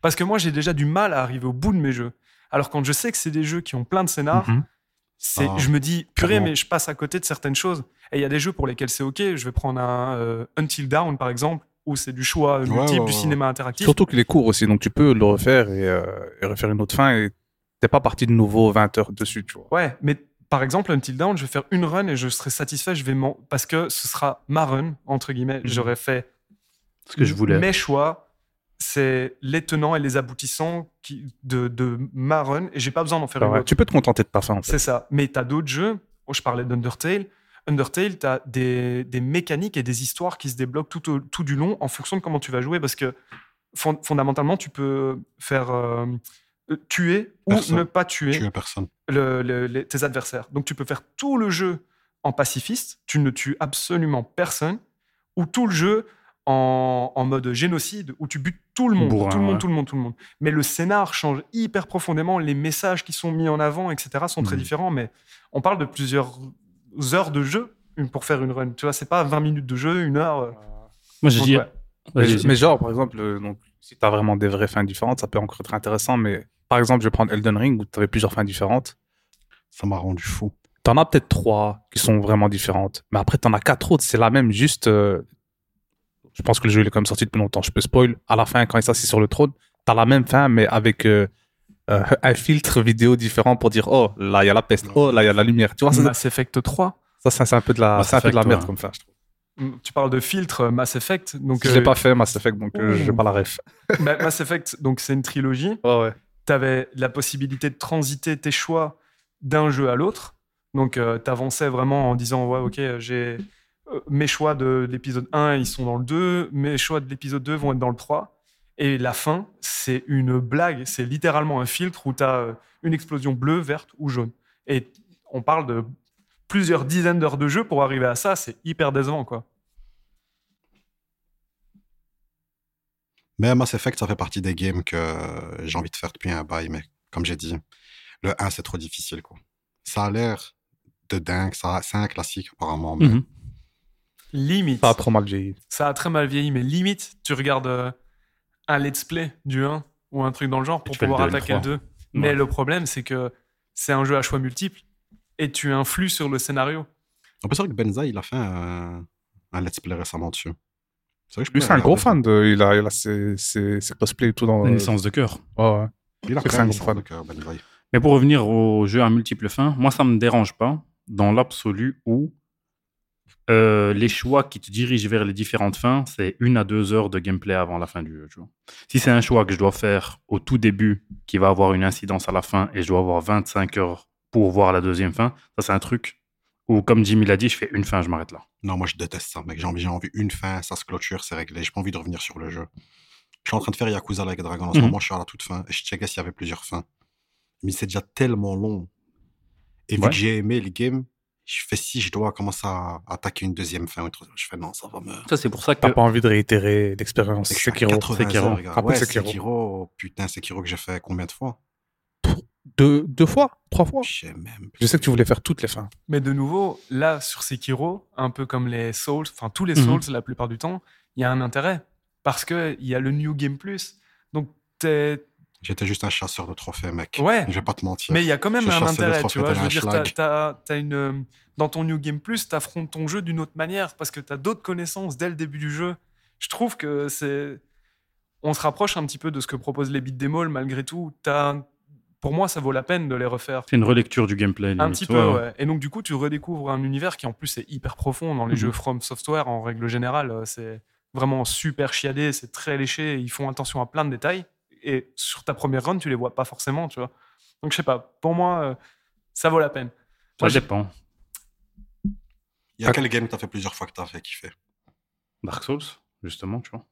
Speaker 4: Parce que moi, j'ai déjà du mal à arriver au bout de mes jeux. Alors quand je sais que c'est des jeux qui ont plein de scénars,
Speaker 2: Mhm.
Speaker 4: c'est,
Speaker 3: Ah,
Speaker 4: je me dis purée,
Speaker 3: clairement.
Speaker 4: mais je passe à côté de certaines choses. Et il y a des jeux pour lesquels c'est ok. Je vais prendre un euh, Until Dawn par exemple, où c'est du choix
Speaker 3: Ouais,
Speaker 4: multiple,
Speaker 3: ouais,
Speaker 4: du
Speaker 3: ouais.
Speaker 4: cinéma interactif.
Speaker 5: Surtout qu'il est court aussi, donc tu peux le refaire et, euh, et refaire une autre fin et t'es pas parti de nouveau 20 heures dessus, tu vois.
Speaker 4: Ouais, mais par exemple, Until Dawn, je vais faire une run et je serai satisfait, je vais m'en- parce que ce sera ma run, entre guillemets.
Speaker 5: Mhm.
Speaker 4: J'aurais fait
Speaker 2: Ce que je voulais.
Speaker 4: Mes choix, c'est les tenants et les aboutissants qui, de, de ma run, et j'ai pas besoin d'en faire
Speaker 5: Alors,
Speaker 4: une
Speaker 5: ouais,
Speaker 4: autre.
Speaker 5: tu peux te contenter de ta fin, en fait.
Speaker 4: C'est ça. Mais tu as d'autres jeux. Oh, je parlais d'Undertale. Undertale, tu as des, des mécaniques et des histoires qui se débloquent tout, au- tout du long en fonction de comment tu vas jouer, parce que fon- fondamentalement, tu peux faire euh, euh, tuer ou
Speaker 3: Personne.
Speaker 4: ne pas tuer
Speaker 3: tuer personne.
Speaker 4: le- le- les- tes adversaires. Donc tu peux faire tout le jeu en pacifiste, tu ne tues absolument personne, ou tout le jeu en, en mode génocide, où tu butes tout le monde,
Speaker 2: Bourrin,
Speaker 4: tout le monde,
Speaker 2: ouais.
Speaker 4: tout le monde, tout le monde. Mais le scénar change hyper profondément, les messages qui sont mis en avant, etc., sont très
Speaker 2: Mhm.
Speaker 4: différents, mais on parle de plusieurs heures de jeu une- pour faire une run. Tu vois, c'est pas 20 minutes de jeu, une heure. euh,
Speaker 2: Moi, je
Speaker 4: donc,
Speaker 2: dis.
Speaker 4: ouais.
Speaker 5: Mais,
Speaker 2: Vas-y, vas-y.
Speaker 5: mais genre, par exemple, euh, donc, si t'as vraiment des vraies fins différentes, ça peut encore être intéressant, mais par exemple, je vais prendre Elden Ring où t'avais plusieurs fins différentes.
Speaker 3: Ça m'a rendu fou.
Speaker 5: T'en as peut-être trois qui sont vraiment différentes, mais après t'en as quatre autres, c'est la même, juste. euh, je pense que le jeu il est quand même sorti depuis longtemps, je peux spoil. À la fin, quand il s'assit sur le trône, t'as la même fin, mais avec euh, euh, un filtre vidéo différent pour dire oh là il y a la peste, oh là il y a la lumière. Tu vois, ça,
Speaker 4: Mass Effect 3,
Speaker 5: ça, ça, c'est un peu de la,
Speaker 2: Mass
Speaker 5: c'est un peu de la
Speaker 2: Effect,
Speaker 5: merde
Speaker 2: ouais.
Speaker 5: comme fin. Je, trouve.
Speaker 4: Mm, tu parles de filtre euh, Mass Effect. Donc,
Speaker 5: je l'ai
Speaker 4: euh,
Speaker 5: pas fait, Mass Effect, donc euh,
Speaker 4: ouh.
Speaker 5: j'ai pas la ref.
Speaker 4: Ma- Mass Effect, donc c'est une trilogie.
Speaker 5: ouais.
Speaker 4: tu avais la possibilité de transiter tes choix d'un jeu à l'autre. Donc, tu avançais vraiment en disant Ouais, ok, j'ai euh, mes choix de l'épisode 1, ils sont dans le 2, mes choix de l'épisode 2 vont être dans le 3. Et la fin, c'est une blague, c'est littéralement un filtre où tu as une explosion bleue, verte ou jaune. Et on parle de plusieurs dizaines d'heures de jeu pour arriver à ça, c'est hyper décevant, quoi.
Speaker 3: Mais Mass Effect, ça fait partie des games que euh, j'ai envie de faire depuis un bail, mais comme j'ai dit, le 1, c'est trop difficile, quoi. Ça a l'air de dingue, ça- c'est un classique, apparemment, mais
Speaker 2: Mhm.
Speaker 4: Limite.
Speaker 5: Pas trop mal vieilli.
Speaker 4: Ça a très mal vieilli, mais limite, tu regardes euh, un let's play du 1 ou un truc dans le genre pour
Speaker 2: tu fais le
Speaker 4: pouvoir
Speaker 2: deux et le
Speaker 4: attaquer le 2. Mais
Speaker 2: Ouais.
Speaker 4: le problème, c'est que c'est un jeu à choix multiples et tu influes sur le scénario.
Speaker 3: on peut dire que Benza, il a fait un, un let's play récemment dessus. C'est vrai que je peux
Speaker 5: Lui, c'est un
Speaker 3: regarder.
Speaker 5: gros fan. De, il a, il a ses, ses, ses cosplays et tout dans.
Speaker 2: Une licence de cœur.
Speaker 5: Ouais, ouais.
Speaker 3: Il a
Speaker 5: C'est
Speaker 3: fait
Speaker 5: un
Speaker 3: un
Speaker 5: gros
Speaker 3: gros
Speaker 5: fan.
Speaker 3: fan. Benza.
Speaker 2: Mais pour revenir au jeu à multiples fins, moi, ça me dérange pas dans l'absolu où euh, les choix qui te dirigent vers les différentes fins, c'est une à deux heures de gameplay avant la fin du jeu. tu vois. Si c'est un choix que je dois faire au tout début qui va avoir une incidence à la fin et je dois avoir 25 heures pour voir la deuxième fin, ça, c'est un truc où, comme Jimmy l'a dit, je fais une fin, je m'arrête là.
Speaker 3: Non, moi, je déteste ça, mec. J'ai envie, j'ai envie une fin, ça se clôture, c'est réglé. J'ai pas envie de revenir sur le jeu. Je suis en train de faire Yakuza avec Dragon en ce
Speaker 2: Mhm.
Speaker 3: moment, je suis à la toute fin et je checkais s'il y avait plusieurs fins. Mais c'est déjà tellement long. Et vu
Speaker 2: Ouais.
Speaker 3: que j'ai aimé le game, je fais si je dois commencer à attaquer une deuxième fin, ou autre chose. je fais non, ça va me.
Speaker 2: Ça, c'est pour ça que.
Speaker 5: T'as pas envie de réitérer l'expérience.
Speaker 3: Et je suis à
Speaker 5: Sekiro.
Speaker 3: 80
Speaker 2: Sekiro.
Speaker 3: heures, regarde.
Speaker 5: Rappelle
Speaker 3: Ouais,
Speaker 5: Sekiro.
Speaker 3: Sekiro, putain, Sekiro que j'ai fait combien de fois
Speaker 5: Deux, deux fois, trois fois.
Speaker 3: Je sais même plus.
Speaker 5: Je sais que tu voulais faire toutes les fins.
Speaker 4: Mais de nouveau, là, sur Sekiro, un peu comme les Souls, enfin tous les
Speaker 2: Mhm.
Speaker 4: Souls, la plupart du temps, il y a un intérêt parce qu'il y a le New Game Plus. Donc, t'es-
Speaker 3: J'étais juste un chasseur de trophées, mec.
Speaker 4: Ouais.
Speaker 3: Je vais pas te mentir.
Speaker 4: mais il y a quand même
Speaker 3: Je
Speaker 4: un
Speaker 3: chassais les
Speaker 4: intérêt,
Speaker 3: trophées
Speaker 4: tu vois.
Speaker 3: tel
Speaker 4: Je
Speaker 3: un
Speaker 4: veux dire,
Speaker 3: schlag.
Speaker 4: t'as- t'as- t'as une, euh, dans ton New Game Plus, t'affrontes ton jeu d'une autre manière parce que t'as d'autres connaissances dès le début du jeu. Je trouve que c'est. On se rapproche un petit peu de ce que proposent les beat them all, malgré tout. T'as pour moi, ça vaut la peine de les refaire.
Speaker 2: C'est une relecture du gameplay.
Speaker 4: Un
Speaker 2: limite.
Speaker 4: petit peu, ouais. Et donc, du coup, tu redécouvres un univers qui, en plus, est hyper profond dans les
Speaker 2: Mhm.
Speaker 4: jeux From Software, en règle générale. euh, C'est vraiment super chiadé, c'est très léché, ils font attention à plein de détails. Et sur ta première run, tu les vois pas forcément, tu vois. Donc, je sais pas, pour moi, euh, ça vaut la peine.
Speaker 2: Ça
Speaker 4: Moi, j'ai-
Speaker 2: dépend.
Speaker 3: Il y a quel game t'as fait plusieurs fois que t'as fait kiffer
Speaker 2: Dark Souls, justement, tu vois.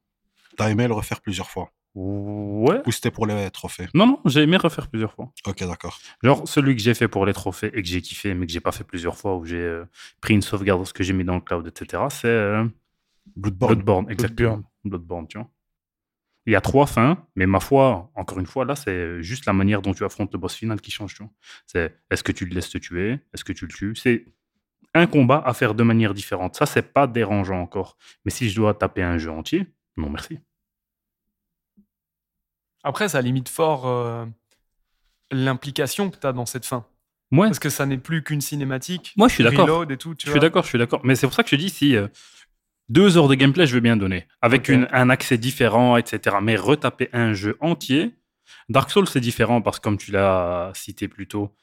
Speaker 3: T'as aimé le refaire plusieurs fois
Speaker 2: Ouais.
Speaker 3: Ou c'était pour les trophées
Speaker 2: Non, non, j'ai aimé refaire plusieurs fois.
Speaker 3: Ok, d'accord.
Speaker 2: Genre, celui que j'ai fait pour les trophées et que j'ai kiffé, mais que j'ai pas fait plusieurs fois, où j'ai euh, pris une sauvegarde, ce que j'ai mis dans le cloud, etc., c'est euh,
Speaker 3: Bloodborne.
Speaker 2: Bloodborne. Exactement. Bloodborne, tu vois. Il y a trois fins, mais ma foi, encore une fois, là, c'est juste la manière dont tu affrontes le boss final qui change, tu vois. C'est est-ce que tu le laisses te tuer Est-ce que tu le tues C'est un combat à faire de manière différente. Ça, c'est pas dérangeant encore. Mais si je dois taper un jeu entier, non merci.
Speaker 4: Après, ça limite fort euh, l'implication que tu as dans cette fin.
Speaker 2: Ouais,
Speaker 4: Parce que ça n'est plus qu'une cinématique.
Speaker 2: moi, je suis d'accord.
Speaker 4: Reload et tout, tu
Speaker 2: Je suis
Speaker 4: vois.
Speaker 2: d'accord, je suis d'accord. Mais c'est pour ça que je dis si euh, deux heures de gameplay, je veux bien donner, avec
Speaker 4: Ok.
Speaker 2: une- un accès différent, etc. Mais retaper un jeu entier, Dark Souls c'est différent parce que comme tu l'as cité plus tôt,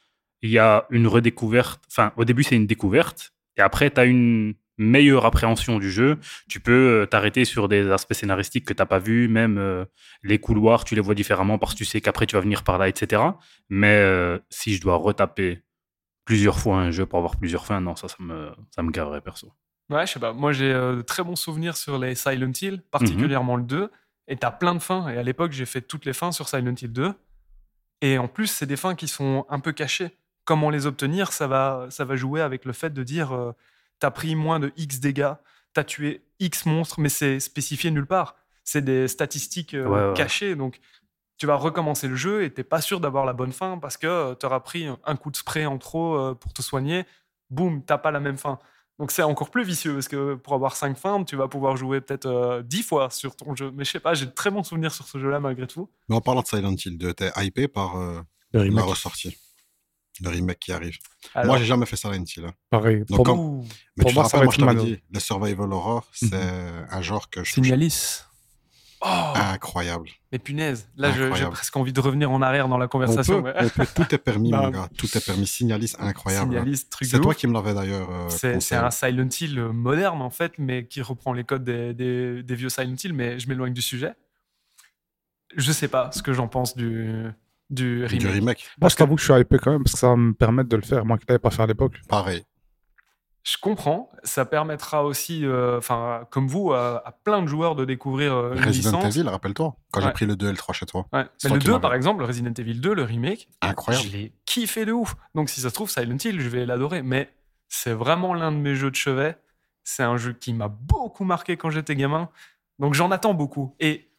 Speaker 2: il y a une redécouverte. Enfin, au début c'est une découverte, et après tu as une meilleure appréhension du jeu. Tu peux euh, t'arrêter sur des aspects scénaristiques que t'as pas vus, même euh, les couloirs, tu les vois différemment parce que tu sais qu'après tu vas venir par là, etc. Mais euh, si je dois retaper plusieurs fois un jeu pour avoir plusieurs fins, non, ça, ça me, ça me gaverait perso.
Speaker 4: Ouais, je sais pas. Moi, j'ai euh, de très bons souvenirs sur les Silent Hill, particulièrement le 2. Et t'as plein de fins. Et à l'époque, j'ai fait toutes les fins sur Silent Hill 2. Et en plus, c'est des fins qui sont un peu cachées. Comment les obtenir Ça va, ça va jouer avec le fait de dire euh, t'as pris moins de X dégâts, t'as tué X monstres, mais c'est spécifié nulle part. C'est des statistiques euh,
Speaker 2: Ouais, ouais.
Speaker 4: cachées. Donc, tu vas recommencer le jeu et t'es pas sûr d'avoir la bonne fin parce que euh, t'auras pris un coup de spray en trop euh, pour te soigner. Boum, t'as pas la même fin. Donc c'est encore plus vicieux parce que pour avoir 5 femmes, tu vas pouvoir jouer peut-être euh, 10 fois sur ton jeu. Mais je sais pas, j'ai de très bons souvenirs sur ce jeu-là malgré tout.
Speaker 3: Mais en parlant de Silent Hill 2, t'es hypé par euh,
Speaker 5: Le
Speaker 3: la
Speaker 5: remake,
Speaker 3: ressortie. Le remake qui arrive.
Speaker 4: Alors,
Speaker 3: Moi, j'ai jamais fait Silent Hill. hein.
Speaker 5: pareil.
Speaker 3: Donc,
Speaker 5: Pour
Speaker 3: quand-
Speaker 5: moi,
Speaker 4: ouh,
Speaker 3: Mais
Speaker 5: Pour
Speaker 3: tu
Speaker 5: moi,
Speaker 3: te
Speaker 5: ça
Speaker 3: rappelles,
Speaker 5: va être Mhm.
Speaker 3: moi, je
Speaker 5: une
Speaker 3: t'avais dit, le survival horror, c'est un genre que je trouve
Speaker 4: Signalis. Oh,
Speaker 3: incroyable.
Speaker 4: mais punaise. Là, je- j'ai
Speaker 3: Incroyable.
Speaker 4: presque envie de revenir en arrière dans la
Speaker 3: On
Speaker 4: conversation.
Speaker 3: peut,
Speaker 4: ouais.
Speaker 3: on peut- tout est permis,
Speaker 4: Bah,
Speaker 3: mon gars. Tout est permis. Signalis, incroyable. hein.
Speaker 4: Signalis, truc de
Speaker 3: C'est toi
Speaker 4: ouf.
Speaker 3: qui me l'avais d'ailleurs. euh,
Speaker 4: C'est c'est
Speaker 3: conseillé.
Speaker 4: un Silent Hill euh, moderne en fait, mais qui reprend les codes des, des- des vieux Silent Hill, mais je m'éloigne du sujet. Je sais pas ce que j'en pense du, du remake.
Speaker 3: du remake.
Speaker 5: moi, je t'avoue que je suis hypé quand même parce que ça va me permettre de le faire, moi qui l'avais pas fait à l'époque.
Speaker 3: Pareil.
Speaker 4: Je comprends. Ça permettra aussi, euh, enfin, comme vous, à, à plein de joueurs de découvrir euh, une
Speaker 3: Resident
Speaker 4: licence.
Speaker 3: Evil, rappelle-toi. Quand
Speaker 4: Ouais.
Speaker 3: j'ai pris le 2 et le 3 chez toi.
Speaker 4: Ouais.
Speaker 3: C'est
Speaker 4: Mais
Speaker 3: toi
Speaker 4: le
Speaker 3: qui
Speaker 4: 2,
Speaker 3: m'avais.
Speaker 4: par exemple, le Resident Evil 2, le remake,
Speaker 3: Incroyable.
Speaker 4: je l'ai kiffé de ouf. Donc, si ça se trouve, Silent Hill, je vais l'adorer. Mais c'est vraiment l'un de mes jeux de chevet. C'est un jeu qui m'a beaucoup marqué quand j'étais gamin. Donc, j'en attends beaucoup. Et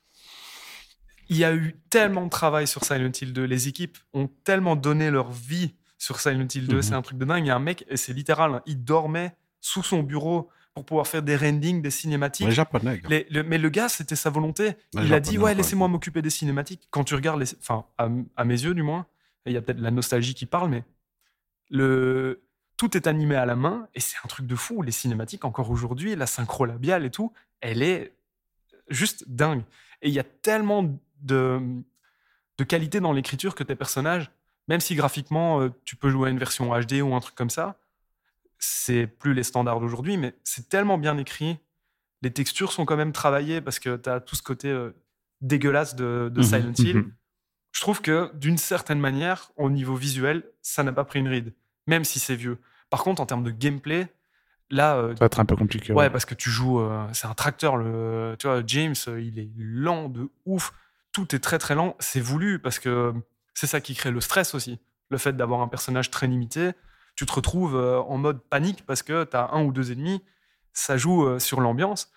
Speaker 4: il y a eu tellement de travail sur Silent Hill 2. Les équipes ont tellement donné leur vie sur Silent Hill 2.
Speaker 2: Mhm.
Speaker 4: C'est un truc de dingue. Il y a un mec, et c'est littéral, hein, il dormait sous son bureau pour pouvoir faire des rendings, des cinématiques.
Speaker 3: Les Japonais. gars.
Speaker 4: Les- le- mais le gars, c'était sa volonté.
Speaker 3: Ouais,
Speaker 4: il
Speaker 3: j'en
Speaker 4: a dit
Speaker 3: connais
Speaker 4: Ouais,
Speaker 3: encore.
Speaker 4: laissez-moi m'occuper des cinématiques. Quand tu regardes, les, enfin, à, m- à mes yeux du moins, il y a peut-être la nostalgie qui parle, mais le, tout est animé à la main et c'est un truc de fou. Les cinématiques, encore aujourd'hui, la synchro labiale et tout, elle est juste dingue. Et il y a tellement de, de qualité dans l'écriture que tes personnages, même si graphiquement, euh, tu peux jouer à une version HD ou un truc comme ça, c'est plus les standards d'aujourd'hui, mais c'est tellement bien écrit les textures sont quand même travaillées parce que tu as tout ce côté euh, dégueulasse de, de
Speaker 2: Mhm,
Speaker 4: Silent Hill.
Speaker 2: mhm.
Speaker 4: Je trouve que d'une certaine manière, au niveau visuel, ça n'a pas pris une ride, même si c'est vieux. Par contre, en termes de gameplay, là, euh,
Speaker 5: Ça va être un peu compliqué.
Speaker 4: ouais, parce que tu joues, euh, c'est un tracteur, le, tu vois, James, euh, il est lent de ouf. Tout est très très lent, c'est voulu parce que euh, c'est ça qui crée le stress aussi. Le fait d'avoir un personnage très limité, tu te retrouves euh, en mode panique parce que tu as un ou deux ennemis, ça joue euh, sur l'ambiance.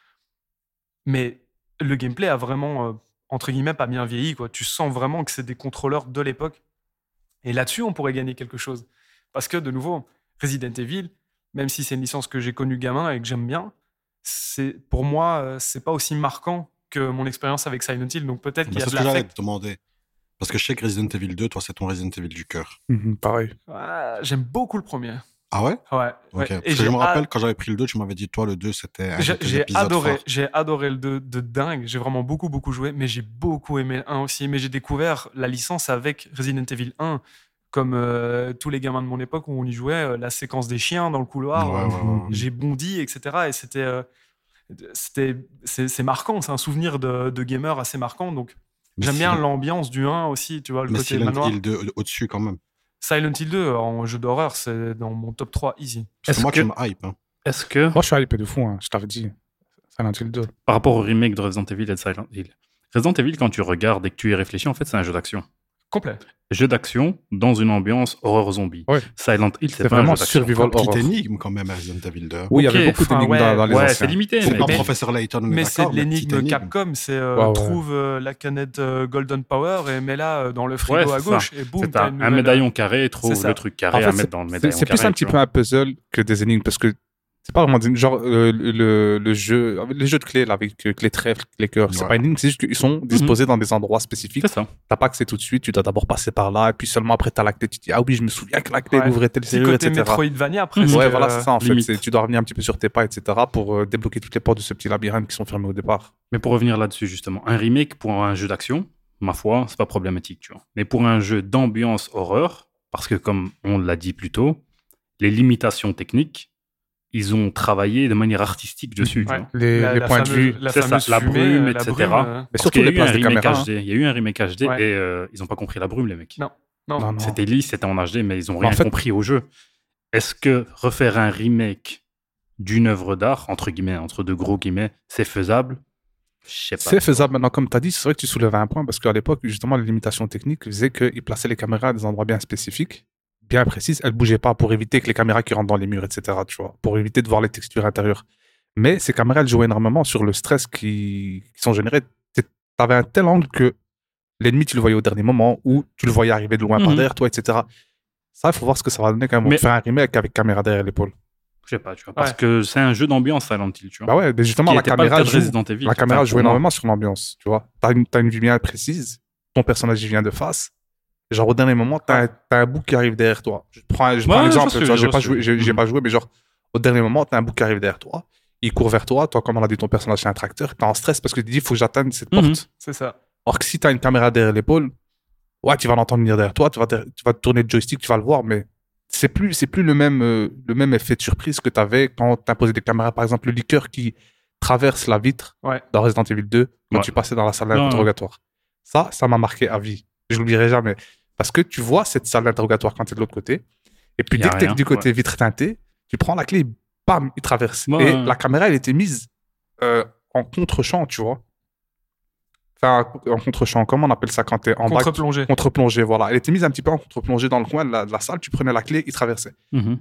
Speaker 4: Mais le gameplay a vraiment, euh, entre guillemets, pas bien vieilli. Quoi. Tu sens vraiment que c'est des contrôleurs de l'époque. Et là-dessus, on pourrait gagner quelque chose. Parce que, de nouveau, Resident Evil, même si c'est une licence que j'ai connue gamin et que j'aime bien, c'est pour moi, euh, c'est pas aussi marquant que mon expérience avec Silent Hill. Donc peut-être
Speaker 3: Mais
Speaker 4: qu'il y a
Speaker 3: Bah, C'est
Speaker 4: de
Speaker 3: ce que j'allais
Speaker 4: l'affect.
Speaker 3: te demander. Parce que je sais que Resident Evil 2, toi, c'est ton Resident Evil du cœur.
Speaker 5: Mhm, pareil.
Speaker 4: Ah, J'aime beaucoup le premier.
Speaker 3: Ah ouais
Speaker 4: Ouais. ouais.
Speaker 3: Ok. Parce
Speaker 4: Et
Speaker 3: que je
Speaker 4: j'ai
Speaker 3: me rappelle,
Speaker 4: a-
Speaker 3: quand j'avais pris le 2, tu m'avais dit, toi, le 2, c'était un
Speaker 4: j'ai-
Speaker 3: des
Speaker 4: j'ai
Speaker 3: Ah, épisodes
Speaker 4: adoré,
Speaker 3: phares.
Speaker 4: j'ai adoré le 2 de dingue. J'ai vraiment beaucoup, beaucoup joué, mais j'ai beaucoup aimé le 1 aussi. Mais j'ai découvert la licence avec Resident Evil 1, comme euh, tous les gamins de mon époque où on y jouait, euh, la séquence des chiens dans le couloir.
Speaker 3: Ouais,
Speaker 4: euh,
Speaker 3: ouais, ouais, ouais.
Speaker 4: j'ai bondi, etc. Et c'était, euh, c'était, c'est, c'est marquant, c'est un souvenir de, de gamer assez marquant. Donc
Speaker 3: Mais
Speaker 4: j'aime
Speaker 3: si-
Speaker 4: bien l'ambiance du 1 aussi, tu vois, le
Speaker 3: Mais
Speaker 4: côté
Speaker 3: Silent
Speaker 4: manoir.
Speaker 3: Hill 2 au- au-dessus quand même.
Speaker 4: Silent Hill 2 en jeu d'horreur, c'est dans mon top 3 easy.
Speaker 3: Parce que
Speaker 2: Est-ce
Speaker 3: moi,
Speaker 2: que-
Speaker 3: tu me hype. hein.
Speaker 2: Est-ce que,
Speaker 5: Moi, je suis hypé de fou, hein, je t'avais dit. Silent Hill 2.
Speaker 2: par rapport au remake de Resident Evil et de Silent Hill, Resident Evil, quand tu regardes et que tu y réfléchis, en fait, c'est un jeu d'action.
Speaker 4: Complet.
Speaker 2: Jeu d'action dans une ambiance horreur zombie.
Speaker 5: Ouais.
Speaker 2: Silent Hill, c'est
Speaker 5: C'est
Speaker 2: pas un
Speaker 5: vraiment
Speaker 2: jeu d'action.
Speaker 5: survival horror.
Speaker 3: Petite énigme quand même, Resident Evil 2.
Speaker 5: Oui, il y
Speaker 2: Ok,
Speaker 5: avait beaucoup
Speaker 4: enfin,
Speaker 5: d'énigmes
Speaker 4: ouais,
Speaker 5: dans, dans les
Speaker 2: Ouais,
Speaker 5: anciens.
Speaker 2: c'est limité,
Speaker 3: C'est
Speaker 2: mais,
Speaker 3: pas
Speaker 2: mais-
Speaker 3: Professeur Layton,
Speaker 4: Mais c'est de
Speaker 3: d'accord, petite
Speaker 4: l'énigme
Speaker 3: énigme.
Speaker 4: Capcom, c'est euh,
Speaker 5: Ouais, ouais.
Speaker 4: trouve euh, la canette euh, Golden Power et mets-la euh, dans le frigo
Speaker 2: Ouais,
Speaker 4: à
Speaker 2: c'est ça.
Speaker 4: gauche et boum,
Speaker 2: c'est
Speaker 4: t'as
Speaker 2: un,
Speaker 4: une
Speaker 2: un
Speaker 4: nouvelle- euh,
Speaker 2: médaillon carré, trouve
Speaker 4: ça.
Speaker 2: le truc carré
Speaker 5: En fait,
Speaker 2: à mettre dans le
Speaker 5: c'est-
Speaker 2: médaillon
Speaker 5: C'est
Speaker 2: carré.
Speaker 5: plus un petit
Speaker 2: tu
Speaker 5: peu
Speaker 2: vois.
Speaker 5: un puzzle que des énigmes parce que c'est pas vraiment des- genre euh, le, le jeu les jeux de clés là avec euh, les trèfles, les cœurs, c'est
Speaker 3: Ouais.
Speaker 5: pas une énigme, c'est juste qu'ils sont disposés dans des endroits spécifiques.
Speaker 2: C'est ça.
Speaker 5: T'as pas accès tout de suite, tu dois d'abord passer par là et puis seulement après t'as la clé, tu te dis ah oui je me souviens que la clé
Speaker 4: Ouais.
Speaker 5: elle ouvrait telle
Speaker 4: Petit
Speaker 5: serrure
Speaker 4: côté
Speaker 5: etc.
Speaker 4: Metroidvania après.
Speaker 2: Mhm.
Speaker 4: c'est
Speaker 5: Ouais
Speaker 4: que,
Speaker 5: voilà
Speaker 4: euh,
Speaker 5: c'est ça en fait,
Speaker 2: limite.
Speaker 5: c'est- tu dois revenir un petit peu sur tes pas etc. pour euh, débloquer toutes les portes de ce petit labyrinthe qui sont fermées au départ.
Speaker 2: Mais pour revenir là-dessus, justement, un remake pour un jeu d'action, ma foi, c'est pas problématique, tu vois. Mais pour un jeu d'ambiance horreur, parce que comme on l'a dit plus tôt, les limitations techniques, ils ont travaillé de manière artistique dessus. tu
Speaker 4: Ouais.
Speaker 2: vois.
Speaker 5: Les,
Speaker 4: la-
Speaker 5: les
Speaker 4: la
Speaker 5: points de
Speaker 4: fameuse-
Speaker 5: vue,
Speaker 4: la
Speaker 2: c'est ça,
Speaker 4: fameuse
Speaker 2: la
Speaker 4: fumée,
Speaker 2: brume,
Speaker 4: euh, la
Speaker 2: etc.
Speaker 4: brume, euh,
Speaker 5: mais
Speaker 2: Parce
Speaker 5: surtout
Speaker 2: qu'il y a
Speaker 5: les
Speaker 2: eu un
Speaker 5: places de
Speaker 2: remake
Speaker 5: caméra. hein.
Speaker 2: HD. Il y a eu un remake HD
Speaker 4: Ouais.
Speaker 2: et euh, ils ont pas compris la brume, les mecs.
Speaker 4: Non. Non.
Speaker 5: Non, non.
Speaker 2: C'était lisse, c'était en HD, mais ils ont
Speaker 5: Mais en
Speaker 2: rien
Speaker 5: fait-
Speaker 2: compris au jeu. Est-ce que refaire un remake d'une œuvre d'art, entre guillemets, entre deux gros guillemets, c'est faisable Je sais pas.
Speaker 5: C'est faisable maintenant, comme tu as dit, c'est vrai que tu soulevais un point, parce qu'à l'époque, justement, les limitations techniques faisaient qu'ils plaçaient les caméras à des endroits bien spécifiques, bien précises, elles ne bougeaient pas pour éviter que les caméras qui rentrent dans les murs, etc., tu vois, pour éviter de voir les textures intérieures. Mais ces caméras, elles jouaient énormément sur le stress qui, qui sont générés. Tu avais un tel angle que l'ennemi, tu le voyais au dernier moment, ou tu le voyais arriver de loin par
Speaker 2: Mhm.
Speaker 5: derrière toi, etc. Ça, il faut voir ce que ça va donner quand même.
Speaker 2: Mais-
Speaker 5: Faire un remake avec caméra derrière l'épaule.
Speaker 2: Je sais pas, tu vois. Parce que c'est un jeu d'ambiance, Silent Hill, tu vois.
Speaker 5: Bah ouais, mais justement,
Speaker 2: qui
Speaker 5: la
Speaker 2: était pas le
Speaker 5: caméra
Speaker 2: cas de
Speaker 5: joue
Speaker 2: Resident Evil.
Speaker 5: La caméra
Speaker 2: Enfin,
Speaker 5: joue
Speaker 2: pour moi.
Speaker 5: énormément sur l'ambiance, tu vois. T'as une, t'as une vue bien précise, ton personnage il vient de face. Genre, au dernier moment, t'as, un- t'as un bout qui arrive derrière toi. Je prends, je prends
Speaker 2: Ouais,
Speaker 5: un
Speaker 2: je
Speaker 5: exemple,
Speaker 2: vois ce
Speaker 5: tu
Speaker 2: que-
Speaker 5: vois,
Speaker 2: je
Speaker 5: j'ai,
Speaker 2: vois
Speaker 5: pas
Speaker 2: ce que-
Speaker 5: joué, j'ai, j'ai
Speaker 2: Mhm.
Speaker 5: pas joué, mais genre, au dernier moment, t'as un bout qui arrive derrière toi. Il court vers toi, toi, comme on l'a dit, ton personnage, c'est un tracteur. T'es en stress parce que tu te dis, il faut que j'atteigne cette
Speaker 2: Mhm.
Speaker 5: porte.
Speaker 4: C'est ça.
Speaker 5: Or que si t'as une caméra derrière l'épaule, ouais, tu vas l'entendre venir derrière toi, tu vas, te- tu vas te tourner le joystick, tu vas le voir, mais c'est plus, c'est plus le même, euh, le même effet de surprise que t'avais quand t'imposais des caméras. Par exemple, le liqueur qui traverse la vitre
Speaker 4: Ouais.
Speaker 5: dans Resident Evil 2 quand
Speaker 2: Ouais.
Speaker 5: tu passais dans la salle
Speaker 2: Non, non.
Speaker 5: d'interrogatoire. Ça, ça m'a marqué à vie. Je l'oublierai jamais. Parce que tu vois cette salle d'interrogatoire quand t'es de l'autre côté. Et puis
Speaker 2: Y a
Speaker 5: dès que t'es
Speaker 2: rien,
Speaker 5: du côté vitre teintée, tu prends la clé, bam, il traverse.
Speaker 2: Ouais,
Speaker 5: et
Speaker 2: ouais.
Speaker 5: la caméra, elle était mise euh, en contre-champ, tu vois. Enfin, en contre-champ, comment on appelle ça quand t'es en bas
Speaker 4: Contre-plongée.
Speaker 5: Contre-plongée, voilà. Elle était mise un petit peu en contre-plongée dans le coin de la, de la salle. Tu prenais la clé, il traversait.
Speaker 2: Mhm.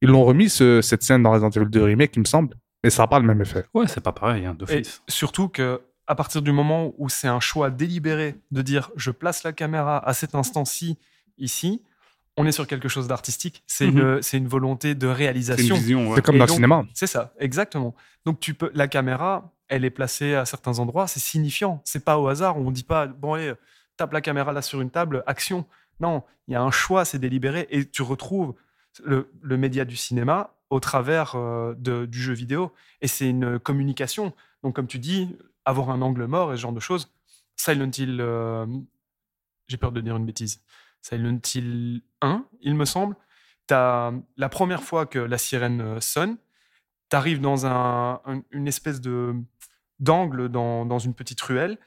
Speaker 5: Ils l'ont remis, ce- cette scène dans Resident Evil 2 Remake, il me semble. Mais ça n'a pas le même effet.
Speaker 2: Ouais, c'est pas pareil, hein,
Speaker 4: Et
Speaker 2: d'office.
Speaker 4: surtout que à partir du moment où c'est un choix délibéré de dire je place la caméra à cet instant-ci ici, on est sur quelque chose d'artistique. C'est
Speaker 2: Mhm.
Speaker 4: une c'est une volonté de
Speaker 2: C'est une
Speaker 4: réalisation.
Speaker 2: vision, ouais.
Speaker 5: C'est comme
Speaker 4: Et
Speaker 5: dans
Speaker 4: donc-
Speaker 5: le cinéma.
Speaker 4: C'est ça, exactement. Donc tu peux la caméra, elle est placée à certains endroits, c'est signifiant, c'est pas au hasard, on dit pas bon allez, tape la caméra là sur une table, action. Non, il y a un choix, c'est délibéré et tu retrouves le, le média du cinéma au travers euh, de- du jeu vidéo et c'est une communication. Donc comme tu dis, avoir un angle mort et ce genre de choses, Silent Hill euh, j'ai peur de dire une bêtise. Silent Hill 1, il me semble. T'as la première fois que la sirène euh, sonne, t'arrives dans un, un- une espèce de d'angle dans, dans une petite ruelle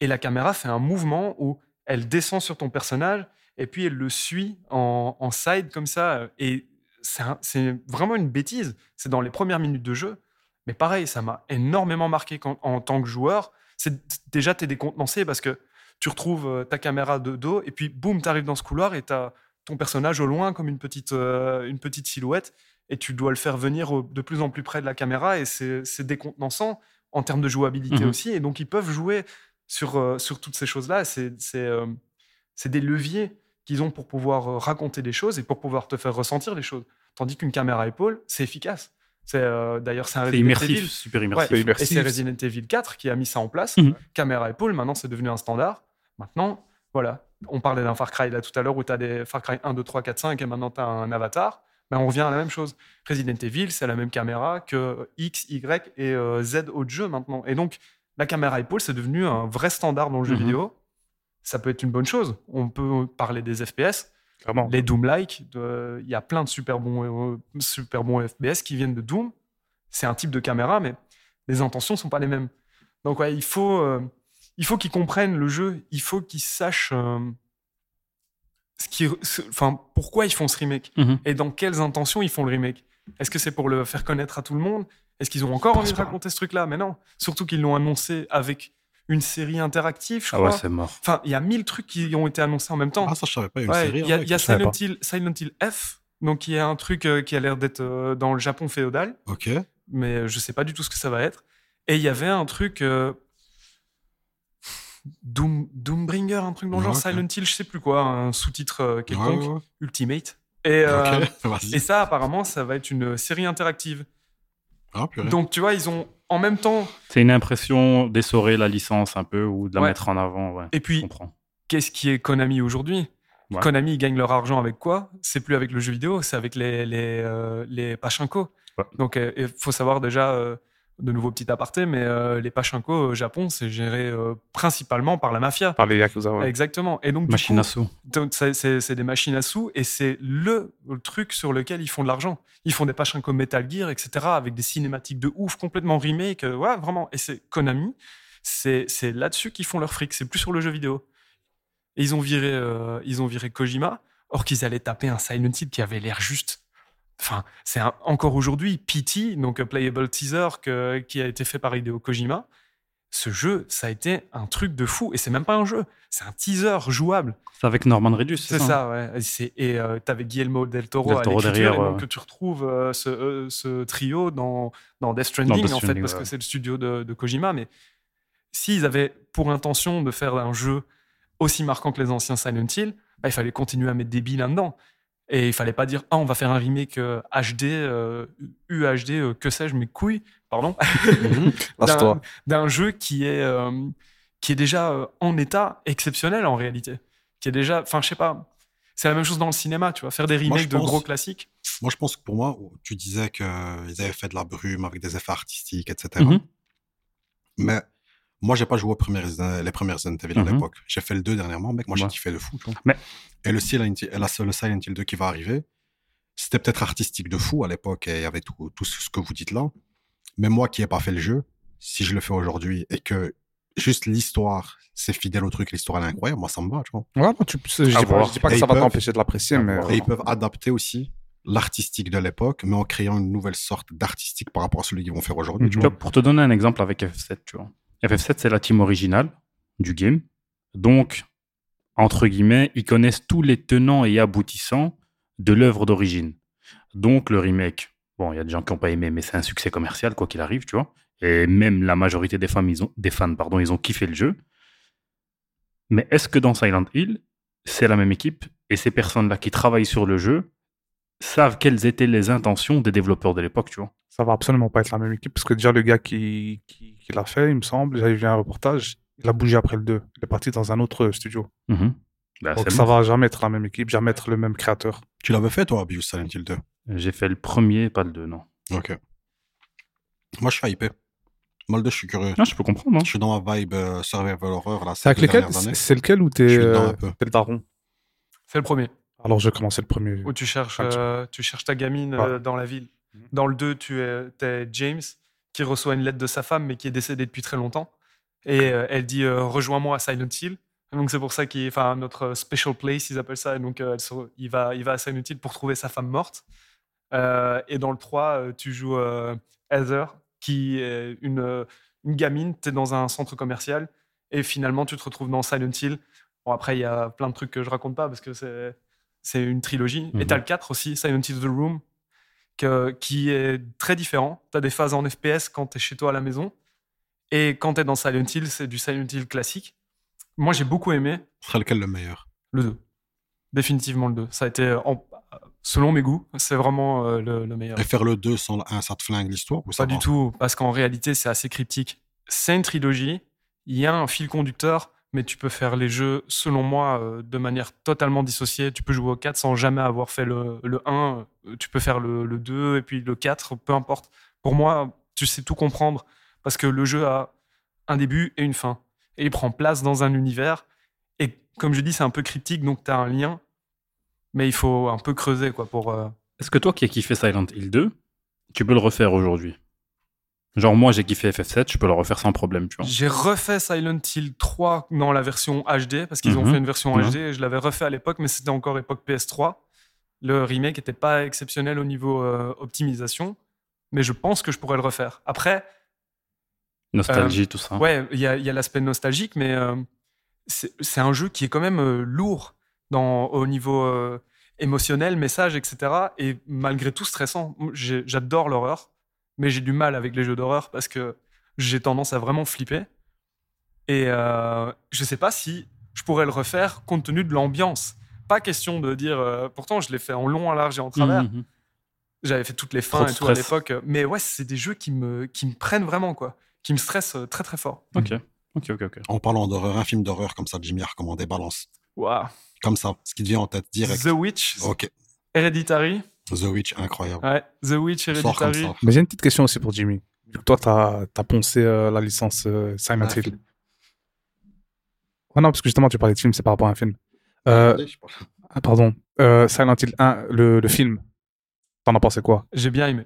Speaker 4: et la caméra fait un mouvement où elle descend sur ton personnage et puis elle le suit en, en side comme ça euh, et c'est un- c'est vraiment une bêtise c'est dans les premières minutes de jeu mais pareil ça m'a énormément marqué quand- en tant que joueur c'est déjà t'es décontenancé parce que tu retrouves euh, ta caméra de dos et puis boum t'arrives dans ce couloir et t'as ton personnage au loin comme une petite euh, une petite silhouette et tu dois le faire venir au- de plus en plus près de la caméra et c'est c'est décontenançant en termes de jouabilité
Speaker 2: Mhm.
Speaker 4: aussi et donc ils peuvent jouer sur, euh, sur toutes ces choses là c'est c'est, euh, c'est des leviers qu'ils ont pour pouvoir euh, raconter des choses et pour pouvoir te faire ressentir les choses tandis qu'une caméra à épaule c'est efficace c'est euh, d'ailleurs c'est un
Speaker 2: C'est
Speaker 4: Resident
Speaker 2: immersif,
Speaker 4: Evil.
Speaker 2: super immersif.
Speaker 5: C'est
Speaker 4: et
Speaker 5: immersif.
Speaker 4: c'est Resident Evil 4 qui a mis ça en place
Speaker 2: Mhm.
Speaker 4: caméra à épaule maintenant c'est devenu un standard maintenant voilà on parlait d'un Far Cry là tout à l'heure où tu as des Far Cry 1 2 3 4 5 et maintenant tu as un avatar ben, on revient à la même chose. Resident Evil, c'est la même caméra que X, Y et euh, Z au jeu maintenant. Et donc, la caméra épaule, c'est devenu un vrai standard dans le jeu
Speaker 2: Mhm.
Speaker 4: vidéo. Ça peut être une bonne chose. On peut parler des FPS.
Speaker 5: Clairement.
Speaker 4: Les Doom-like, de- il y a plein de super bons, euh, super bons FPS qui viennent de Doom. C'est un type de caméra, mais les intentions sont pas les mêmes. Donc ouais, il faut, euh, il faut qu'ils comprennent le jeu. Il faut qu'ils sachent euh, ce qui, ce- enfin, pourquoi ils font ce remake
Speaker 2: Mhm.
Speaker 4: et dans quelles intentions ils font le remake. Est-ce que c'est pour le faire connaître à tout le monde Est-ce qu'ils ont encore
Speaker 2: pense
Speaker 4: envie de
Speaker 2: pas.
Speaker 4: raconter ce truc-là Mais non. Surtout qu'ils l'ont annoncé avec une série interactive, je
Speaker 2: Ah
Speaker 4: crois.
Speaker 2: ouais, c'est mort.
Speaker 4: enfin, il y a mille trucs qui ont été annoncés en même temps.
Speaker 3: Ah, ça, je savais pas. Il y a une
Speaker 4: Ouais,
Speaker 3: série.
Speaker 4: il y a,
Speaker 3: avec.
Speaker 4: il y a
Speaker 5: je savais
Speaker 4: Silent
Speaker 5: pas.
Speaker 4: Hill, Silent Hill F, donc qui est un truc euh, qui a l'air d'être euh, dans le Japon féodal,
Speaker 3: Ok.
Speaker 4: mais euh, je sais pas du tout ce que ça va être. Et il y avait un truc euh, Doom, Doombringer, un truc dans le genre
Speaker 3: Ouais, ok.
Speaker 4: Silent Hill, je sais plus quoi, un sous-titre euh,
Speaker 3: Ouais,
Speaker 4: quelconque,
Speaker 3: ouais, ouais.
Speaker 4: Ultimate. Et, euh,
Speaker 3: Ok, vas-y.
Speaker 4: et ça, apparemment, ça va être une série interactive.
Speaker 3: Ah, purée.
Speaker 4: Donc, tu vois, ils ont en même temps.
Speaker 2: C'est une impression d'essorer la licence un peu ou de la
Speaker 4: Ouais.
Speaker 2: mettre en avant. Ouais.
Speaker 4: Et
Speaker 2: Je
Speaker 4: puis,
Speaker 2: comprends.
Speaker 4: qu'est-ce qui est Konami aujourd'hui
Speaker 2: Ouais.
Speaker 4: Konami, ils gagnent leur argent avec quoi C'est plus avec le jeu vidéo, c'est avec les, les, euh, les pachinko.
Speaker 2: Ouais.
Speaker 4: Donc, euh, il faut savoir déjà, euh, de nouveau petit aparté, mais euh, les pachinko au Japon, c'est géré euh, principalement par la mafia.
Speaker 5: Par les Yakuza, ouais.
Speaker 4: Exactement. Et donc, du
Speaker 2: Machine
Speaker 4: coup,
Speaker 2: à sous.
Speaker 4: donc, ça- c'est c'est des machines à sous et c'est le truc sur lequel ils font de l'argent. Ils font des pachinko comme Metal Gear, etc., avec des cinématiques de ouf, complètement remake. euh, Ouais, vraiment. Et c'est Konami, c'est c'est là-dessus qu'ils font leur fric. C'est plus sur le jeu vidéo. Et ils ont viré, euh, ils ont viré Kojima, or qu'ils allaient taper un Silent Hill qui avait l'air juste. Enfin, c'est un- encore aujourd'hui PT, donc euh, Playable Teaser, que- qui a été fait par Hideo Kojima. Ce jeu, ça a été un truc de fou. Et c'est même pas un jeu, c'est un teaser jouable.
Speaker 2: C'est avec Norman Reedus,
Speaker 4: C'est ça, ouais. Et c'est- Et euh, t'avais Guillermo del Toro,
Speaker 2: Del
Speaker 4: à
Speaker 2: Toro
Speaker 4: l'écriture,
Speaker 2: derrière,
Speaker 4: et donc
Speaker 2: ouais.
Speaker 4: que tu retrouves euh, ce, euh, ce trio dans, dans Death Stranding,
Speaker 2: Death
Speaker 4: en fait,
Speaker 2: Stranding,
Speaker 4: parce
Speaker 2: ouais.
Speaker 4: que c'est le studio de, de Kojima. Mais s'ils avaient pour intention de faire un jeu aussi marquant que les anciens Silent Hill, bah, il fallait continuer à mettre des billes là-dedans. Et il fallait pas dire, ah, on va faire un remake euh, HD, euh, UHD, euh, que sais-je, mes couilles, pardon
Speaker 5: Lâche-toi.
Speaker 4: d'un- Mhm. d'un jeu qui est euh, qui est déjà euh, en état exceptionnel en réalité qui est déjà enfin je sais pas c'est la même chose dans le cinéma tu vois faire des remakes
Speaker 3: Moi, je
Speaker 4: de
Speaker 3: pense-
Speaker 4: gros classiques
Speaker 3: Moi, je pense que pour moi, tu disais qu'ils avaient fait de la brume avec des effets artistiques, etc.
Speaker 2: Mhm.
Speaker 3: Mais moi, j'ai pas joué aux premières, les premières Resident Evil à
Speaker 2: Mhm.
Speaker 3: l'époque. J'ai fait le 2 dernièrement, mec. Moi, j'ai
Speaker 2: Ouais.
Speaker 3: kiffé de fou. tu vois.
Speaker 2: Mais-
Speaker 3: Et le Silent, Hill- la- le Silent Hill 2 qui va arriver, c'était peut-être artistique de fou à l'époque et il y avait tout, tout ce que vous dites là. Mais moi qui ai pas fait le jeu, si je le fais aujourd'hui et que juste l'histoire, c'est fidèle au truc, l'histoire elle est incroyable, moi, ça me va, tu vois.
Speaker 5: Ouais, non, tu, je, dis
Speaker 2: À
Speaker 5: pas,
Speaker 2: voir.
Speaker 5: je dis pas que
Speaker 3: Et
Speaker 5: ça
Speaker 3: ils
Speaker 5: va
Speaker 3: peuvent-
Speaker 5: t'empêcher de l'apprécier,
Speaker 2: À
Speaker 5: mais. euh,
Speaker 2: voir.
Speaker 3: Et ils peuvent adapter aussi l'artistique de l'époque, mais en créant une nouvelle sorte d'artistique par rapport à celui qu'ils vont faire aujourd'hui. tu
Speaker 2: Tu
Speaker 3: vois.
Speaker 2: vois, pour te donner un exemple avec FF7, tu vois. FF7, c'est la team originale du game. Donc, entre guillemets, ils connaissent tous les tenants et aboutissants de l'œuvre d'origine. Donc, le remake, bon, il y a des gens qui n'ont pas aimé, mais c'est un succès commercial, quoi qu'il arrive, tu vois. Et même la majorité des, femmes, ils ont, des fans, pardon, ils ont kiffé le jeu. Mais est-ce que dans Silent Hill, c'est la même équipe et ces personnes-là qui travaillent sur le jeu savent quelles étaient les intentions des développeurs de l'époque, tu vois
Speaker 5: ça va absolument pas être la même équipe parce que déjà le gars qui, qui, qui l'a fait, il me semble, j'avais vu un reportage, il a bougé après le 2. Il est parti dans un autre studio.
Speaker 2: Mhm. Bah,
Speaker 5: Mm-hmm. Donc
Speaker 2: c'est
Speaker 5: ça
Speaker 2: bon.
Speaker 5: va jamais être la même équipe, jamais être le même créateur.
Speaker 3: Tu l'avais fait, toi, Abuse Silent Hill 2
Speaker 2: J'ai fait le premier, pas le deux, non.
Speaker 3: Ok. Moi, je suis hypé. Moi, le 2, je suis curieux.
Speaker 2: Ah, je peux comprendre. hein.
Speaker 3: Je suis dans ma vibe euh, survival horror, là.
Speaker 5: C'est avec
Speaker 3: ces deux
Speaker 5: lequel
Speaker 3: dernières
Speaker 5: C'est
Speaker 3: années.
Speaker 5: c'est lequel où t'es
Speaker 3: Je suis dedans
Speaker 5: euh,
Speaker 3: un peu.
Speaker 5: t'es le daron
Speaker 4: c'est le premier
Speaker 5: Alors je commençais le premier.
Speaker 4: où tu cherches
Speaker 5: Ah, tu-
Speaker 4: euh, tu cherches ta gamine
Speaker 5: Ah.
Speaker 4: euh, dans la ville dans le 2 tu es, t'es James qui reçoit une lettre de sa femme mais qui est décédée depuis très longtemps et euh, elle dit euh, rejoins-moi à Silent Hill donc c'est pour ça qu'il enfin notre special place ils appellent ça et donc euh, elle se- il va il va à Silent Hill pour trouver sa femme morte Euh, et dans le 3 euh, tu joues euh, Heather qui est une euh, une gamine tu es dans un centre commercial et finalement tu te retrouves dans Silent Hill bon après il y a plein de trucs que je raconte pas parce que c'est c'est une trilogie et
Speaker 2: Mhm.
Speaker 4: t'as le 4 aussi Silent Hill The Room que- qui est très différent. Tu as des phases en FPS quand tu es chez toi à la maison. Et quand tu es dans Silent Hill, c'est du Silent Hill classique. Moi, j'ai beaucoup aimé
Speaker 3: Ce serait lequel le meilleur
Speaker 4: le 2. Définitivement le 2. Ça a été, euh, en- selon mes goûts, c'est vraiment euh, le, le meilleur.
Speaker 3: Et faire le 2 sans le 1, ça te flingue l'histoire ou ça
Speaker 4: Pas du
Speaker 3: va
Speaker 4: tout, parce qu'en réalité, c'est assez cryptique. C'est une trilogie, il y a un fil conducteur, mais tu peux faire les jeux, selon moi, euh, de manière totalement dissociée. Tu peux jouer au 4 sans jamais avoir fait le, le 1, euh, tu peux faire le, le 2 et puis le 4, peu importe. Pour moi, tu sais tout comprendre parce que le jeu a un début et une fin. Et il prend place dans un univers. Et comme je dis, c'est un peu cryptique, donc tu as un lien, mais il faut un peu creuser quoi pour... euh,
Speaker 2: Est-ce que toi qui as kiffé Silent Hill 2, tu peux le refaire aujourd'hui Genre moi j'ai kiffé FF7, je peux le refaire sans problème, tu vois.
Speaker 4: J'ai refait Silent Hill 3 dans la version HD, parce qu'ils ont
Speaker 2: Mhm.
Speaker 4: fait une version
Speaker 2: Mhm.
Speaker 4: HD, et je l'avais refait à l'époque, mais c'était encore époque PS3. Le remake n'était pas exceptionnel au niveau euh, optimisation, mais je pense que je pourrais le refaire. Après,
Speaker 2: Nostalgie, tout ça.
Speaker 4: euh, ouais, il y a, il y a l'aspect nostalgique, mais euh, c'est c'est un jeu qui est quand même euh, lourd dans, au niveau euh, émotionnel, message, etc. Et malgré tout stressant. Moi, j'ai- J'adore l'horreur, mais j'ai du mal avec les jeux d'horreur parce que j'ai tendance à vraiment flipper. Et euh, je sais pas si je pourrais le refaire compte tenu de l'ambiance. Pas question de dire. euh, pourtant, je l'ai fait en long, en large et en travers
Speaker 2: Mhm.
Speaker 4: j'avais fait toutes les
Speaker 2: Trop
Speaker 4: fins
Speaker 2: de
Speaker 4: et tout à
Speaker 2: stress.
Speaker 4: l'époque. Mais ouais, c'est des jeux qui me, qui me prennent vraiment, quoi. Qui me stressent euh, très, très fort.
Speaker 2: Ok, ok, ok. ok.
Speaker 3: En parlant d'horreur, un film d'horreur comme ça, Jimmy a recommandé Balance.
Speaker 4: Waouh.
Speaker 3: Comme ça, ce qui te vient en tête direct.
Speaker 4: The Witch, Ah,
Speaker 3: Ok,
Speaker 4: Hereditary.
Speaker 3: The Witch, incroyable.
Speaker 4: Ouais, The Witch,
Speaker 3: Sort comme
Speaker 4: Hereditary.
Speaker 3: ça.
Speaker 5: Mais j'ai une petite question aussi pour Jimmy. Vu que toi, t'as as poncé euh, la licence euh, Silent
Speaker 3: Un
Speaker 5: Hill.
Speaker 3: film.
Speaker 5: Ah non, parce que justement, tu parlais de film, c'est par rapport à un film. Euh,
Speaker 3: Regardez, je sais pas.
Speaker 5: ah, pardon. Euh, Silent Hill 1, le, le film, t'en as pensé quoi
Speaker 4: J'ai bien aimé.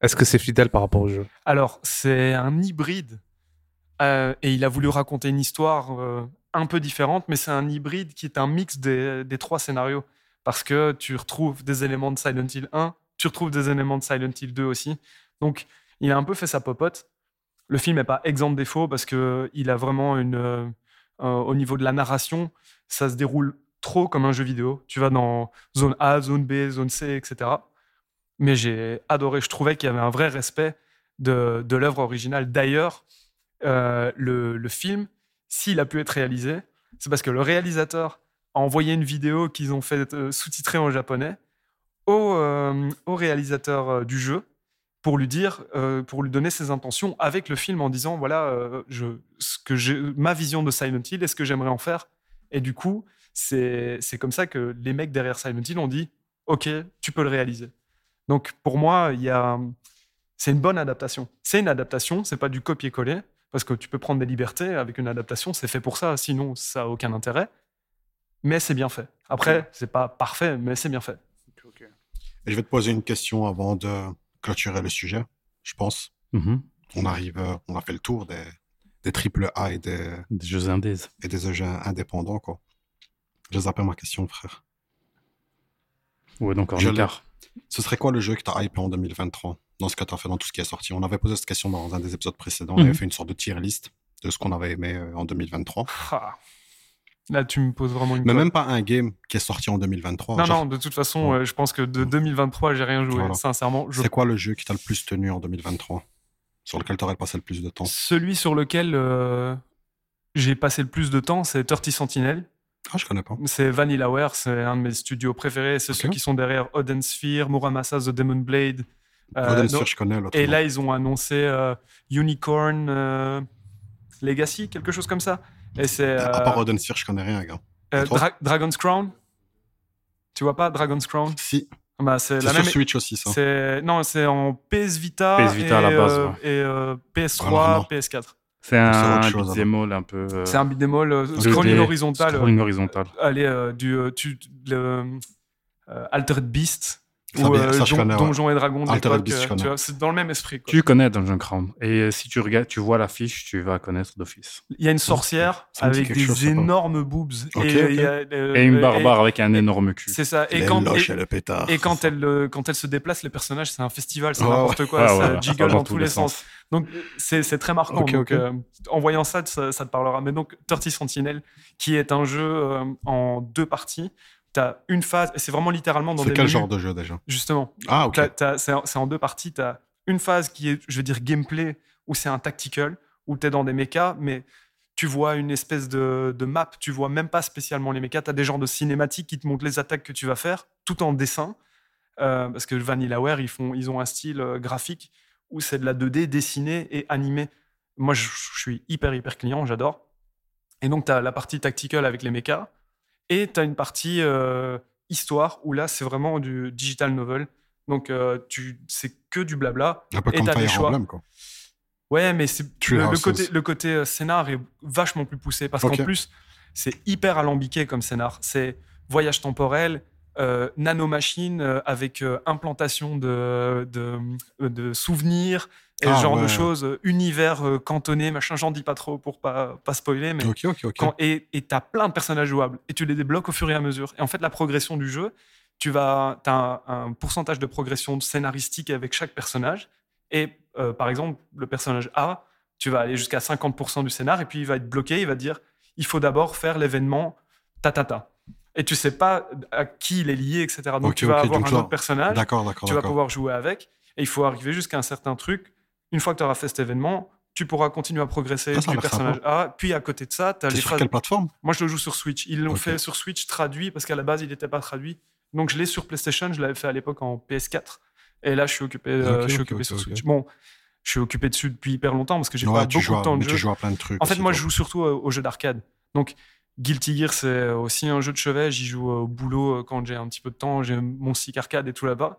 Speaker 5: Est-ce que c'est fidèle par rapport au jeu
Speaker 4: Alors, c'est un hybride. Euh, et il a voulu raconter une histoire euh, un peu différente, mais c'est un hybride qui est un mix des, des trois scénarios. Parce que tu retrouves des éléments de Silent Hill 1, tu retrouves des éléments de Silent Hill 2 aussi. Donc, il a un peu fait sa popote. Le film n'est pas exempt de défauts parce qu'il a vraiment une. euh, euh, au niveau de la narration, ça se déroule trop comme un jeu vidéo. Tu vas dans zone A, zone B, zone C, etc. Mais j'ai adoré. Je trouvais qu'il y avait un vrai respect de, de l'œuvre originale. D'ailleurs, euh, le, le film, s'il a pu être réalisé, c'est parce que le réalisateur a envoyé une vidéo qu'ils ont fait euh, sous-titrer en japonais au, euh, au réalisateur euh, du jeu pour lui dire, euh, pour lui donner ses intentions avec le film en disant voilà, euh, je, ce que j'ai- ma vision de Silent Hill et ce que j'aimerais en faire. Et du coup, c'est c'est comme ça que les mecs derrière Silent Hill ont dit ok, tu peux le réaliser. Donc pour moi, il y a c'est une bonne adaptation. C'est une adaptation, c'est pas du copier-coller, parce que tu peux prendre des libertés avec une adaptation, c'est fait pour ça, sinon ça a aucun intérêt. Mais c'est bien fait. Après, c'est pas parfait, mais c'est bien fait.
Speaker 3: Et je vais te poser une question avant de clôturer le sujet, je pense.
Speaker 2: Mhm.
Speaker 3: On arrive, euh, on a fait le tour des, des triple A et des,
Speaker 2: Des jeux indés.
Speaker 3: et des jeux indépendants, quoi. Je zappais ma question, frère.
Speaker 2: Ouais, donc en
Speaker 3: Je l'ai.
Speaker 2: écart.
Speaker 3: Ce serait quoi le jeu que t'as hypé en 2023 dans ce que t'as fait, dans tout ce qui est sorti On avait posé cette question dans un des épisodes précédents. On
Speaker 2: Mhm.
Speaker 3: avait fait une sorte de tier list de ce qu'on avait aimé euh, en 2023.
Speaker 4: Ah. Là, tu me poses vraiment une.
Speaker 3: Mais
Speaker 4: colle.
Speaker 3: même pas un game qui est sorti en 2023.
Speaker 4: Non,
Speaker 3: Genre,
Speaker 4: non, de toute façon, euh, je pense que de 2023, j'ai rien joué,
Speaker 3: Voilà.
Speaker 4: sincèrement. Je-
Speaker 3: C'est quoi le jeu qui t'a le plus tenu en 2023 Sur lequel t'aurais passé le plus de temps
Speaker 4: Celui sur lequel euh, j'ai passé le plus de temps, c'est 30 Sentinel.
Speaker 3: Ah, je connais pas.
Speaker 4: C'est Vanillaware, c'est un de mes studios préférés. C'est
Speaker 3: Ok.
Speaker 4: ceux qui sont derrière Odin Sphere, Muramasa, The Demon Blade. euh,
Speaker 3: Golden
Speaker 4: donc-
Speaker 3: Sphere, je connais l'autre.
Speaker 4: Et
Speaker 3: non.
Speaker 4: là, ils ont annoncé euh, Unicorn euh, Legacy, quelque chose comme ça. Et c'est euh,
Speaker 3: À part Golden Sphere, je connais rien, gars.
Speaker 4: euh,
Speaker 3: toi
Speaker 4: Dra- Dragon's Crown. Tu vois pas Dragon's Crown
Speaker 3: Si,
Speaker 4: Bah, C'est
Speaker 3: c'est
Speaker 4: la
Speaker 3: sur
Speaker 4: même.
Speaker 3: Switch hein. aussi, ça.
Speaker 4: C'est non, c'est en PS Vita,
Speaker 2: PS Vita à
Speaker 4: et,
Speaker 2: la base,
Speaker 4: euh,
Speaker 2: ouais.
Speaker 4: et euh,
Speaker 3: Voilà,
Speaker 4: PS3,
Speaker 3: non.
Speaker 4: PS4.
Speaker 2: C'est
Speaker 3: C'est
Speaker 2: un
Speaker 3: autre chose,
Speaker 2: beat'em all un peu. euh,
Speaker 4: C'est un beat'em all euh,
Speaker 2: deux
Speaker 4: scrolling
Speaker 2: D,
Speaker 4: horizontal. euh,
Speaker 2: scrolling horizontal.
Speaker 4: Allez, euh, du euh, tu le euh, Altered Beast
Speaker 3: Ça,
Speaker 4: ou
Speaker 3: bien-
Speaker 4: euh,
Speaker 3: ça, je
Speaker 4: Don-
Speaker 3: connais, ouais.
Speaker 4: Donjons et Dragons. de
Speaker 3: Altered
Speaker 4: l'époque,
Speaker 3: Beast, je
Speaker 4: euh,
Speaker 3: connais.
Speaker 4: tu vois, C'est dans le même esprit. quoi.
Speaker 2: Tu connais Dungeon Crown. Et euh, si tu regardes, tu vois l'affiche, tu vas connaître d'office.
Speaker 4: Il y a une sorcière
Speaker 3: Ça me dit
Speaker 4: avec
Speaker 3: quelque
Speaker 4: des
Speaker 3: chose, ça, pardon.
Speaker 4: énormes boobs.
Speaker 3: Ok,
Speaker 4: et,
Speaker 3: ok.
Speaker 4: il y a, euh,
Speaker 2: Et une
Speaker 4: euh,
Speaker 2: barbare avec un énorme cul.
Speaker 4: C'est ça. Et
Speaker 3: Les
Speaker 4: quand,
Speaker 3: loches
Speaker 4: et,
Speaker 3: et le pétard.
Speaker 4: et quand elle, euh, quand elle se déplace, les personnages, c'est un festival, c'est
Speaker 3: Ouais,
Speaker 4: n'importe quoi,
Speaker 2: Ah
Speaker 4: ça
Speaker 2: ouais, ouais,
Speaker 4: jiggle
Speaker 2: ça va
Speaker 4: dans tous les sens. Donc c'est c'est très marquant.
Speaker 3: Ok,
Speaker 4: donc,
Speaker 3: ok.
Speaker 4: euh, en voyant ça, ça, ça te parlera. Mais donc 30 Sentinel, qui est un jeu euh, en deux parties. Tu as une phase, et c'est vraiment littéralement dans
Speaker 3: C'est
Speaker 4: des
Speaker 3: quel
Speaker 4: menus,
Speaker 3: genre de jeu déjà
Speaker 4: Justement.
Speaker 3: Ah, ok.
Speaker 4: T'as- t'as- C'est en- c'est en deux parties. Tu as une phase qui est, je veux dire, gameplay, où c'est un tactical, où tu es dans des mechas, mais tu vois une espèce de, de map, tu vois même pas spécialement les mechas. Tu as des genres de cinématiques qui te montrent les attaques que tu vas faire, tout en dessin. Euh, parce que Vanillaware, ils, font, ils ont un style euh, graphique où c'est de la 2D dessinée et animée. Moi, je, je suis hyper, hyper client, j'adore. Et donc, tu as la partie tactical avec les mechas, et tu as une partie euh, histoire, où là, c'est vraiment du digital novel. Donc, euh, tu, c'est que du blabla.
Speaker 3: Un peu
Speaker 4: Et
Speaker 3: comme
Speaker 4: t'as des
Speaker 3: Fire
Speaker 4: choix.
Speaker 3: Emblem, quoi.
Speaker 4: Ouais, mais c'est
Speaker 3: Tu
Speaker 4: le,
Speaker 3: as un
Speaker 4: le
Speaker 3: sens.
Speaker 4: côté, le côté euh, scénar est vachement plus poussé parce
Speaker 3: Ok.
Speaker 4: qu'en plus, c'est hyper alambiqué comme scénar. C'est voyage temporel, euh, nanomachine euh, avec euh, implantation de, de, euh, de souvenirs, et
Speaker 3: Ah,
Speaker 4: ce genre
Speaker 3: ouais.
Speaker 4: de choses, euh, univers euh, cantonné, machin. J'en dis pas trop pour pas, pas spoiler, mais
Speaker 3: Ok, ok, ok.
Speaker 4: quand- et et t'as plein de personnages jouables et tu les débloques au fur et à mesure. Et en fait, la progression du jeu, tu vas, t'as un, un pourcentage de progression scénaristique avec chaque personnage. Et euh, par exemple, le personnage A, tu vas aller jusqu'à 50% du scénar et puis il va être bloqué. Il va dire, il faut d'abord faire l'événement ta ta ta. Et tu sais pas à qui il est lié, etc. Donc
Speaker 3: Ok,
Speaker 4: tu vas
Speaker 3: ok,
Speaker 4: avoir
Speaker 3: donc
Speaker 4: un
Speaker 3: là,
Speaker 4: autre personnage
Speaker 3: D'accord, d'accord,
Speaker 4: tu vas
Speaker 3: d'accord.
Speaker 4: pouvoir jouer avec et il faut arriver jusqu'à un certain truc. Une fois que tu auras fait cet événement, tu pourras continuer à progresser
Speaker 3: Ah, ça a
Speaker 4: du
Speaker 3: l'air
Speaker 4: personnage A. Puis à côté de ça, tu as
Speaker 3: T'es
Speaker 4: les
Speaker 3: sur
Speaker 4: phrases.
Speaker 3: quelle plateforme
Speaker 4: Moi, je le joue sur Switch. Ils l'ont
Speaker 3: Ok.
Speaker 4: fait sur Switch traduit parce qu'à la base, il n'était pas traduit. Donc, je l'ai sur PlayStation. Je l'avais fait à l'époque en PS4. Et là, je suis occupé, euh,
Speaker 3: Ok,
Speaker 4: je suis
Speaker 3: ok,
Speaker 4: occupé
Speaker 3: ok,
Speaker 4: sur
Speaker 3: ok.
Speaker 4: Switch. Bon, je suis occupé dessus depuis hyper longtemps parce que j'ai
Speaker 3: Ouais,
Speaker 4: pas
Speaker 3: tu
Speaker 4: beaucoup
Speaker 3: joues,
Speaker 4: de
Speaker 3: à,
Speaker 4: temps de
Speaker 3: mais
Speaker 4: jeu.
Speaker 3: tu joues à plein de trucs.
Speaker 4: En fait,
Speaker 3: aussi,
Speaker 4: moi,
Speaker 3: toi.
Speaker 4: je joue surtout euh, aux jeux d'arcade. Donc, Guilty Gear, c'est aussi un jeu de chevet. J'y joue euh, au boulot euh, quand j'ai un petit peu de temps. J'ai mon SIC arcade et tout là-bas.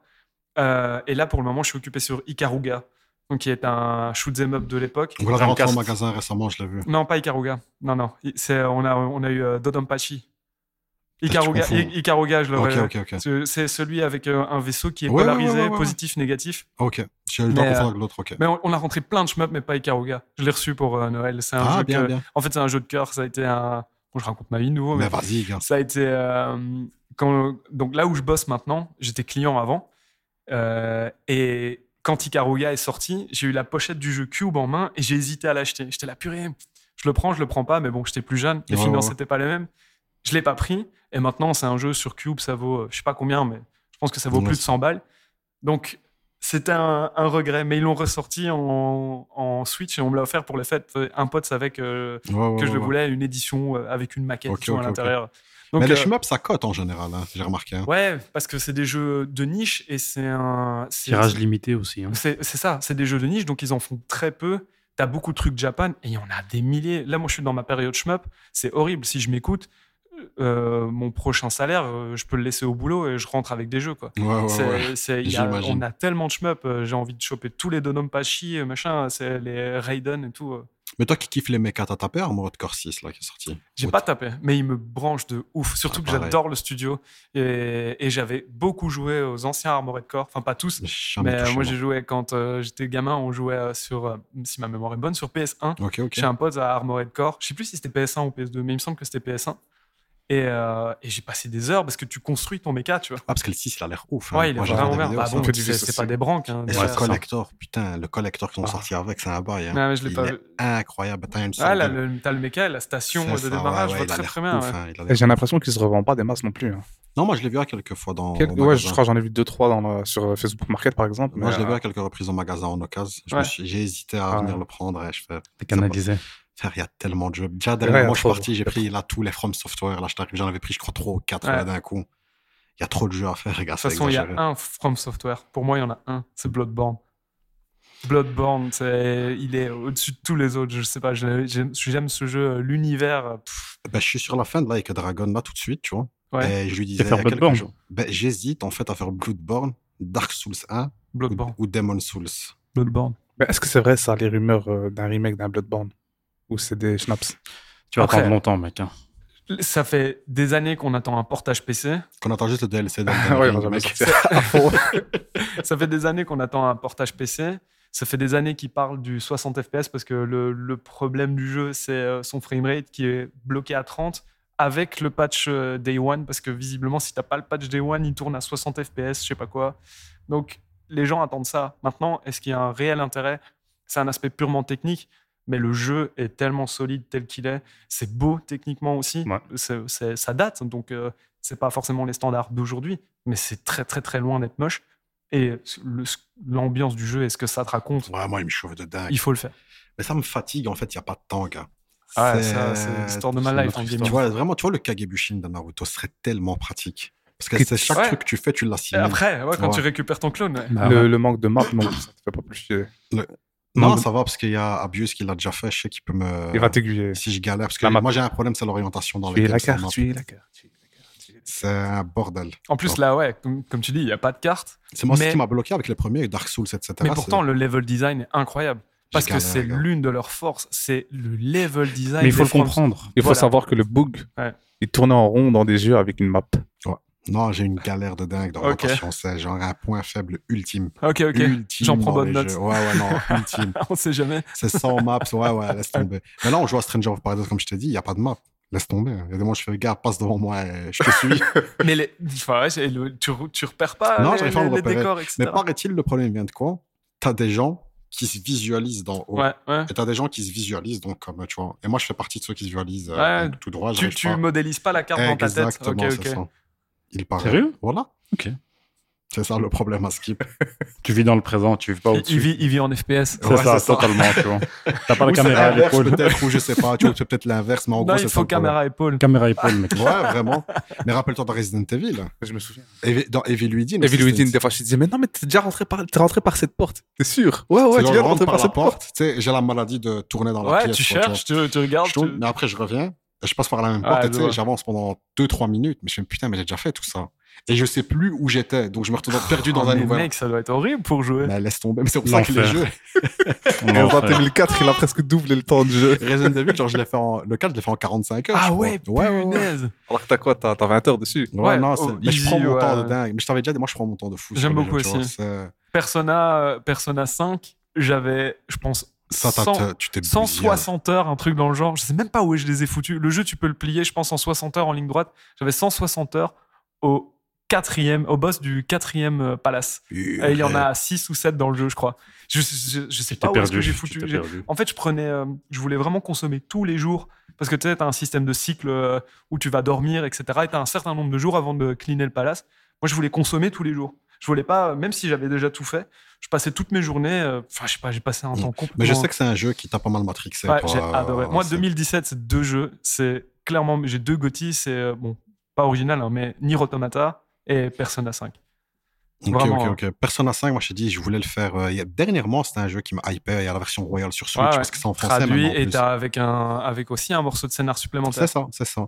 Speaker 4: Euh, et là, pour le moment, je suis occupé sur Ikaruga, donc qui est un shoot'em up de l'époque.
Speaker 3: On l'avait rentré au
Speaker 5: Dreamcast.
Speaker 3: magasin récemment, je l'ai vu.
Speaker 4: Non, pas Ikaruga. Non, non. I- C'est, on, a, on a eu euh, Dodonpachi.
Speaker 3: Ah, tu
Speaker 4: Ikaruga,
Speaker 3: confonds.
Speaker 4: I- Ikaruga, je l'aurais.
Speaker 3: Ok, ok, ok.
Speaker 4: C'est- C'est celui avec euh, un vaisseau qui est
Speaker 3: Ouais, ouais,
Speaker 4: polarisé,
Speaker 3: ouais, ouais, ouais.
Speaker 4: positif, négatif.
Speaker 3: Ok, j'ai eu le
Speaker 4: Mais,
Speaker 3: temps de
Speaker 4: euh,
Speaker 3: confondre avec l'autre, ok.
Speaker 4: Mais on, on a rentré plein de shmup, mais pas Ikaruga. Je l'ai reçu pour euh, Noël. C'est un
Speaker 3: Ah,
Speaker 4: jeu
Speaker 3: bien,
Speaker 4: que-
Speaker 3: bien.
Speaker 4: En fait, c'est un jeu de cœur. Ça a été un. Bon, je raconte ma vie de nouveau, mais
Speaker 3: Mais vas-y, gars.
Speaker 4: ça a été. euh, quand, donc là où je bosse maintenant, j'étais client avant. euh, et quand Ikaruga est sorti, j'ai eu la pochette du jeu Cube en main et j'ai hésité à l'acheter. J'étais la purée. Je le prends, je le prends pas, mais bon, j'étais plus jeune. Les
Speaker 3: Ouais,
Speaker 4: finances
Speaker 3: ouais.
Speaker 4: n'étaient pas les mêmes. Je l'ai pas pris. Et maintenant, c'est un jeu sur Cube, ça vaut, euh, je sais pas combien, mais je pense que ça vaut
Speaker 3: Ouais.
Speaker 4: plus de 100 balles. Donc, c'était un, un regret. Mais ils l'ont ressorti en, en Switch et on me l'a offert pour les fêtes. Un pote savait que
Speaker 3: Ouais, ouais,
Speaker 4: que je le
Speaker 3: ouais, ouais.
Speaker 4: voulais, une édition euh, avec une maquette
Speaker 3: Ok,
Speaker 4: tu vois,
Speaker 3: ok,
Speaker 4: à
Speaker 3: ok.
Speaker 4: l'intérieur.
Speaker 3: Mais
Speaker 4: Donc,
Speaker 3: les
Speaker 4: euh,
Speaker 3: shmups, ça cote en général, hein, j'ai remarqué. hein.
Speaker 4: ouais, parce que c'est des jeux de niche et c'est un. c'est-
Speaker 2: Tirage limité aussi. hein.
Speaker 4: C'est c'est ça, c'est des jeux de niche, donc ils en font très peu. T'as beaucoup de trucs Japan et il y en a des milliers. Là, moi, je suis dans ma période shmup, c'est horrible. Si je m'écoute, euh, mon prochain salaire, euh, je peux le laisser au boulot et je rentre avec des jeux, quoi.
Speaker 3: Ouais, ouais,
Speaker 4: C'est-
Speaker 3: ouais.
Speaker 4: c'est- il y a-
Speaker 3: J'imagine.
Speaker 4: on a tellement de shmup, euh, j'ai envie de choper tous les Donompachi, euh, machin, c'est les Raiden et tout. euh.
Speaker 3: Mais toi qui kiffes les mechas, t'as tapé Armored Core 6 là, qui est sorti
Speaker 4: J'ai
Speaker 3: Ou
Speaker 4: pas tapé, mais il me branche de ouf. Surtout que
Speaker 3: Ah, pareil.
Speaker 4: j'adore le studio et, et j'avais beaucoup joué aux anciens Armored Core, enfin pas tous,
Speaker 3: t'as jamais
Speaker 4: mais euh,
Speaker 3: touché,
Speaker 4: moi j'ai joué quand euh, j'étais gamin, on jouait euh, sur, euh, si ma mémoire est bonne, sur PS1.
Speaker 3: Ok, ok.
Speaker 4: J'ai un pote à Armored Core, je sais plus si c'était PS1 ou PS2, mais il me semble que c'était PS1. Et, euh, et j'ai passé des heures parce que tu construis ton méca, tu vois.
Speaker 3: Ah, parce que le 6, il a l'air ouf. hein.
Speaker 4: Ouais, il est
Speaker 3: Moi, j'ai
Speaker 4: vraiment
Speaker 3: vu des
Speaker 4: bien.
Speaker 3: vidéos,
Speaker 4: Bah
Speaker 3: ça.
Speaker 4: bon,
Speaker 5: fait
Speaker 4: tu
Speaker 5: du
Speaker 4: sais,
Speaker 5: visuel
Speaker 4: c'est pas des branques. Hein,
Speaker 3: Et
Speaker 4: mais,
Speaker 3: ce
Speaker 4: euh,
Speaker 3: collector, putain, le collector qu'ils ont sorti avec, c'est un bail. hein.
Speaker 4: Ah, mais je l'ai
Speaker 3: il
Speaker 4: pas
Speaker 3: est
Speaker 4: vu.
Speaker 3: incroyable. T'as une sorte
Speaker 4: Ah, là,
Speaker 3: de-
Speaker 4: le, t'as le méca et la
Speaker 3: C'est
Speaker 4: station de
Speaker 3: ça, ouais,
Speaker 4: démarrage,
Speaker 3: ouais,
Speaker 4: je vois
Speaker 3: il a
Speaker 4: très
Speaker 3: l'air
Speaker 4: très bien.
Speaker 3: ouf,
Speaker 4: ouais.
Speaker 3: hein, il a l'air-
Speaker 5: Et J'ai l'impression qu'ils se revendent pas des masses non plus. hein.
Speaker 3: Non, moi je l'ai vu à quelques fois dans.
Speaker 5: Quel-
Speaker 3: au
Speaker 5: Ouais, je
Speaker 3: magasin.
Speaker 5: crois que j'en ai vu deux trois dans le- sur euh, Facebook Market par exemple.
Speaker 3: Moi,
Speaker 5: mais,
Speaker 3: je l'ai vu
Speaker 5: euh,
Speaker 3: à quelques reprises au magasin en occasion. Je me
Speaker 4: Ouais.
Speaker 3: suis- J'ai hésité à
Speaker 5: Ah.
Speaker 3: venir le prendre et je fais.
Speaker 2: T'es canalisé.
Speaker 3: Frère, il y a tellement de jeux. Déjà,
Speaker 5: il y a
Speaker 3: dernièrement, je suis
Speaker 5: trop.
Speaker 3: parti, j'ai pris là tous les From Software. Là, je t'arrive, j'en avais pris, je crois, 3 ou 4
Speaker 4: Ouais.
Speaker 3: d'un coup. Il y a trop de jeux à faire, regarde,
Speaker 4: De toute
Speaker 3: Ah, c'est
Speaker 4: façon, il y a
Speaker 3: exagéré.
Speaker 4: un From Software. Pour moi, il y en a un. C'est Bloodborne. Bloodborne, c'est- il est au-dessus de tous les autres. Je sais pas, je- j'aime j'aime ce jeu, euh, l'univers. pff,
Speaker 3: Ben, je suis sur la fin de Like a Dragon, là, tout de suite, tu vois.
Speaker 4: Ouais.
Speaker 3: Et je lui disais.
Speaker 2: Et faire
Speaker 3: il y a quelques
Speaker 2: Bloodborne.
Speaker 3: jours, ben, J'hésite, en fait, à faire Bloodborne, Dark Souls 1 ou,
Speaker 4: Bloodborne.
Speaker 3: ou Demon Souls.
Speaker 4: Bloodborne.
Speaker 5: mais Est-ce que c'est vrai ça, les rumeurs euh, d'un remake d'un Bloodborne Ou c'est des schnapps
Speaker 2: Tu vas
Speaker 4: Après-
Speaker 2: prendre longtemps, mec. hein.
Speaker 4: Ça fait des années qu'on attend un portage PC.
Speaker 3: Qu'on attend juste le DLC. dans le
Speaker 5: Ouais,
Speaker 3: ring,
Speaker 5: on va
Speaker 3: Ah mec.
Speaker 5: sortir. À fond.
Speaker 4: Ça fait des années qu'on attend un portage PC. Ça fait des années qu'ils parlent du 60 FPS parce que le, le problème du jeu, c'est euh, son framerate qui est bloqué à 30 avec le patch euh, Day One parce que visiblement, si t'as pas le patch Day One, il tourne à 60 FPS, je sais pas quoi. Donc, les gens attendent ça. Maintenant, est-ce qu'il y a un réel intérêt C'est un aspect purement technique, mais le jeu est tellement solide tel qu'il est. C'est beau techniquement aussi.
Speaker 2: Ouais.
Speaker 4: C'est- c'est- ça date, donc euh, c'est pas forcément les standards d'aujourd'hui, mais c'est très très très loin d'être moche. Et le- l'ambiance du jeu et ce que ça te raconte,
Speaker 3: Ouais, moi, il me chauffe de dingue.
Speaker 4: il faut le faire.
Speaker 3: Mais ça me fatigue, en fait, il n'y a pas de hein. temps, gars.
Speaker 4: Ouais, Ah, ça, c'est l'histoire de ma
Speaker 2: c'est
Speaker 4: life
Speaker 2: notre
Speaker 4: en
Speaker 2: histoire.
Speaker 4: gaming.
Speaker 3: Tu vois, vraiment, tu vois, le Kagebushin de Naruto serait tellement pratique. Parce que
Speaker 5: Que-
Speaker 3: c'est chaque
Speaker 4: Ouais.
Speaker 3: truc que tu fais, tu
Speaker 4: Et
Speaker 3: l'assimiles.
Speaker 4: après, ouais, quand
Speaker 3: Ouais.
Speaker 4: tu récupères ton clone, ouais.
Speaker 2: Bah,
Speaker 5: le, le manque de map, non, ça te fait pas plus chier.
Speaker 3: Non,
Speaker 5: Non,
Speaker 3: ça va, parce qu'il y a Abuse qui l'a déjà fait. Je sais qu'il peut me.
Speaker 5: Il va t'aiguiller.
Speaker 3: si je galère, parce que
Speaker 5: La map.
Speaker 3: moi j'ai un problème, c'est l'orientation dans
Speaker 5: Tu es
Speaker 3: les
Speaker 5: la
Speaker 3: games. c'est
Speaker 5: carte,
Speaker 3: ma-
Speaker 5: tu es la carte, tu es la carte. tu es la carte.
Speaker 3: C'est un bordel.
Speaker 4: En plus,
Speaker 3: Bon.
Speaker 4: là, ouais, comme, comme tu dis, il n'y a pas de carte.
Speaker 3: C'est moi ce
Speaker 4: Mais-
Speaker 3: qui m'a bloqué avec les premiers, Dark Souls, etc.
Speaker 4: Mais
Speaker 3: c'est-
Speaker 4: pourtant, le level design est incroyable. Parce que
Speaker 3: galéré,
Speaker 4: c'est
Speaker 3: gars.
Speaker 4: l'une de leurs forces. C'est le level design.
Speaker 2: Mais il faut
Speaker 4: des
Speaker 2: le
Speaker 4: From-
Speaker 2: comprendre.
Speaker 5: Il faut
Speaker 4: Voilà.
Speaker 5: savoir que le bug,
Speaker 4: Ouais.
Speaker 5: il tournait en rond dans des jeux avec une map.
Speaker 3: Non, j'ai une galère de dingue d'orientation. C'est genre un point faible ultime.
Speaker 4: Ok, ok.
Speaker 3: Ultime
Speaker 4: J'en prends
Speaker 3: dans
Speaker 4: bonne
Speaker 3: les
Speaker 4: note.
Speaker 3: jeux. Ouais, ouais, non, ultime.
Speaker 4: On sait jamais.
Speaker 3: C'est sans maps, ouais, ouais, laisse tomber. Mais là, on joue à Stranger of Paradise, comme je t'ai dit, il n'y a pas de map. Laisse tomber. Il y a des moments où je fais, regarde, passe devant moi, et je te suis.
Speaker 4: Mais les, enfin, ouais, c'est le- tu, re- tu repères pas
Speaker 3: Non,
Speaker 4: les,
Speaker 3: j'arrive pas à
Speaker 4: les-
Speaker 3: me
Speaker 4: les
Speaker 3: repérer.
Speaker 4: décors, etc.
Speaker 3: Mais paraît-il, le problème vient de quoi T'as des gens qui se visualisent d'en haut.
Speaker 4: Ouais, ouais.
Speaker 3: Et t'as des gens qui se visualisent, donc, comme, tu vois. Et moi, je fais partie de ceux qui se visualisent euh,
Speaker 4: Ouais.
Speaker 3: donc, tout droit.
Speaker 4: Tu,
Speaker 3: j'arrive
Speaker 4: tu
Speaker 3: pas.
Speaker 4: modélises pas la carte dans ta
Speaker 3: Exactement,
Speaker 4: tête.
Speaker 3: c'est
Speaker 4: Ok, ok.
Speaker 3: ça. Il paraît.
Speaker 2: Sérieux
Speaker 3: Voilà.
Speaker 2: Ok.
Speaker 3: C'est ça le problème à Skip.
Speaker 2: Tu vis dans le présent, tu vis pas
Speaker 4: Il, il
Speaker 2: au-dessus.
Speaker 4: vit, il vit en FPS.
Speaker 2: C'est
Speaker 3: Ouais,
Speaker 2: ça,
Speaker 3: c'est ça.
Speaker 2: totalement, tu vois. T'as pas la
Speaker 3: Ou c'est
Speaker 2: caméra à
Speaker 3: l'inverse,
Speaker 2: l'épaule.
Speaker 3: peut-être, ou je sais pas. Tu vois, c'est peut-être l'inverse, mais en
Speaker 4: non,
Speaker 3: gros, c'est
Speaker 4: il
Speaker 3: ça
Speaker 4: faut
Speaker 3: le problème.
Speaker 4: caméra épaule.
Speaker 2: Caméra à épaule, mec.
Speaker 3: Ouais, vraiment. Mais rappelle-toi dans Resident Evil.
Speaker 5: Je me souviens.
Speaker 3: Evi- Dans Evil Within.
Speaker 5: Et
Speaker 3: aussi,
Speaker 5: Villouidine,
Speaker 3: c'était-
Speaker 5: des fois, je disais, mais non, mais t'es déjà rentré par, t'es rentré par cette porte. T'es sûr Ouais, ouais,
Speaker 3: c'est genre, je
Speaker 5: tu viens de
Speaker 3: rentre
Speaker 5: rentrer
Speaker 3: par la
Speaker 5: cette porte.
Speaker 3: porte. Tu sais, j'ai la maladie de tourner dans la
Speaker 4: Ouais,
Speaker 3: pièce.
Speaker 4: tu
Speaker 3: quoi, vois.
Speaker 4: cherches, tu, tu regardes.
Speaker 3: Je tourne,
Speaker 4: tu-
Speaker 3: mais après, je reviens. et Je passe par la même
Speaker 4: Ouais,
Speaker 3: porte. et
Speaker 4: je
Speaker 3: tu sais,
Speaker 4: vois.
Speaker 3: j'avance pendant 2-3 minutes. Mais je me dis, putain, mais j'ai déjà fait tout ça. Et je sais plus où j'étais. Donc, je me retrouve perdu dans
Speaker 4: Oh,
Speaker 3: un
Speaker 4: mais
Speaker 3: nouvel.
Speaker 4: Mec, ça doit être horrible pour jouer.
Speaker 3: Mais laisse tomber. Mais c'est pour ça que les jeux.
Speaker 2: L'enfer. On
Speaker 5: Et
Speaker 2: va en
Speaker 5: en
Speaker 2: faire.
Speaker 5: 2004, il a presque doublé le temps de jeu.
Speaker 3: Resident Evil, genre, je l'ai fait en, le 4, je l'ai fait en 45 heures. je
Speaker 4: Ah
Speaker 3: crois.
Speaker 4: ouais,
Speaker 3: ouais, ouais.
Speaker 4: punaise.
Speaker 5: Alors que t'as quoi T'as t'as 20 heures dessus.
Speaker 3: Ouais,
Speaker 4: Ouais,
Speaker 3: non, c'est-
Speaker 4: oh,
Speaker 3: mais je prends
Speaker 4: easy,
Speaker 3: mon
Speaker 4: ouais.
Speaker 3: temps de dingue. Mais je t'avais déjà dit, moi, je prends mon temps de fou. sur
Speaker 4: J'aime
Speaker 3: les
Speaker 4: beaucoup
Speaker 3: jeux, tu
Speaker 4: aussi.
Speaker 3: vois, c'est-
Speaker 4: Persona, euh, Persona 5, j'avais, je pense,
Speaker 3: Ça, t'as-
Speaker 4: 100
Speaker 3: t'as- tu t'es bousillé, là.
Speaker 4: 160 heures, un truc dans le genre. Je sais même pas où je les ai foutus. Le jeu, tu peux le plier, je pense, en 60 heures en ligne droite. J'avais 160 heures au quatrième, au boss du quatrième euh, palace. Et il y en a 6 ou 7 dans le jeu, je crois. Je, je, je sais
Speaker 2: T'es
Speaker 4: pas où est-ce
Speaker 2: perdu.
Speaker 4: que j'ai
Speaker 2: tu
Speaker 4: foutu.
Speaker 2: t'es
Speaker 4: J'ai-
Speaker 2: perdu.
Speaker 4: En fait, je prenais, euh, je voulais vraiment consommer tous les jours parce que tu sais, t'as un système de cycle euh, où tu vas dormir, etc. Et t'as un certain nombre de jours avant de cleaner le palace. Moi, je voulais consommer tous les jours. Je voulais pas, euh, même si j'avais déjà tout fait, je passais toutes mes journées. euh, Enfin, je sais pas, j'ai passé un
Speaker 3: Mm.
Speaker 4: temps complètement.
Speaker 3: Mais je sais que c'est un jeu qui t'a pas mal matrixé.
Speaker 4: Ouais,
Speaker 3: toi,
Speaker 4: j'ai
Speaker 3: euh,
Speaker 4: adoré. Moi,
Speaker 3: c'est-
Speaker 4: 2017, c'est deux jeux. C'est clairement, j'ai deux GOTY. C'est euh, bon, pas original, hein, mais Nier Automata et Persona 5.
Speaker 3: Ok,
Speaker 4: Vraiment,
Speaker 3: ok, ok. Persona 5, moi, je t'ai dit, je voulais le faire. euh, il y a- dernièrement, c'était un jeu qui m'a hypé. Il y a la version royale sur Switch
Speaker 4: Ouais, ouais.
Speaker 3: parce que c'est en français.
Speaker 4: Traduit
Speaker 3: maintenant, en
Speaker 4: et
Speaker 3: plus.
Speaker 4: t'as avec un, avec aussi un morceau de scénar
Speaker 3: C'est
Speaker 4: supplémentaire.
Speaker 3: ça, c'est ça.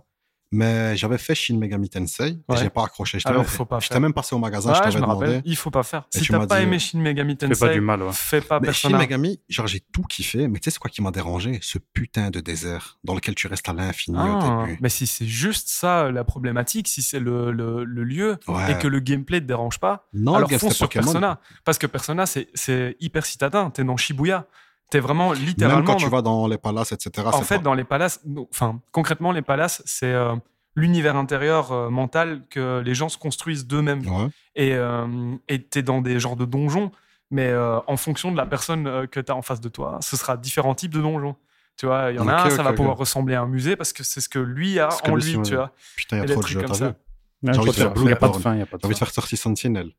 Speaker 3: Mais j'avais fait Shin Megami Tensei et
Speaker 4: Ouais.
Speaker 3: j'ai pas accroché. Je t'avais-
Speaker 4: Alors, faut pas
Speaker 3: je
Speaker 4: faire.
Speaker 3: t'ai même passé au magasin,
Speaker 4: Ouais,
Speaker 3: je
Speaker 4: je
Speaker 3: t'avais
Speaker 4: me rappelle.
Speaker 3: demandé.
Speaker 4: Il faut pas faire.
Speaker 3: Et
Speaker 4: si
Speaker 3: tu
Speaker 4: t'as
Speaker 3: m'as
Speaker 4: pas
Speaker 3: dit- euh,
Speaker 4: aimé Shin Megami
Speaker 2: Fais pas
Speaker 4: Tensei,
Speaker 2: du mal, ouais.
Speaker 4: fais pas
Speaker 3: hein. Mais Shin
Speaker 4: Persona.
Speaker 3: Megami, genre j'ai tout kiffé, mais tu sais c'est quoi qui m'a dérangé Ce putain de désert dans lequel tu restes à l'infini
Speaker 4: Ah,
Speaker 3: au début.
Speaker 4: mais si c'est juste ça la problématique, si c'est le, le, le lieu
Speaker 3: Ouais.
Speaker 4: et que le gameplay te dérange pas,
Speaker 3: Non,
Speaker 4: alors
Speaker 3: le gars,
Speaker 4: fonce
Speaker 3: c'était
Speaker 4: sur
Speaker 3: Pokémon.
Speaker 4: Persona. Parce que Persona, c'est- c'est hyper citadin. T'es dans Shibuya. T'es vraiment littéralement.
Speaker 3: Même quand
Speaker 4: dans-
Speaker 3: tu vas dans les palaces, etc.
Speaker 4: en
Speaker 3: Ah, c'est
Speaker 4: fait,
Speaker 3: pas-
Speaker 4: dans les palaces, non, enfin, concrètement, les palaces, c'est euh, l'univers intérieur euh, mental que les gens se construisent d'eux-mêmes.
Speaker 3: Ouais.
Speaker 4: Et euh, et t'es dans des genres de donjons, mais euh, en fonction de la personne euh, que t'as en face de toi, ce sera différents types de donjons. Tu vois, il y en a
Speaker 3: Ok,
Speaker 4: un, ça
Speaker 3: ok,
Speaker 4: va
Speaker 3: ok.
Speaker 4: pouvoir ressembler à un musée parce que c'est ce que lui a
Speaker 3: Parce que
Speaker 4: en
Speaker 3: lui,
Speaker 4: lui,
Speaker 3: c'est-
Speaker 4: tu vois.
Speaker 3: Putain, il y
Speaker 4: Et
Speaker 3: a
Speaker 4: des
Speaker 3: trop de
Speaker 4: trucs
Speaker 3: jeux,
Speaker 4: comme
Speaker 3: t'as vu
Speaker 4: ça.
Speaker 3: J'ai envie de faire
Speaker 2: Il n'y a pas de
Speaker 3: Bloodborne.
Speaker 2: fin, il n'y a pas de
Speaker 3: J'ai envie de
Speaker 2: fin.
Speaker 3: faire sortir Sentinel.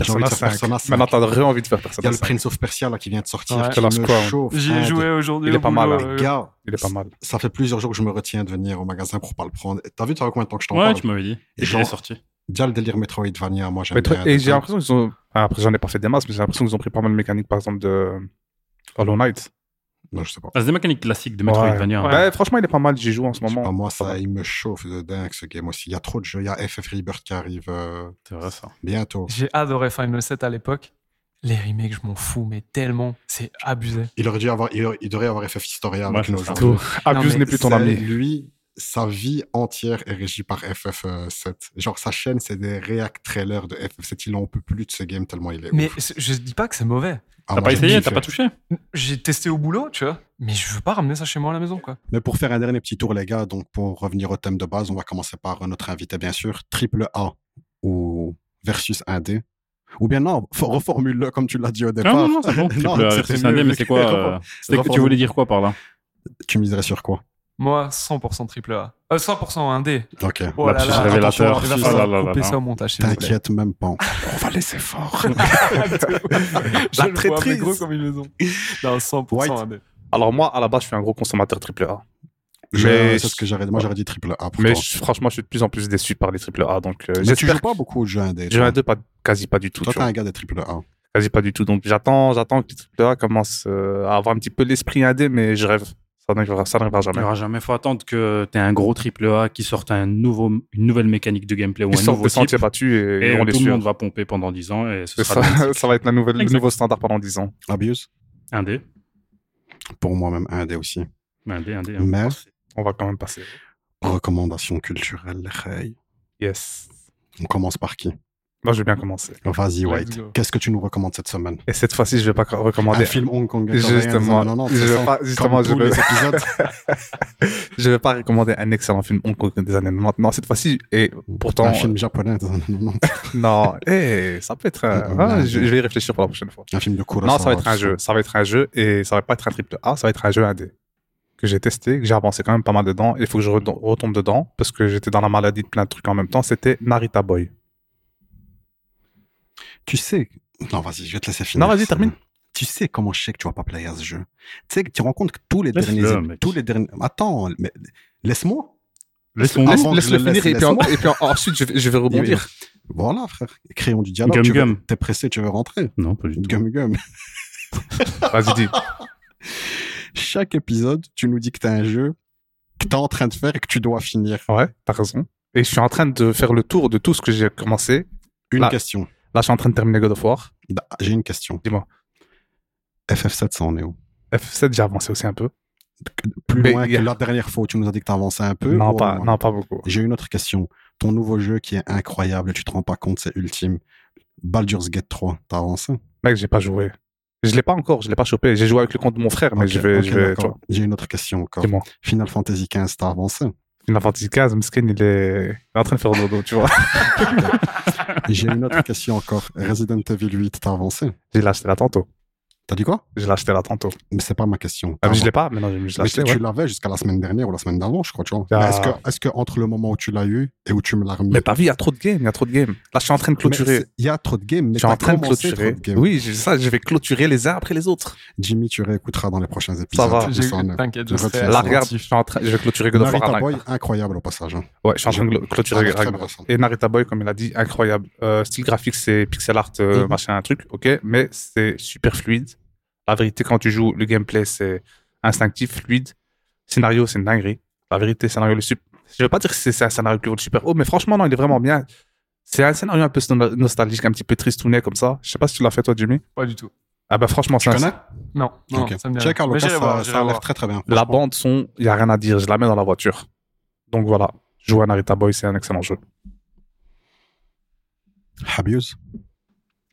Speaker 3: J'ai envie
Speaker 5: Persona
Speaker 3: de faire
Speaker 5: 5.
Speaker 3: Persona 5.
Speaker 5: Maintenant, t'as vraiment envie de faire
Speaker 3: Il y a
Speaker 5: Persona
Speaker 3: le
Speaker 5: 5.
Speaker 3: Prince of Persia là qui vient de sortir.
Speaker 4: Ouais.
Speaker 3: qui
Speaker 5: Killer
Speaker 3: me
Speaker 5: Squad.
Speaker 3: chauffe,
Speaker 4: J'y ai
Speaker 3: hein,
Speaker 4: joué aujourd'hui.
Speaker 5: il est
Speaker 4: au
Speaker 5: pas mal,
Speaker 4: boulot,
Speaker 5: hein,
Speaker 3: des-
Speaker 4: euh,
Speaker 3: Gars,
Speaker 5: Il est pas mal.
Speaker 3: ça fait plusieurs jours que je me retiens de venir au magasin pour pas le prendre. T'as vu, t'as combien de temps que je t'en
Speaker 2: Ouais,
Speaker 3: parle
Speaker 2: tu m'avais dit.
Speaker 3: Et
Speaker 2: Et je l'ai
Speaker 3: genre-
Speaker 2: sorti.
Speaker 3: Déjà le délire Metroidvania, moi j'aime
Speaker 5: Mais toi-
Speaker 3: bien.
Speaker 5: et j'ai l'impression qu'ils ont. ah, Après, j'en ai pas fait des masses, mais j'ai l'impression qu'ils ont pris pas mal de mécaniques, par exemple, de Hollow Knight.
Speaker 3: Non, je sais pas.
Speaker 2: Ah, c'est des mécaniques classiques de Metroidvania.
Speaker 4: Ouais.
Speaker 2: hein.
Speaker 5: Ouais, franchement, il est pas mal. J'y joue en ce
Speaker 3: Je sais pas,
Speaker 5: moment.
Speaker 3: moi, ça, il me chauffe de dingue ce game aussi. Il y a trop de jeux. Il y a FF Rebirth qui arrive euh,
Speaker 2: C'est vrai, ça.
Speaker 3: bientôt.
Speaker 4: J'ai adoré Final 7 à l'époque. Les remakes, je m'en fous, mais tellement, c'est abusé.
Speaker 3: Il aurait dû avoir, il, aurait- il devrait avoir FF Historia
Speaker 2: Ouais,
Speaker 3: avec
Speaker 2: c'est
Speaker 3: nous
Speaker 2: ça.
Speaker 3: aujourd'hui.
Speaker 5: Abuse
Speaker 4: mais
Speaker 5: n'est plus ton
Speaker 3: C'est-
Speaker 5: ami.
Speaker 3: Lui, sa vie entière est régie par FF7. Genre, sa chaîne, c'est des react trailers de FF7. Il en peut plus de ce game tellement il est
Speaker 4: Mais
Speaker 3: ouf.
Speaker 4: c'est- je dis pas que c'est mauvais.
Speaker 3: Ah,
Speaker 2: T'as
Speaker 3: moi,
Speaker 2: pas
Speaker 3: j'ai
Speaker 2: essayé,
Speaker 3: kiffé.
Speaker 2: t'as pas touché.
Speaker 4: J'ai testé au boulot, tu vois, mais je veux pas ramener ça chez moi à la maison, quoi.
Speaker 3: Mais pour faire un dernier petit tour, les gars, donc pour revenir au thème de base, on va commencer par euh, notre invité, bien sûr, triple A ou versus 1D. Ou bien non, for- reformule-le comme tu l'as dit au
Speaker 2: Non,
Speaker 3: départ.
Speaker 2: non, non, c'est bon. Tu peux-
Speaker 3: c'était
Speaker 2: c'est un
Speaker 3: mieux,
Speaker 2: dé, mais
Speaker 3: mec.
Speaker 2: c'est quoi euh, c'était-
Speaker 3: Reformule.
Speaker 2: Tu voulais dire quoi par là
Speaker 3: Tu miserais sur quoi
Speaker 4: Moi, 100% triple A. Euh, 100% 1D.
Speaker 3: Ok.
Speaker 4: Oh là
Speaker 2: Lapsus
Speaker 4: là,
Speaker 2: révélateur.
Speaker 3: attention,
Speaker 2: Ah
Speaker 3: attention,
Speaker 2: là là là
Speaker 4: Coupez
Speaker 2: là.
Speaker 4: ça au montage, s'il vous plaît.
Speaker 3: T'inquiète même pas. On va laisser fort.
Speaker 4: Je
Speaker 5: La
Speaker 4: le vois, mais
Speaker 5: traîtrise.
Speaker 4: gros comme une maison. Non, 100%
Speaker 3: White.
Speaker 4: 1D.
Speaker 5: Alors, moi, à la base, je suis un gros consommateur AAA.
Speaker 3: Mais
Speaker 5: Mais-
Speaker 3: c'est ce que j'aurais Moi, j'aurais dit triple A.
Speaker 5: Mais je- franchement, je suis de plus en plus déçu par les AAA. Donc, euh,
Speaker 3: Mais tu
Speaker 5: j'espère.
Speaker 3: joues pas beaucoup aux jeux indés.
Speaker 5: J'ai
Speaker 3: toi.
Speaker 5: un 2, pas, quasi pas du tout.
Speaker 3: Toi,
Speaker 5: tu
Speaker 3: t'es un gars des triple A.
Speaker 5: Quasi pas du tout. Donc j'attends, j'attends que les AAA commencent euh, à avoir un petit peu l'esprit indé, mais je rêve. Ça n'arrivera ça n'arrivera
Speaker 2: Il n'y
Speaker 5: jamais.
Speaker 2: aura jamais. faut attendre que tu aies un gros triple A qui sorte un nouveau, une nouvelle mécanique de gameplay ou
Speaker 5: Ils
Speaker 2: un
Speaker 5: sortent
Speaker 2: nouveau
Speaker 5: des
Speaker 2: type.
Speaker 5: sentiers battus et,
Speaker 2: Et
Speaker 5: on les
Speaker 2: tout
Speaker 5: suit.
Speaker 2: le monde va pomper pendant 10 ans et ce
Speaker 5: Ça,
Speaker 2: sera
Speaker 5: ça va être la nouvelle, le
Speaker 4: Exact.
Speaker 5: nouveau standard pendant 10 ans.
Speaker 3: Abuse
Speaker 2: un dé. Ben,
Speaker 3: Pour moi-même, un dé aussi.
Speaker 2: Un dé, un dé. hein.
Speaker 3: Mais-
Speaker 5: On va quand même passer.
Speaker 3: Recommandation culturelle, hey.
Speaker 5: Yes.
Speaker 3: On commence par qui
Speaker 5: Moi, je vais bien commencer.
Speaker 3: Vas-y,
Speaker 4: Let's
Speaker 3: White.
Speaker 4: go.
Speaker 3: Qu'est-ce que tu nous recommandes cette semaine
Speaker 5: Et cette fois-ci, je vais pas
Speaker 3: Un
Speaker 5: recommander.
Speaker 3: film hongkongais coréen,
Speaker 5: Justement,
Speaker 3: non, non, non,
Speaker 5: je
Speaker 3: c'est
Speaker 5: vais
Speaker 3: ça.
Speaker 5: pas, justement,
Speaker 3: Comme
Speaker 5: je
Speaker 3: tous
Speaker 5: vais,
Speaker 3: les épisodes.
Speaker 5: je vais pas recommander un excellent film hongkongais des années 90. Non, cette fois-ci, et pourtant,
Speaker 3: Un film japonais. non, non, non.
Speaker 5: non, eh, ça peut être un,
Speaker 3: Mm,
Speaker 5: ah,
Speaker 3: mm,
Speaker 5: je,
Speaker 3: mm.
Speaker 5: je vais y réfléchir pour la prochaine fois.
Speaker 3: Un film de Kurosawa.
Speaker 5: Non, ça va être un jeu, ça va être un jeu et ça va pas être un triple A, ça va être un jeu indé que j'ai testé, que j'ai avancé quand même pas mal dedans et il faut que je retom- retombe dedans parce que j'étais dans la maladie de plein de trucs en même temps. C'était Narita Boy.
Speaker 3: Tu sais. Non, vas-y, je vais te laisser finir.
Speaker 5: Non, vas-y, termine.
Speaker 3: Tu sais comment je sais que tu vas pas player à ce jeu. Tu sais que tu rends compte que tous les
Speaker 2: Laisse-le,
Speaker 3: derniers.
Speaker 2: mec.
Speaker 3: Tous les derniers. Attends, mais laisse-moi.
Speaker 2: Laisse-moi.
Speaker 3: Avant
Speaker 5: Laisse-
Speaker 3: que je
Speaker 5: Laisse-le
Speaker 3: le laisse,
Speaker 5: finir et puis, en-
Speaker 3: laisse-moi.
Speaker 5: et puis en- ensuite je vais, je vais rebondir.
Speaker 3: Voilà, frère. Créons du dialogue.
Speaker 2: Gum
Speaker 3: tu veux-
Speaker 2: Gum.
Speaker 3: T'es pressé, tu veux rentrer.
Speaker 2: Non, pas du tout.
Speaker 3: Gum gum.
Speaker 5: Vas-y, dis.
Speaker 3: Chaque épisode, tu nous dis que t'as un jeu que t'es en train de faire et que tu dois finir.
Speaker 5: Ouais, t'as raison. Et je suis en train de faire le tour de tout ce que j'ai commencé.
Speaker 3: Une
Speaker 5: Là.
Speaker 3: question.
Speaker 5: Là, je suis en train de terminer God of War.
Speaker 3: Bah, J'ai une question.
Speaker 5: Dis-moi.
Speaker 3: FF7, ça en est où
Speaker 5: F7, j'ai avancé aussi un peu.
Speaker 3: Plus
Speaker 5: Mais
Speaker 3: loin
Speaker 5: il y a-
Speaker 3: que la dernière fois où tu nous as dit que t'avançais un peu.
Speaker 5: non,
Speaker 3: ou
Speaker 5: pas,
Speaker 3: moins
Speaker 5: non, pas beaucoup.
Speaker 3: J'ai une autre question. Ton nouveau jeu qui est incroyable, tu te rends pas compte, c'est ultime. Baldur's Gate 3, t'as avancé
Speaker 5: Mec, j'ai pas joué. Je l'ai pas encore, je l'ai pas chopé. J'ai joué avec le compte de mon frère, Ah, mais
Speaker 3: Ok,
Speaker 5: je vais.
Speaker 3: ok,
Speaker 5: je vais
Speaker 3: d'accord.
Speaker 5: tu
Speaker 3: J'ai une autre question encore.
Speaker 5: vois, Dis-moi.
Speaker 3: Final Fantasy 15, t'as avancé
Speaker 5: Final Fantasy XV, Miskin, il est... il est en train de faire dodo, tu vois.
Speaker 3: J'ai une autre question encore. Resident Evil 8, t'as avancé
Speaker 5: J'ai l'acheté là tantôt.
Speaker 3: T'as dit quoi
Speaker 5: J'ai l'acheté là tantôt.
Speaker 3: Mais c'est pas ma question.
Speaker 5: Ah, mais je
Speaker 3: T'as
Speaker 5: l'ai pas, mais non, je l'ai
Speaker 3: Mais
Speaker 5: acheté.
Speaker 3: tu
Speaker 5: ouais.
Speaker 3: l'avais jusqu'à la semaine dernière ou la semaine d'avant, je crois, tu vois.
Speaker 5: Ah.
Speaker 3: Mais Est-ce que, est-ce que entre le moment où tu l'as eu et où tu me l'as remis
Speaker 5: Mais pas vu, il y a trop de games, il y a trop de games. Là, je suis en train de
Speaker 3: Mais
Speaker 5: clôturer.
Speaker 3: c'est- Il y a trop de games, mais
Speaker 5: Je suis en
Speaker 3: t'as
Speaker 5: train de
Speaker 3: commencé trop
Speaker 5: clôturer.
Speaker 3: de games.
Speaker 5: Oui, j'ai ça, je vais clôturer les uns après les autres.
Speaker 3: Jimmy, tu réécouteras dans les prochains épisodes.
Speaker 5: va.
Speaker 3: où
Speaker 4: J'ai-
Speaker 3: ça en est.
Speaker 4: T'inquiète, je
Speaker 3: Je
Speaker 4: serai
Speaker 3: retiens.
Speaker 5: Là,
Speaker 3: c'est
Speaker 5: regarde, je
Speaker 4: attentif.
Speaker 5: suis en train, je vais clôturer God of War.
Speaker 3: Narita
Speaker 5: à
Speaker 3: Boy,
Speaker 5: Narita.
Speaker 3: incroyable au passage. hein.
Speaker 5: Ouais, je suis en train de glo-
Speaker 3: Ça a
Speaker 5: clôturer
Speaker 3: l'air très
Speaker 5: Ragnarok.
Speaker 3: bien, ça.
Speaker 5: Et Narita Boy, comme il a dit, incroyable. Euh, style graphique, c'est pixel art, euh,
Speaker 3: Mhm.
Speaker 5: machin, un truc, ok, mais c'est super fluide. La vérité, quand tu joues, le gameplay, c'est instinctif, fluide. Scénario, c'est une dinguerie. La vérité, scénario, le super. Je veux pas dire que c'est c'est un scénario qui vaut le super haut, mais franchement, non, il est vraiment bien. C'est un scénario un peu no- nostalgique, un petit peu tristounet comme ça. Je sais pas si tu l'as fait, toi, Jimmy.
Speaker 4: Pas du tout.
Speaker 5: Ah bah, franchement,
Speaker 3: Tu
Speaker 5: c'est un-
Speaker 3: connais
Speaker 4: Non, non,
Speaker 3: Ok.
Speaker 4: ça me dit
Speaker 3: Check
Speaker 4: rien.
Speaker 3: out,
Speaker 4: Mais
Speaker 3: Lucas,
Speaker 4: j'irai voir,
Speaker 3: ça,
Speaker 4: j'irai
Speaker 3: ça a
Speaker 4: voir.
Speaker 3: l'air très très bien.
Speaker 5: La bande-son, il y a rien à dire. Je la mets dans la voiture. Donc voilà. Jouer à Narita Boy, c'est un excellent jeu.
Speaker 3: Habius,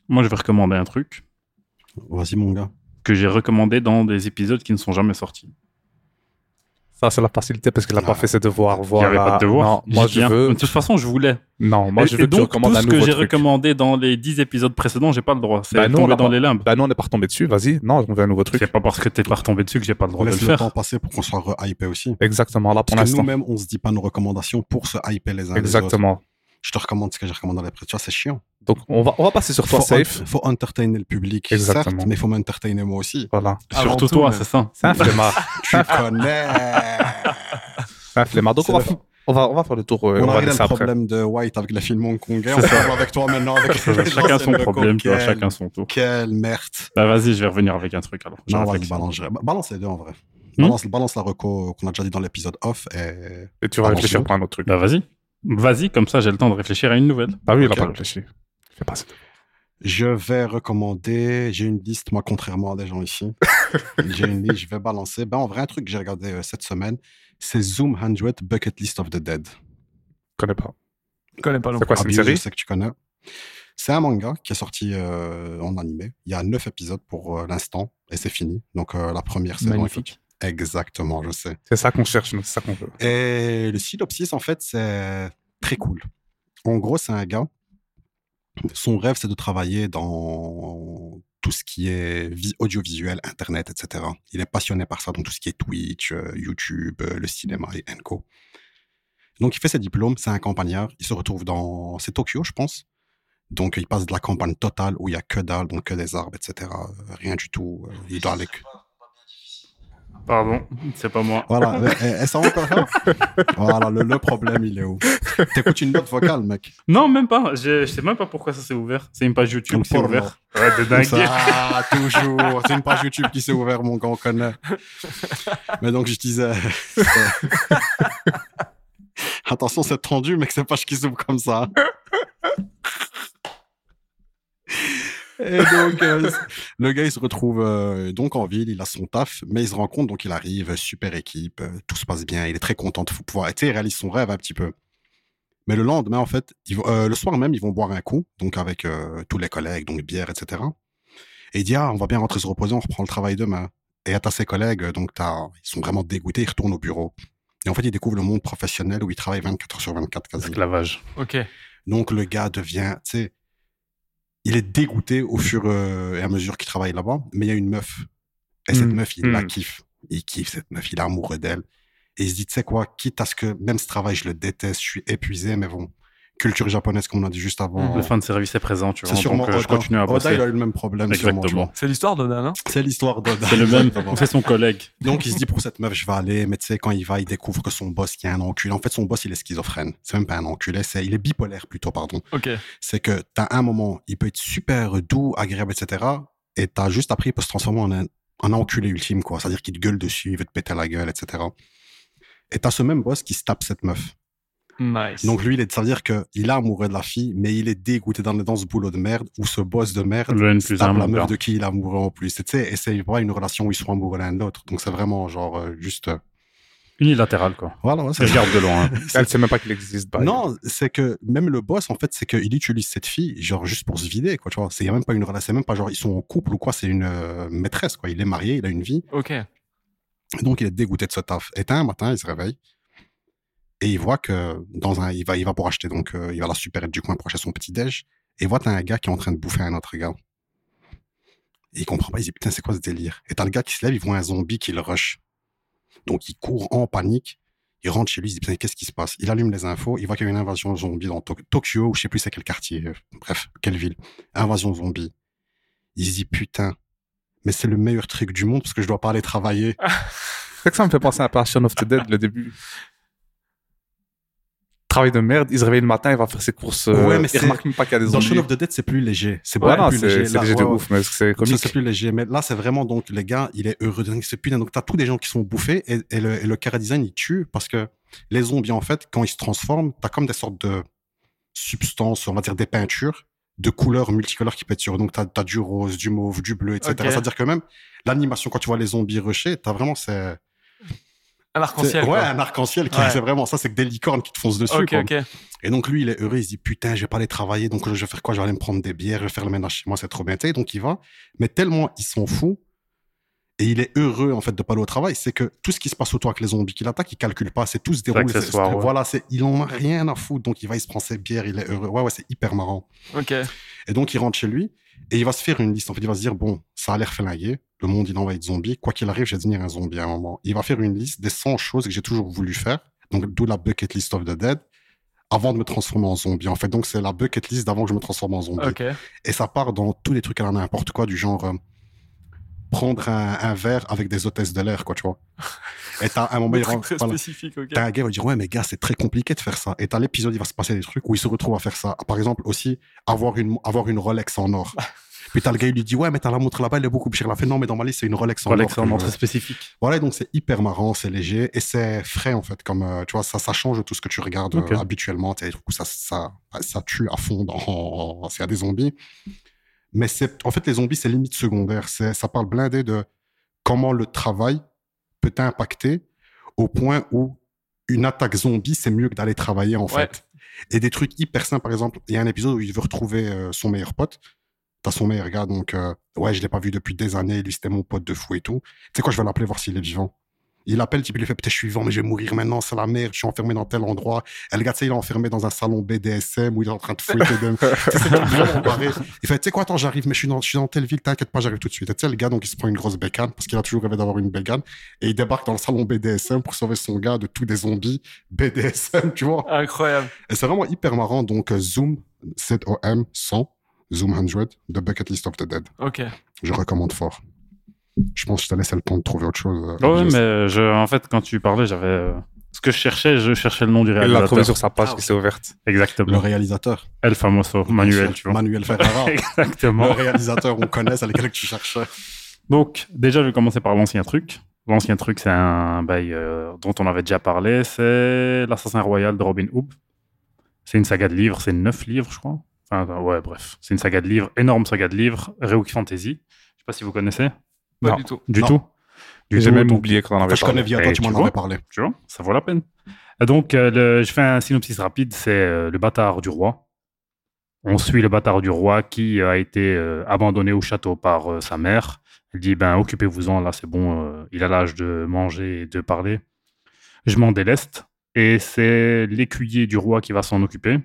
Speaker 2: Moi, je vais recommander un truc
Speaker 3: vas-y mon gars.
Speaker 2: que j'ai recommandé dans des épisodes qui ne sont jamais sortis.
Speaker 5: Ça, c'est la facilité parce qu'il n'a
Speaker 3: Ah.
Speaker 5: pas fait ses devoirs. Voilà.
Speaker 2: Il n'y avait pas de devoir.
Speaker 5: Non,
Speaker 2: J'ai
Speaker 5: moi,
Speaker 2: dit
Speaker 5: je
Speaker 2: rien.
Speaker 5: veux.
Speaker 2: De toute façon, je voulais.
Speaker 5: Non, moi,
Speaker 2: Et-
Speaker 5: je
Speaker 2: et
Speaker 5: veux que tu
Speaker 2: donc,
Speaker 5: recommandes
Speaker 2: tout
Speaker 5: un
Speaker 2: ce que
Speaker 5: nouveau
Speaker 2: j'ai
Speaker 5: truc.
Speaker 2: recommandé dans les 10 épisodes précédents, j'ai pas le droit. C'est
Speaker 5: Bah non, on
Speaker 2: tombé
Speaker 5: l'a
Speaker 2: dans
Speaker 5: pas.
Speaker 2: les limbes.
Speaker 5: Bah, non, on n'est pas retombé dessus. Vas-y. Non, on veut un nouveau truc.
Speaker 2: C'est pas parce que t'es pas retombé dessus que j'ai pas le droit
Speaker 3: Laisse
Speaker 2: de
Speaker 3: le
Speaker 2: le faire.
Speaker 3: temps passer pour qu'on soit re-hypé aussi.
Speaker 5: Exactement. Là, pour
Speaker 3: Parce que
Speaker 5: l'instant.
Speaker 3: nous-mêmes, on se dit pas nos recommandations pour se hyper les uns les autres.
Speaker 5: Exactement.
Speaker 3: Je te recommande ce que j'ai recommandé dans les prêts. Tu vois, c'est chiant.
Speaker 5: Donc, on va, on va passer sur toi
Speaker 3: faut
Speaker 5: safe.
Speaker 3: en- faut entertainer le public,
Speaker 5: Exactement.
Speaker 3: certes, mais faut m'entertainer moi aussi.
Speaker 5: Voilà.
Speaker 4: Avant
Speaker 2: Surtout
Speaker 4: tout,
Speaker 2: toi,
Speaker 4: mais-
Speaker 2: c'est ça.
Speaker 5: C'est un flemmard.
Speaker 3: Tu connais.
Speaker 5: C'est un flemmard. Donc,
Speaker 3: C'est
Speaker 5: on va,
Speaker 3: le-
Speaker 5: fa- on, va, on va faire le tour. euh,
Speaker 3: on a
Speaker 5: on va
Speaker 3: réglé
Speaker 5: laisser
Speaker 3: le
Speaker 5: après.
Speaker 3: problème de White avec les films hongkongais. On parle avec toi maintenant. Avec les gens,
Speaker 2: Chacun
Speaker 3: c'est
Speaker 2: son
Speaker 3: le
Speaker 2: problème, tu vois,
Speaker 3: coquel.
Speaker 2: chacun son tour.
Speaker 3: Quelle merde.
Speaker 2: Bah, vas-y, je vais revenir avec un truc alors. Je
Speaker 3: Non, vas-y,
Speaker 2: réfléchis.
Speaker 3: balance. je- Balance les deux en vrai.
Speaker 2: Hmm
Speaker 3: Balance, balance la reco qu'on a déjà dit dans l'épisode off. Et...
Speaker 5: Et tu vas
Speaker 3: Ah,
Speaker 5: réfléchir
Speaker 3: bon,
Speaker 5: pour un autre truc.
Speaker 2: Bah, vas-y. Vas-y, comme ça, j'ai le temps de réfléchir à une nouvelle.
Speaker 5: Bah oui, il a
Speaker 3: Ok.
Speaker 5: pas réfléchi. Fais pas ça.
Speaker 3: Je vais recommander. J'ai une liste, moi, contrairement à des gens ici. j'ai une liste, je vais balancer. Ben, en vrai, un truc que j'ai regardé euh, cette semaine, c'est Zoom 100 Bucket List of the Dead.
Speaker 5: Je connais pas.
Speaker 4: Je connais pas non
Speaker 5: C'est quoi,
Speaker 4: plus.
Speaker 5: c'est une
Speaker 3: Abuse,
Speaker 5: série
Speaker 3: Je sais que tu connais. C'est un manga qui est sorti euh, en animé. Il y a neuf épisodes pour euh, l'instant et c'est fini. Donc euh, la première saison. est
Speaker 4: Magnifique.
Speaker 3: faite. Exactement, je sais.
Speaker 5: C'est ça qu'on cherche, nous. C'est ça qu'on veut.
Speaker 3: Et le synopsis, en fait, c'est très cool. En gros, c'est un gars. Son rêve, c'est de travailler dans tout ce qui est vie audiovisuel, Internet, etc. Il est passionné par ça, donc tout ce qui est Twitch, euh, YouTube, euh, le cinéma et co. Donc, il fait ses diplômes, c'est un campagnard. Il se retrouve dans... C'est Tokyo, je pense. Donc, il passe de la campagne totale où il n'y a que dalle, donc que des arbres, etc. euh, Rien du tout. euh, Il doit aller que...
Speaker 2: Pardon, c'est pas moi.
Speaker 3: Voilà, est ça encore là Voilà, le, le problème, il est où T'écoutes une note vocale, mec.
Speaker 2: Non, même pas. Je, je sais même pas pourquoi ça s'est ouvert. C'est une page YouTube
Speaker 3: Un
Speaker 2: qui s'est
Speaker 3: porno.
Speaker 2: ouverte. Ouais, de dingue.
Speaker 3: Ah, toujours. C'est une page YouTube qui s'est ouverte, mon grand connard. Mais donc, je disais. Attention, c'est tendu, mec, c'est page qui s'ouvre comme ça. Et donc, euh, le gars, il se retrouve euh, donc en ville, il a son taf, mais il se rend compte, donc il arrive, super équipe, euh, tout se passe bien, il est très content de pouvoir, tu sais, il réalise son rêve un petit peu. Mais le lendemain, en fait, ils vont- euh, le soir même, ils vont boire un coup, donc avec euh, tous les collègues, donc bière, etc. Et il dit, ah, on va bien rentrer se reposer, on reprend le travail demain. Et t'as ses collègues, euh, donc t'as- ils sont vraiment dégoûtés, ils retournent au bureau. Et en fait, ils découvrent le monde professionnel où ils travaillent 24 heures sur 24 quasi.
Speaker 2: Esclavage.
Speaker 4: Ok.
Speaker 3: Donc le gars devient, tu sais, il est dégoûté au fur euh, et à mesure qu'il travaille là-bas, mais il y a une meuf. Et cette
Speaker 5: Mm.
Speaker 3: meuf, il la
Speaker 2: Mm.
Speaker 3: kiffe. Il kiffe cette meuf, il est amoureux d'elle. Et il se dit, tu sais quoi, quitte à ce que même ce travail, je le déteste, je suis épuisé, mais bon, culture japonaise, comme on l'a dit juste avant.
Speaker 2: Hmm.
Speaker 3: euh,
Speaker 2: Le fan de service est présent, tu vois.
Speaker 3: C'est sûrement
Speaker 2: Donc, euh, je
Speaker 3: Oda.
Speaker 2: continue à
Speaker 3: Oda,
Speaker 2: bosser.
Speaker 3: il a eu le même problème, sûrement, tu vois.
Speaker 2: Exactement.
Speaker 4: C'est l'histoire de Dan, hein
Speaker 3: C'est l'histoire d'Oda.
Speaker 2: C'est le même.
Speaker 3: Exactement.
Speaker 2: C'est son collègue.
Speaker 3: Donc, il se dit, pour cette meuf, je vais aller, mais tu sais, quand il va, il découvre que son boss, qui est un enculé. En fait, son boss, il est schizophrène. C'est même pas un enculé, c'est, il est bipolaire plutôt, pardon
Speaker 4: Ok.
Speaker 3: c'est que t'as un moment, il peut être super doux, agréable, etc. Et t'as juste après, il peut se transformer en un, en enculé ultime, quoi. C'est-à-dire qu'il te gueule dessus, il veut te péter la gueule, etc. Et t'as ce même boss qui se tape cette meuf.
Speaker 4: Nice.
Speaker 3: Donc lui, il est, ça veut dire qu'il est amoureux de la fille, mais il est dégoûté dans, dans ce boulot de merde ou ce boss de merde.
Speaker 2: Le N
Speaker 3: se
Speaker 2: plus
Speaker 3: tape
Speaker 2: 1,
Speaker 3: la meuf de qui il est amoureux en plus. Et tu sais, et c'est pas une relation où ils sont amoureux l'un de l'autre. Donc c'est vraiment genre euh, juste. euh,
Speaker 2: Unilatéral, quoi.
Speaker 3: Voilà, ouais,
Speaker 2: Je
Speaker 3: c'est
Speaker 2: regarde de loin.
Speaker 5: Elle sait même pas qu'il existe. bah,
Speaker 3: Non, c'est que même le boss, en fait, c'est qu'il utilise cette fille, genre, juste pour se vider, quoi, tu vois. C'est même pas une relation, c'est même pas genre, ils sont en couple ou quoi, c'est une euh, maîtresse, quoi. Il est marié, il a une vie.
Speaker 4: Ok.
Speaker 3: Donc, il est dégoûté de ce taf. Et un matin, il se réveille. Et il voit que dans un, il va, il va pour acheter, donc, euh, il va à la supérette du coin pour acheter son petit déj. Et il voit, t'as un gars qui est en train de bouffer un autre gars. Et il comprend pas, il dit, putain, c'est quoi ce délire? Et t'as le gars qui se lève, il voit un zombie qui le rush. Donc, il court en panique. Il rentre chez lui, il se dit Putain, qu'est-ce qui se passe Il allume les infos, il voit qu'il y a une invasion zombie dans Tok- Tokyo, ou je sais plus c'est quel quartier, euh, bref, quelle ville. Invasion zombie. Il se dit Putain, mais c'est le meilleur truc du monde parce que je dois pas aller travailler.
Speaker 5: C'est vrai que ça me fait penser à Passion of the Dead, le début. Travail de merde, il se réveille le matin, il va faire ses courses. euh,
Speaker 3: Ouais, mais
Speaker 5: il
Speaker 3: c'est-
Speaker 5: remarque même pas qu'il y a des
Speaker 3: Dans Shaun
Speaker 5: zombies.
Speaker 3: of the Dead, c'est plus léger. C'est
Speaker 5: Ouais,
Speaker 3: beaucoup
Speaker 5: non,
Speaker 3: plus
Speaker 5: c'est
Speaker 3: léger.
Speaker 5: c'est
Speaker 3: Là,
Speaker 5: léger de
Speaker 3: ouais, ouais.
Speaker 5: ouf, mais c'est
Speaker 3: Ça,
Speaker 5: comique.
Speaker 3: c'est plus léger. Mais là, c'est vraiment donc les gars, il est heureux. de dingue, C'est putain. Donc, t'as tous des gens qui sont bouffés et, et le, et le cara design, il tue parce que les zombies, en fait, quand ils se transforment, t'as comme des sortes de substances, on va dire des peintures de couleurs multicolores qui pètent sur eux. Donc, t'as as du rose, du mauve, du bleu, etc.
Speaker 4: Ok.
Speaker 3: C'est-à-dire que même l'animation, quand tu vois les zombies rusher, t'as vraiment c'est
Speaker 4: Un arc-en-ciel.
Speaker 3: ouais,
Speaker 4: quoi.
Speaker 3: un arc-en-ciel qui
Speaker 4: Ouais.
Speaker 3: c'est vraiment ça, c'est que des licornes qui te foncent dessus.
Speaker 4: Ok,
Speaker 3: quoi.
Speaker 4: ok.
Speaker 3: Et donc, lui, il est heureux. Il se dit, putain, je vais pas aller travailler. Donc, je vais faire quoi? Je vais aller me prendre des bières. Je vais faire le ménage chez moi. C'est trop bien. Tu sais, Donc, il va. Mais tellement il s'en fout. Et il est heureux, en fait, de pas aller au travail. C'est que tout ce qui se passe autour avec les zombies qu'il attaque, il calcule pas. C'est tout se déroule. c'est-
Speaker 2: accessoire,
Speaker 3: c'est-
Speaker 2: ouais.
Speaker 3: Voilà, c'est, il en a rien à foutre. Donc, il va, il se prend ses bières. Il est heureux. Ouais, ouais, c'est hyper marrant.
Speaker 4: Ok.
Speaker 3: Et donc, il rentre chez lui. Et il va se faire une liste. En fait, il va se dire, bon, ça a l'air flingué. Le monde, il est envahi de zombies. Quoi qu'il arrive, je vais devenir un zombie à un moment. Il va faire une liste des 100 choses que j'ai toujours voulu faire. Donc, d'où la bucket list of the dead. Avant de me transformer en zombie. En fait, donc, c'est la bucket list d'avant que je me transforme en zombie.
Speaker 4: Ok.
Speaker 3: Et ça part dans tous les trucs à la n'importe quoi, du genre euh, prendre un, un verre avec des hôtesses de l'air, quoi, tu vois. Et t'as un moment,
Speaker 4: Un
Speaker 3: il
Speaker 4: truc
Speaker 3: rentre-
Speaker 4: très
Speaker 3: voilà.
Speaker 4: spécifique, ok.
Speaker 3: T'as un gars qui va dire ouais mais gars c'est très compliqué de faire ça et t'as l'épisode il va se passer des trucs où il se retrouve à faire ça par exemple aussi avoir une avoir une Rolex en or puis t'as le gars il lui dit ouais mais t'as la montre là-bas elle est beaucoup plus chère la fait non mais dans ma liste c'est une Rolex en
Speaker 2: Rolex
Speaker 3: or que
Speaker 2: en
Speaker 3: je
Speaker 2: très
Speaker 3: veux.
Speaker 2: spécifique.
Speaker 3: voilà et donc c'est hyper marrant c'est léger et c'est frais en fait comme euh, tu vois ça ça change de tout ce que tu regardes
Speaker 2: Ok.
Speaker 3: euh, habituellement t'as des trucs où ça ça ça tue à fond dans c'est à des zombies mais c'est en fait les zombies c'est limite secondaire c'est ça parle blindé de comment le travail peut impacter au point où une attaque zombie, c'est mieux que d'aller travailler, en
Speaker 4: Ouais.
Speaker 3: fait. Et des trucs hyper simples, par exemple, il y a un épisode où il veut retrouver euh, son meilleur pote. T'as son meilleur gars, donc, euh, ouais, je l'ai pas vu depuis des années, lui, c'était mon pote de fou et tout. Tu sais quoi, je vais l'appeler voir s'il est vivant. Il appelle, type, il lui fait, peut-être je suis vivant, mais je vais mourir maintenant, c'est la merde, je suis enfermé dans tel endroit. Et le gars, tu sais, il est enfermé dans un salon BDSM où il est en train de fouetter de... Tu sais, c'est vraiment barré. Il fait, tu sais quoi, attends, j'arrive, mais je suis, dans, je suis dans telle ville, t'inquiète pas, j'arrive tout de suite. Et tu sais, le gars, donc, il se prend une grosse bécane, parce qu'il a toujours rêvé d'avoir une bécane, et il débarque dans le salon BDSM pour sauver son gars de tous des zombies BDSM, tu vois.
Speaker 4: Incroyable.
Speaker 3: Et c'est vraiment hyper marrant, donc, euh, Zoom, Z-O-M, 100, Zoom 100, The Bucket List of the Dead.
Speaker 4: Ok.
Speaker 3: Je recommande fort. Je pense que je te laisse le temps de trouver autre chose. euh,
Speaker 2: Oh Ouais,
Speaker 3: Just.
Speaker 2: mais je, en fait, quand tu parlais, j'avais. euh, Ce que je cherchais, je cherchais le nom du
Speaker 5: Elle l'a
Speaker 2: réalisateur.
Speaker 5: trouvé sur sa page
Speaker 4: Ah,
Speaker 5: qui s'est ouverte.
Speaker 3: Le
Speaker 2: Exactement.
Speaker 3: réalisateur.
Speaker 2: El Famoso, Manuel, tu vois.
Speaker 3: Manuel Ferrara. le
Speaker 2: Exactement.
Speaker 3: réalisateur, on connaît, c'est lequel que tu cherches.
Speaker 2: Donc, déjà, je vais commencer par l'ancien truc. L'ancien truc, c'est un bail euh, dont on avait déjà parlé. C'est L'Assassin Royal de Robin Hood. C'est une saga de livres. C'est neuf livres, je crois. Enfin, euh, ouais, bref. C'est une saga de livres, énorme saga de livres, Rewick Fantasy. Je sais pas si vous connaissez.
Speaker 4: Pas
Speaker 5: Non.
Speaker 4: du tout.
Speaker 2: Du
Speaker 3: Non.
Speaker 2: tout. Du
Speaker 5: J'ai
Speaker 2: tout,
Speaker 5: même
Speaker 2: tout.
Speaker 5: oublié qu'on en avait
Speaker 3: Que je
Speaker 5: parlé.
Speaker 3: connais via
Speaker 2: Eh,
Speaker 3: toi, tu
Speaker 2: tu
Speaker 3: m'en
Speaker 2: vois.
Speaker 3: avais parlé.
Speaker 2: Tu vois, ça vaut la peine. Et Donc, euh, le- je fais un synopsis rapide. C'est euh, le bâtard du roi. On suit le bâtard du roi qui a été euh, abandonné au château par euh, sa mère. Elle dit ben occupez-vous-en là, c'est bon. euh, il a l'âge de manger et de parler. Je m'en déleste et c'est l'écuyer du roi qui va s'en occuper.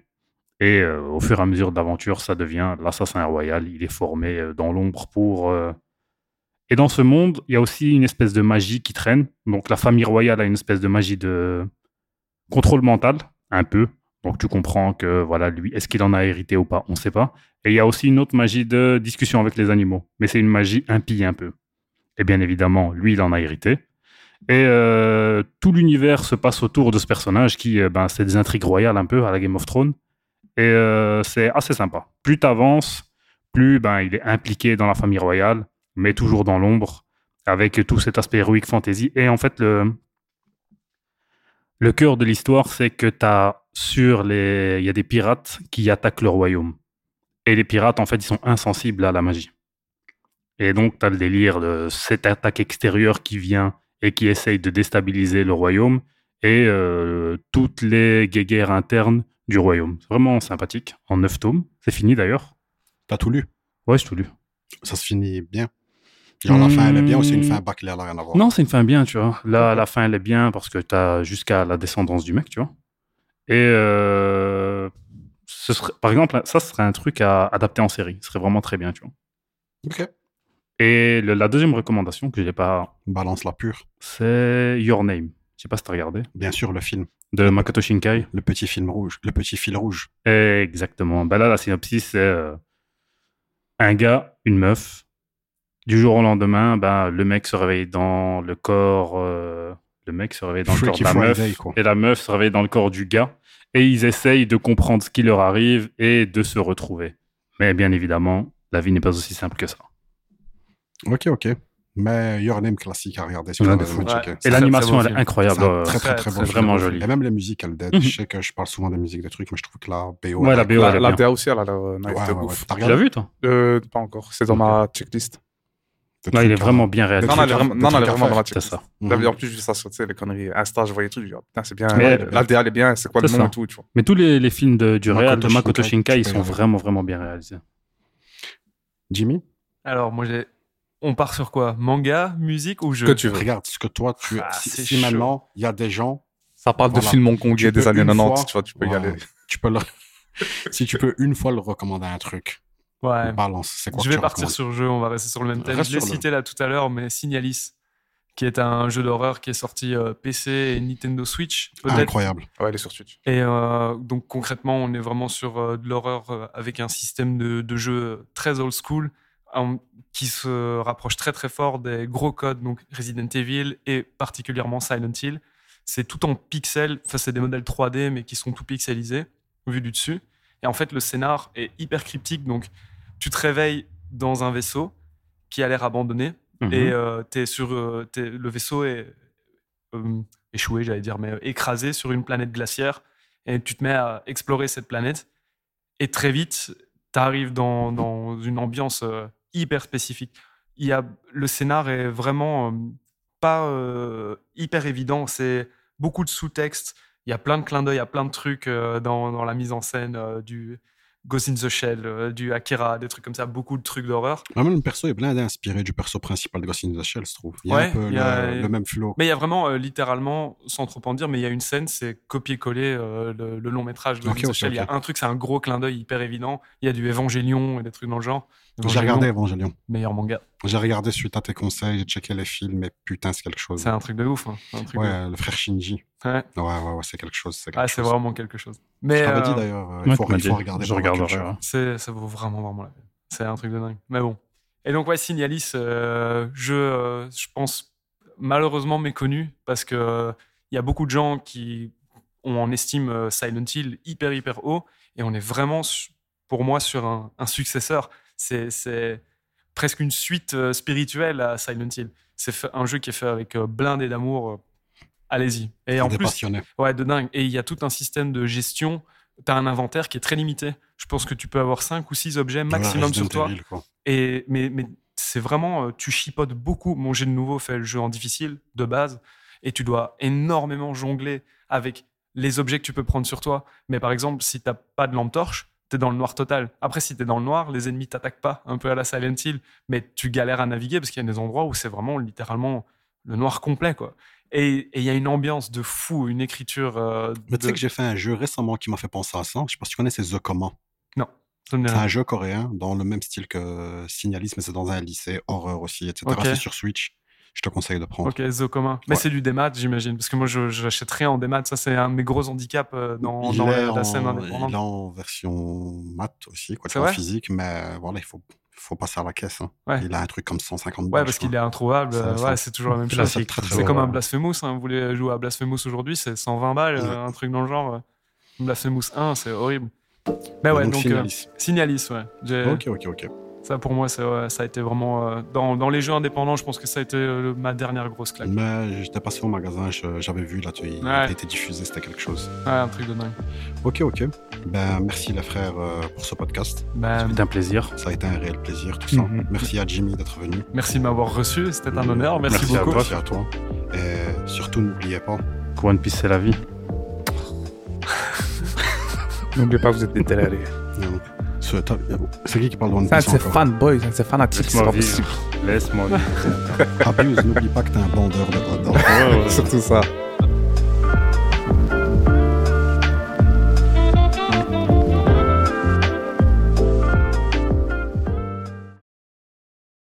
Speaker 2: Et euh, au fur et à mesure de l'aventure, ça devient l'assassin royal. Il est formé euh, dans l'ombre pour euh, et dans ce monde, il y a aussi une espèce de magie qui traîne. Donc la famille royale a une espèce de magie de contrôle mental, un peu. Donc tu comprends que voilà, lui, est-ce qu'il en a hérité ou pas On ne sait pas. Et il y a aussi une autre magie de discussion avec les animaux, mais c'est une magie impie un peu. Et bien évidemment, lui, il en a hérité. Et euh, tout l'univers se passe autour de ce personnage qui, euh, ben, c'est des intrigues royales un peu à la Game of Thrones. Et euh, c'est assez sympa. Plus t'avances, plus ben, il est impliqué dans la famille royale mais toujours dans l'ombre, avec tout cet aspect héroïque fantasy. Et en fait, le, le cœur de l'histoire, c'est que t'as sur les. Il y a des pirates qui attaquent le royaume. Et les pirates, en fait, ils sont insensibles à la magie. Et donc, t'as le délire de cette attaque extérieure qui vient et qui essaye de déstabiliser le royaume et euh, toutes les guéguerres internes du royaume. C'est vraiment sympathique, en neuf tomes. C'est fini d'ailleurs.
Speaker 3: T'as tout lu.
Speaker 2: Ouais, j'ai tout lu.
Speaker 3: Ça se finit bien. Genre, la fin, elle est bien ou c'est une fin bâclée, elle n'a rien à voir.
Speaker 2: Hmm. Non, c'est une fin bien, tu vois. Là, à la fin, elle est bien parce que tu as jusqu'à la descendance du mec, tu vois. Et euh, ce serait, par exemple, ça ce serait un truc à adapter en série. Ce serait vraiment très bien, tu vois.
Speaker 3: Ok.
Speaker 2: Et le- la deuxième recommandation que j'ai pas,
Speaker 3: Balance la pure.
Speaker 2: c'est Your Name. Je sais pas si t'as regardé.
Speaker 3: Bien sûr, le film.
Speaker 2: De Makoto Shinkai.
Speaker 3: Le petit film rouge. Le petit fil rouge.
Speaker 2: Exactement. Ben là, la synopsis, c'est euh, un gars, une meuf. Du jour au lendemain, ben, le mec se réveille dans le corps. euh, le mec se réveille dans le corps
Speaker 3: Freaky
Speaker 2: de la meuf.
Speaker 3: Friday, quoi.
Speaker 2: Et la meuf se réveille dans le corps du gars. Et ils essayent de comprendre ce qui leur arrive et de se retrouver. Mais bien évidemment, la vie n'est pas aussi simple que ça.
Speaker 3: Ok, ok. Mais Your Name classique à regarder sur
Speaker 2: Ouais,
Speaker 3: la
Speaker 2: de fou.
Speaker 3: Netflix,
Speaker 4: Ouais.
Speaker 3: ok.
Speaker 2: Et
Speaker 4: C'est
Speaker 2: l'animation,
Speaker 4: très,
Speaker 2: elle
Speaker 4: très
Speaker 2: est
Speaker 4: beau
Speaker 2: incroyable.
Speaker 3: C'est un
Speaker 2: euh,
Speaker 3: très, très, très
Speaker 4: très,
Speaker 3: bon
Speaker 2: c'est
Speaker 3: film.
Speaker 2: vraiment joli.
Speaker 3: Et même la musique, elle dead.
Speaker 2: Mhm.
Speaker 3: Je sais que je parle souvent des musiques de trucs, mais je trouve que la BO.
Speaker 2: Ouais, la BO,
Speaker 5: La,
Speaker 2: elle est
Speaker 5: la
Speaker 2: bien.
Speaker 5: DA aussi, elle a l'air euh,
Speaker 3: hein. Ouais,
Speaker 5: nice
Speaker 3: ouais,
Speaker 5: de
Speaker 3: ouais.
Speaker 5: ouf.
Speaker 3: T'as
Speaker 2: Tu l'as
Speaker 3: regardé
Speaker 2: vu, toi
Speaker 5: Euh, pas encore, c'est dans ma checklist.
Speaker 3: Des
Speaker 2: Non,
Speaker 3: trucs
Speaker 2: il est
Speaker 3: à-
Speaker 2: vraiment bien réalisé.
Speaker 5: Non,
Speaker 3: trucs
Speaker 5: non, elle est
Speaker 3: à-
Speaker 5: vraiment,
Speaker 3: des
Speaker 5: non, non, elle est
Speaker 3: trucs à
Speaker 5: vraiment dans ma
Speaker 2: C'est
Speaker 5: checklist.
Speaker 2: ça.
Speaker 5: Là,
Speaker 3: Mhm.
Speaker 5: en plus, je ça, tu sais, les conneries. À Insta, je voyais tout, je dis, oh, putain, c'est bien.
Speaker 2: Mais-
Speaker 5: la DA, elle est bien, c'est quoi le
Speaker 2: C'est
Speaker 5: nom
Speaker 2: ça.
Speaker 5: et tout, tu vois.
Speaker 2: Mais tous les, les films de, du
Speaker 3: Makoto
Speaker 2: réal de Makoto
Speaker 3: Shinkai, tu
Speaker 2: Shinkai, ils
Speaker 3: peux y
Speaker 2: sont
Speaker 3: aller.
Speaker 2: vraiment, vraiment bien réalisés.
Speaker 3: Jimmy,
Speaker 4: Alors, moi, j'ai. On part sur quoi Manga, musique ou jeu
Speaker 5: Que tu veux.
Speaker 3: regarde ce que toi, tu.
Speaker 4: Ah,
Speaker 3: si
Speaker 4: c'est
Speaker 3: si maintenant, il y a des gens,
Speaker 5: Ça parle
Speaker 3: Voilà.
Speaker 5: de films hongkongais
Speaker 3: Tu
Speaker 5: des
Speaker 3: peux
Speaker 5: années
Speaker 3: une
Speaker 5: 90,
Speaker 3: fois-
Speaker 5: tu vois, tu peux y
Speaker 3: Voilà.
Speaker 5: aller.
Speaker 3: tu peux le. si tu peux une fois le recommander un truc,
Speaker 4: Ouais.
Speaker 3: balance. C'est quoi
Speaker 4: Je
Speaker 3: que
Speaker 4: vais
Speaker 3: tu
Speaker 4: partir sur jeu, on va rester sur le même thème.
Speaker 3: Reste
Speaker 4: Je l'ai
Speaker 3: sur le
Speaker 4: cité là tout à l'heure, mais Signalis, qui est un jeu d'horreur qui est sorti euh, PC et Nintendo Switch,
Speaker 3: recommandes
Speaker 4: peut-être.
Speaker 3: Incroyable.
Speaker 5: Ouais, elle est sur Twitch.
Speaker 4: Et euh, donc concrètement, on est vraiment sur euh, de l'horreur euh, avec un système de, de jeu euh, très old school en- qui se rapproche très très fort des gros codes, donc Resident Evil et particulièrement Silent Hill. C'est tout en pixels, enfin c'est des modèles 3D mais qui sont tout pixelisés vu du dessus. Et en fait, le scénar est hyper cryptique, donc tu te réveilles dans un vaisseau qui a l'air abandonné
Speaker 2: Mhm.
Speaker 4: et euh, t'es sur, euh, t'es- le vaisseau est euh, échoué, j'allais dire, mais euh, écrasé sur une planète glaciaire. Et tu te mets à explorer cette planète. Et très vite, tu arrives dans, dans une ambiance euh, hyper spécifique. Il y a, le scénar est vraiment euh, pas euh, hyper évident. C'est beaucoup de sous-textes. Il y a plein de clins d'œil, il y a plein de trucs euh, dans, dans la mise en scène euh, du Ghost in the Shell, euh, du Akira, des trucs comme ça, beaucoup de trucs d'horreur.
Speaker 3: Même le perso est blindé inspiré du perso principal de Ghost in the Shell, je trouve. Il y a
Speaker 4: Ouais,
Speaker 3: un peu
Speaker 4: il y a-
Speaker 3: le, le même flow.
Speaker 4: Mais il y a vraiment, euh, littéralement, sans trop en dire, mais il y a une scène, c'est copier-coller euh, le, le long métrage de
Speaker 3: Ok,
Speaker 4: Vince
Speaker 3: ok,
Speaker 4: Shell. Il y
Speaker 3: ok.
Speaker 4: a un truc, c'est un gros clin d'œil hyper évident. Il y a du Evangelion et des trucs dans le genre.
Speaker 3: J'ai
Speaker 4: Evangelion,
Speaker 3: regardé Evangelion.
Speaker 4: Meilleur manga.
Speaker 3: J'ai regardé suite à tes conseils, j'ai checké les films, et putain, c'est quelque chose.
Speaker 4: C'est un truc de ouf. hein. C'est un truc
Speaker 3: Ouais, le frère Shinji.
Speaker 4: de- Ouais.
Speaker 3: Ouais, ouais, ouais, c'est quelque chose. C'est quelque
Speaker 4: Ah, c'est
Speaker 3: chose.
Speaker 4: vraiment quelque chose.
Speaker 3: Je
Speaker 4: Mais
Speaker 3: t'avais dit
Speaker 4: euh,
Speaker 3: d'ailleurs, euh, il
Speaker 2: Ouais,
Speaker 3: faut,
Speaker 2: tu m'as
Speaker 3: il faut
Speaker 2: dit.
Speaker 3: regarder.
Speaker 2: Je
Speaker 3: pour la
Speaker 2: regarderai.
Speaker 3: culture.
Speaker 2: ouais.
Speaker 4: c'est- ça vaut vraiment, vraiment la peine. C'est un truc de dingue. Mais bon. Et donc, ouais, Signalis, euh, jeu, euh, je pense, malheureusement méconnu, parce que euh, il y a beaucoup de gens qui ont en estime euh, Silent Hill hyper, hyper haut, et on est vraiment, su- pour moi, sur un, un successeur. C'est- C'est presque une suite euh, spirituelle à Silent Hill. C'est fait- un jeu qui est fait avec euh, blindé d'amour. euh, Allez-y. Et en
Speaker 3: Des
Speaker 4: plus,
Speaker 3: passionnés.
Speaker 4: Ouais, de dingue. Et il y a tout un système de gestion. Tu as un inventaire qui est très limité. Je pense que tu peux avoir 5 ou 6 objets maximum
Speaker 3: Ouais,
Speaker 4: sur
Speaker 3: Resident
Speaker 4: toi.
Speaker 3: Evil, quoi.
Speaker 4: Et, mais mais c'est vraiment, euh, tu chipotes beaucoup. Mon j'ai de nouveau fait le jeu en difficile, de base. Et tu dois énormément jongler avec les objets que tu peux prendre sur toi. Mais par exemple, si t'as pas de lampe torche, t'es dans le noir total. Après, si t'es dans le noir, les ennemis t'attaquent pas, un peu à la Silent Hill. Mais tu galères à naviguer parce qu'il y a des endroits où c'est vraiment littéralement le noir complet, quoi. Et et il y a une ambiance de fou, une écriture. euh,
Speaker 3: Mais tu
Speaker 4: de-
Speaker 3: sais que j'ai fait un jeu récemment qui m'a fait penser à ça. Je sais pas si tu connais, c'est The Comment.
Speaker 4: ça me dit
Speaker 3: C'est
Speaker 4: rien.
Speaker 3: un jeu coréen dans le même style que Signalis, mais c'est dans un lycée, horreur aussi, etc.
Speaker 4: Ok.
Speaker 3: C'est sur Switch. Je te conseille de prendre.
Speaker 4: Ok, The commun. Mais
Speaker 3: Ouais.
Speaker 4: c'est du démat, j'imagine. Parce que moi, je j'achète rien en démat. Ça, c'est un de mes gros handicaps euh, dans,
Speaker 3: il,
Speaker 4: dans
Speaker 3: est
Speaker 4: la, la scène
Speaker 3: en,
Speaker 4: indépendante.
Speaker 3: il est en version mat aussi, quoi,
Speaker 4: C'est
Speaker 3: tu vois,
Speaker 4: vrai
Speaker 3: physique, mais voilà, il faut, faut passer à la caisse. hein.
Speaker 4: Ouais.
Speaker 3: Il a un truc comme 150
Speaker 4: Ouais, parce qu'il est introuvable.
Speaker 3: Ça-
Speaker 4: euh,
Speaker 3: ça-
Speaker 4: ouais, c'est toujours la même
Speaker 2: ça-
Speaker 4: chose.
Speaker 2: classique.
Speaker 3: Très, très
Speaker 4: C'est
Speaker 3: bon.
Speaker 4: comme un Blasphemous. hein. Vous voulez jouer à Blasphemous aujourd'hui, c'est 120 balles, euh,
Speaker 3: Ouais.
Speaker 4: un truc dans le genre. euh. Blasphemous 1, c'est horrible. Mais ouais,
Speaker 3: Donc,
Speaker 4: donc, euh,
Speaker 3: Signalis.
Speaker 4: Signalis, ouais. J'ai-
Speaker 3: Ok, ok, ok.
Speaker 4: Ça, pour moi, c'est, ouais, ça a été vraiment. euh, dans, dans les jeux indépendants, je pense que ça a été euh, le- ma dernière grosse claque.
Speaker 3: Mais j'étais passé au magasin, je- j'avais vu, là, tu, il
Speaker 4: Ouais.
Speaker 3: a été diffusé, c'était quelque chose.
Speaker 4: Ouais, un truc de dingue.
Speaker 3: Ok, ok. Ben, merci les frères euh, pour ce podcast.
Speaker 4: Ben,
Speaker 2: C'est un plaisir.
Speaker 3: Ça a été un réel plaisir, tout ça.
Speaker 5: Mhm.
Speaker 3: Merci à Jimmy d'être venu.
Speaker 4: merci de m'avoir reçu. C'était un honneur. Merci,
Speaker 2: Merci à
Speaker 4: beaucoup.
Speaker 2: toi.
Speaker 3: Merci à toi. Et surtout, n'oubliez pas,
Speaker 2: Pour One Piece, c'est la vie.
Speaker 5: N'oubliez pas que vous êtes des télés.
Speaker 3: euh, ce- t'as- c'est qui qui parle de One
Speaker 5: C'est un de
Speaker 3: Piece
Speaker 5: ces
Speaker 3: encore
Speaker 5: fanboys, un de ces fanatiques,
Speaker 2: Laisse-moi
Speaker 5: c'est pas
Speaker 2: vivre.
Speaker 5: possible.
Speaker 2: Laisse-moi vivre.
Speaker 3: Abuse, n'oublie pas que t'es un bandeur de
Speaker 5: Surtout ça.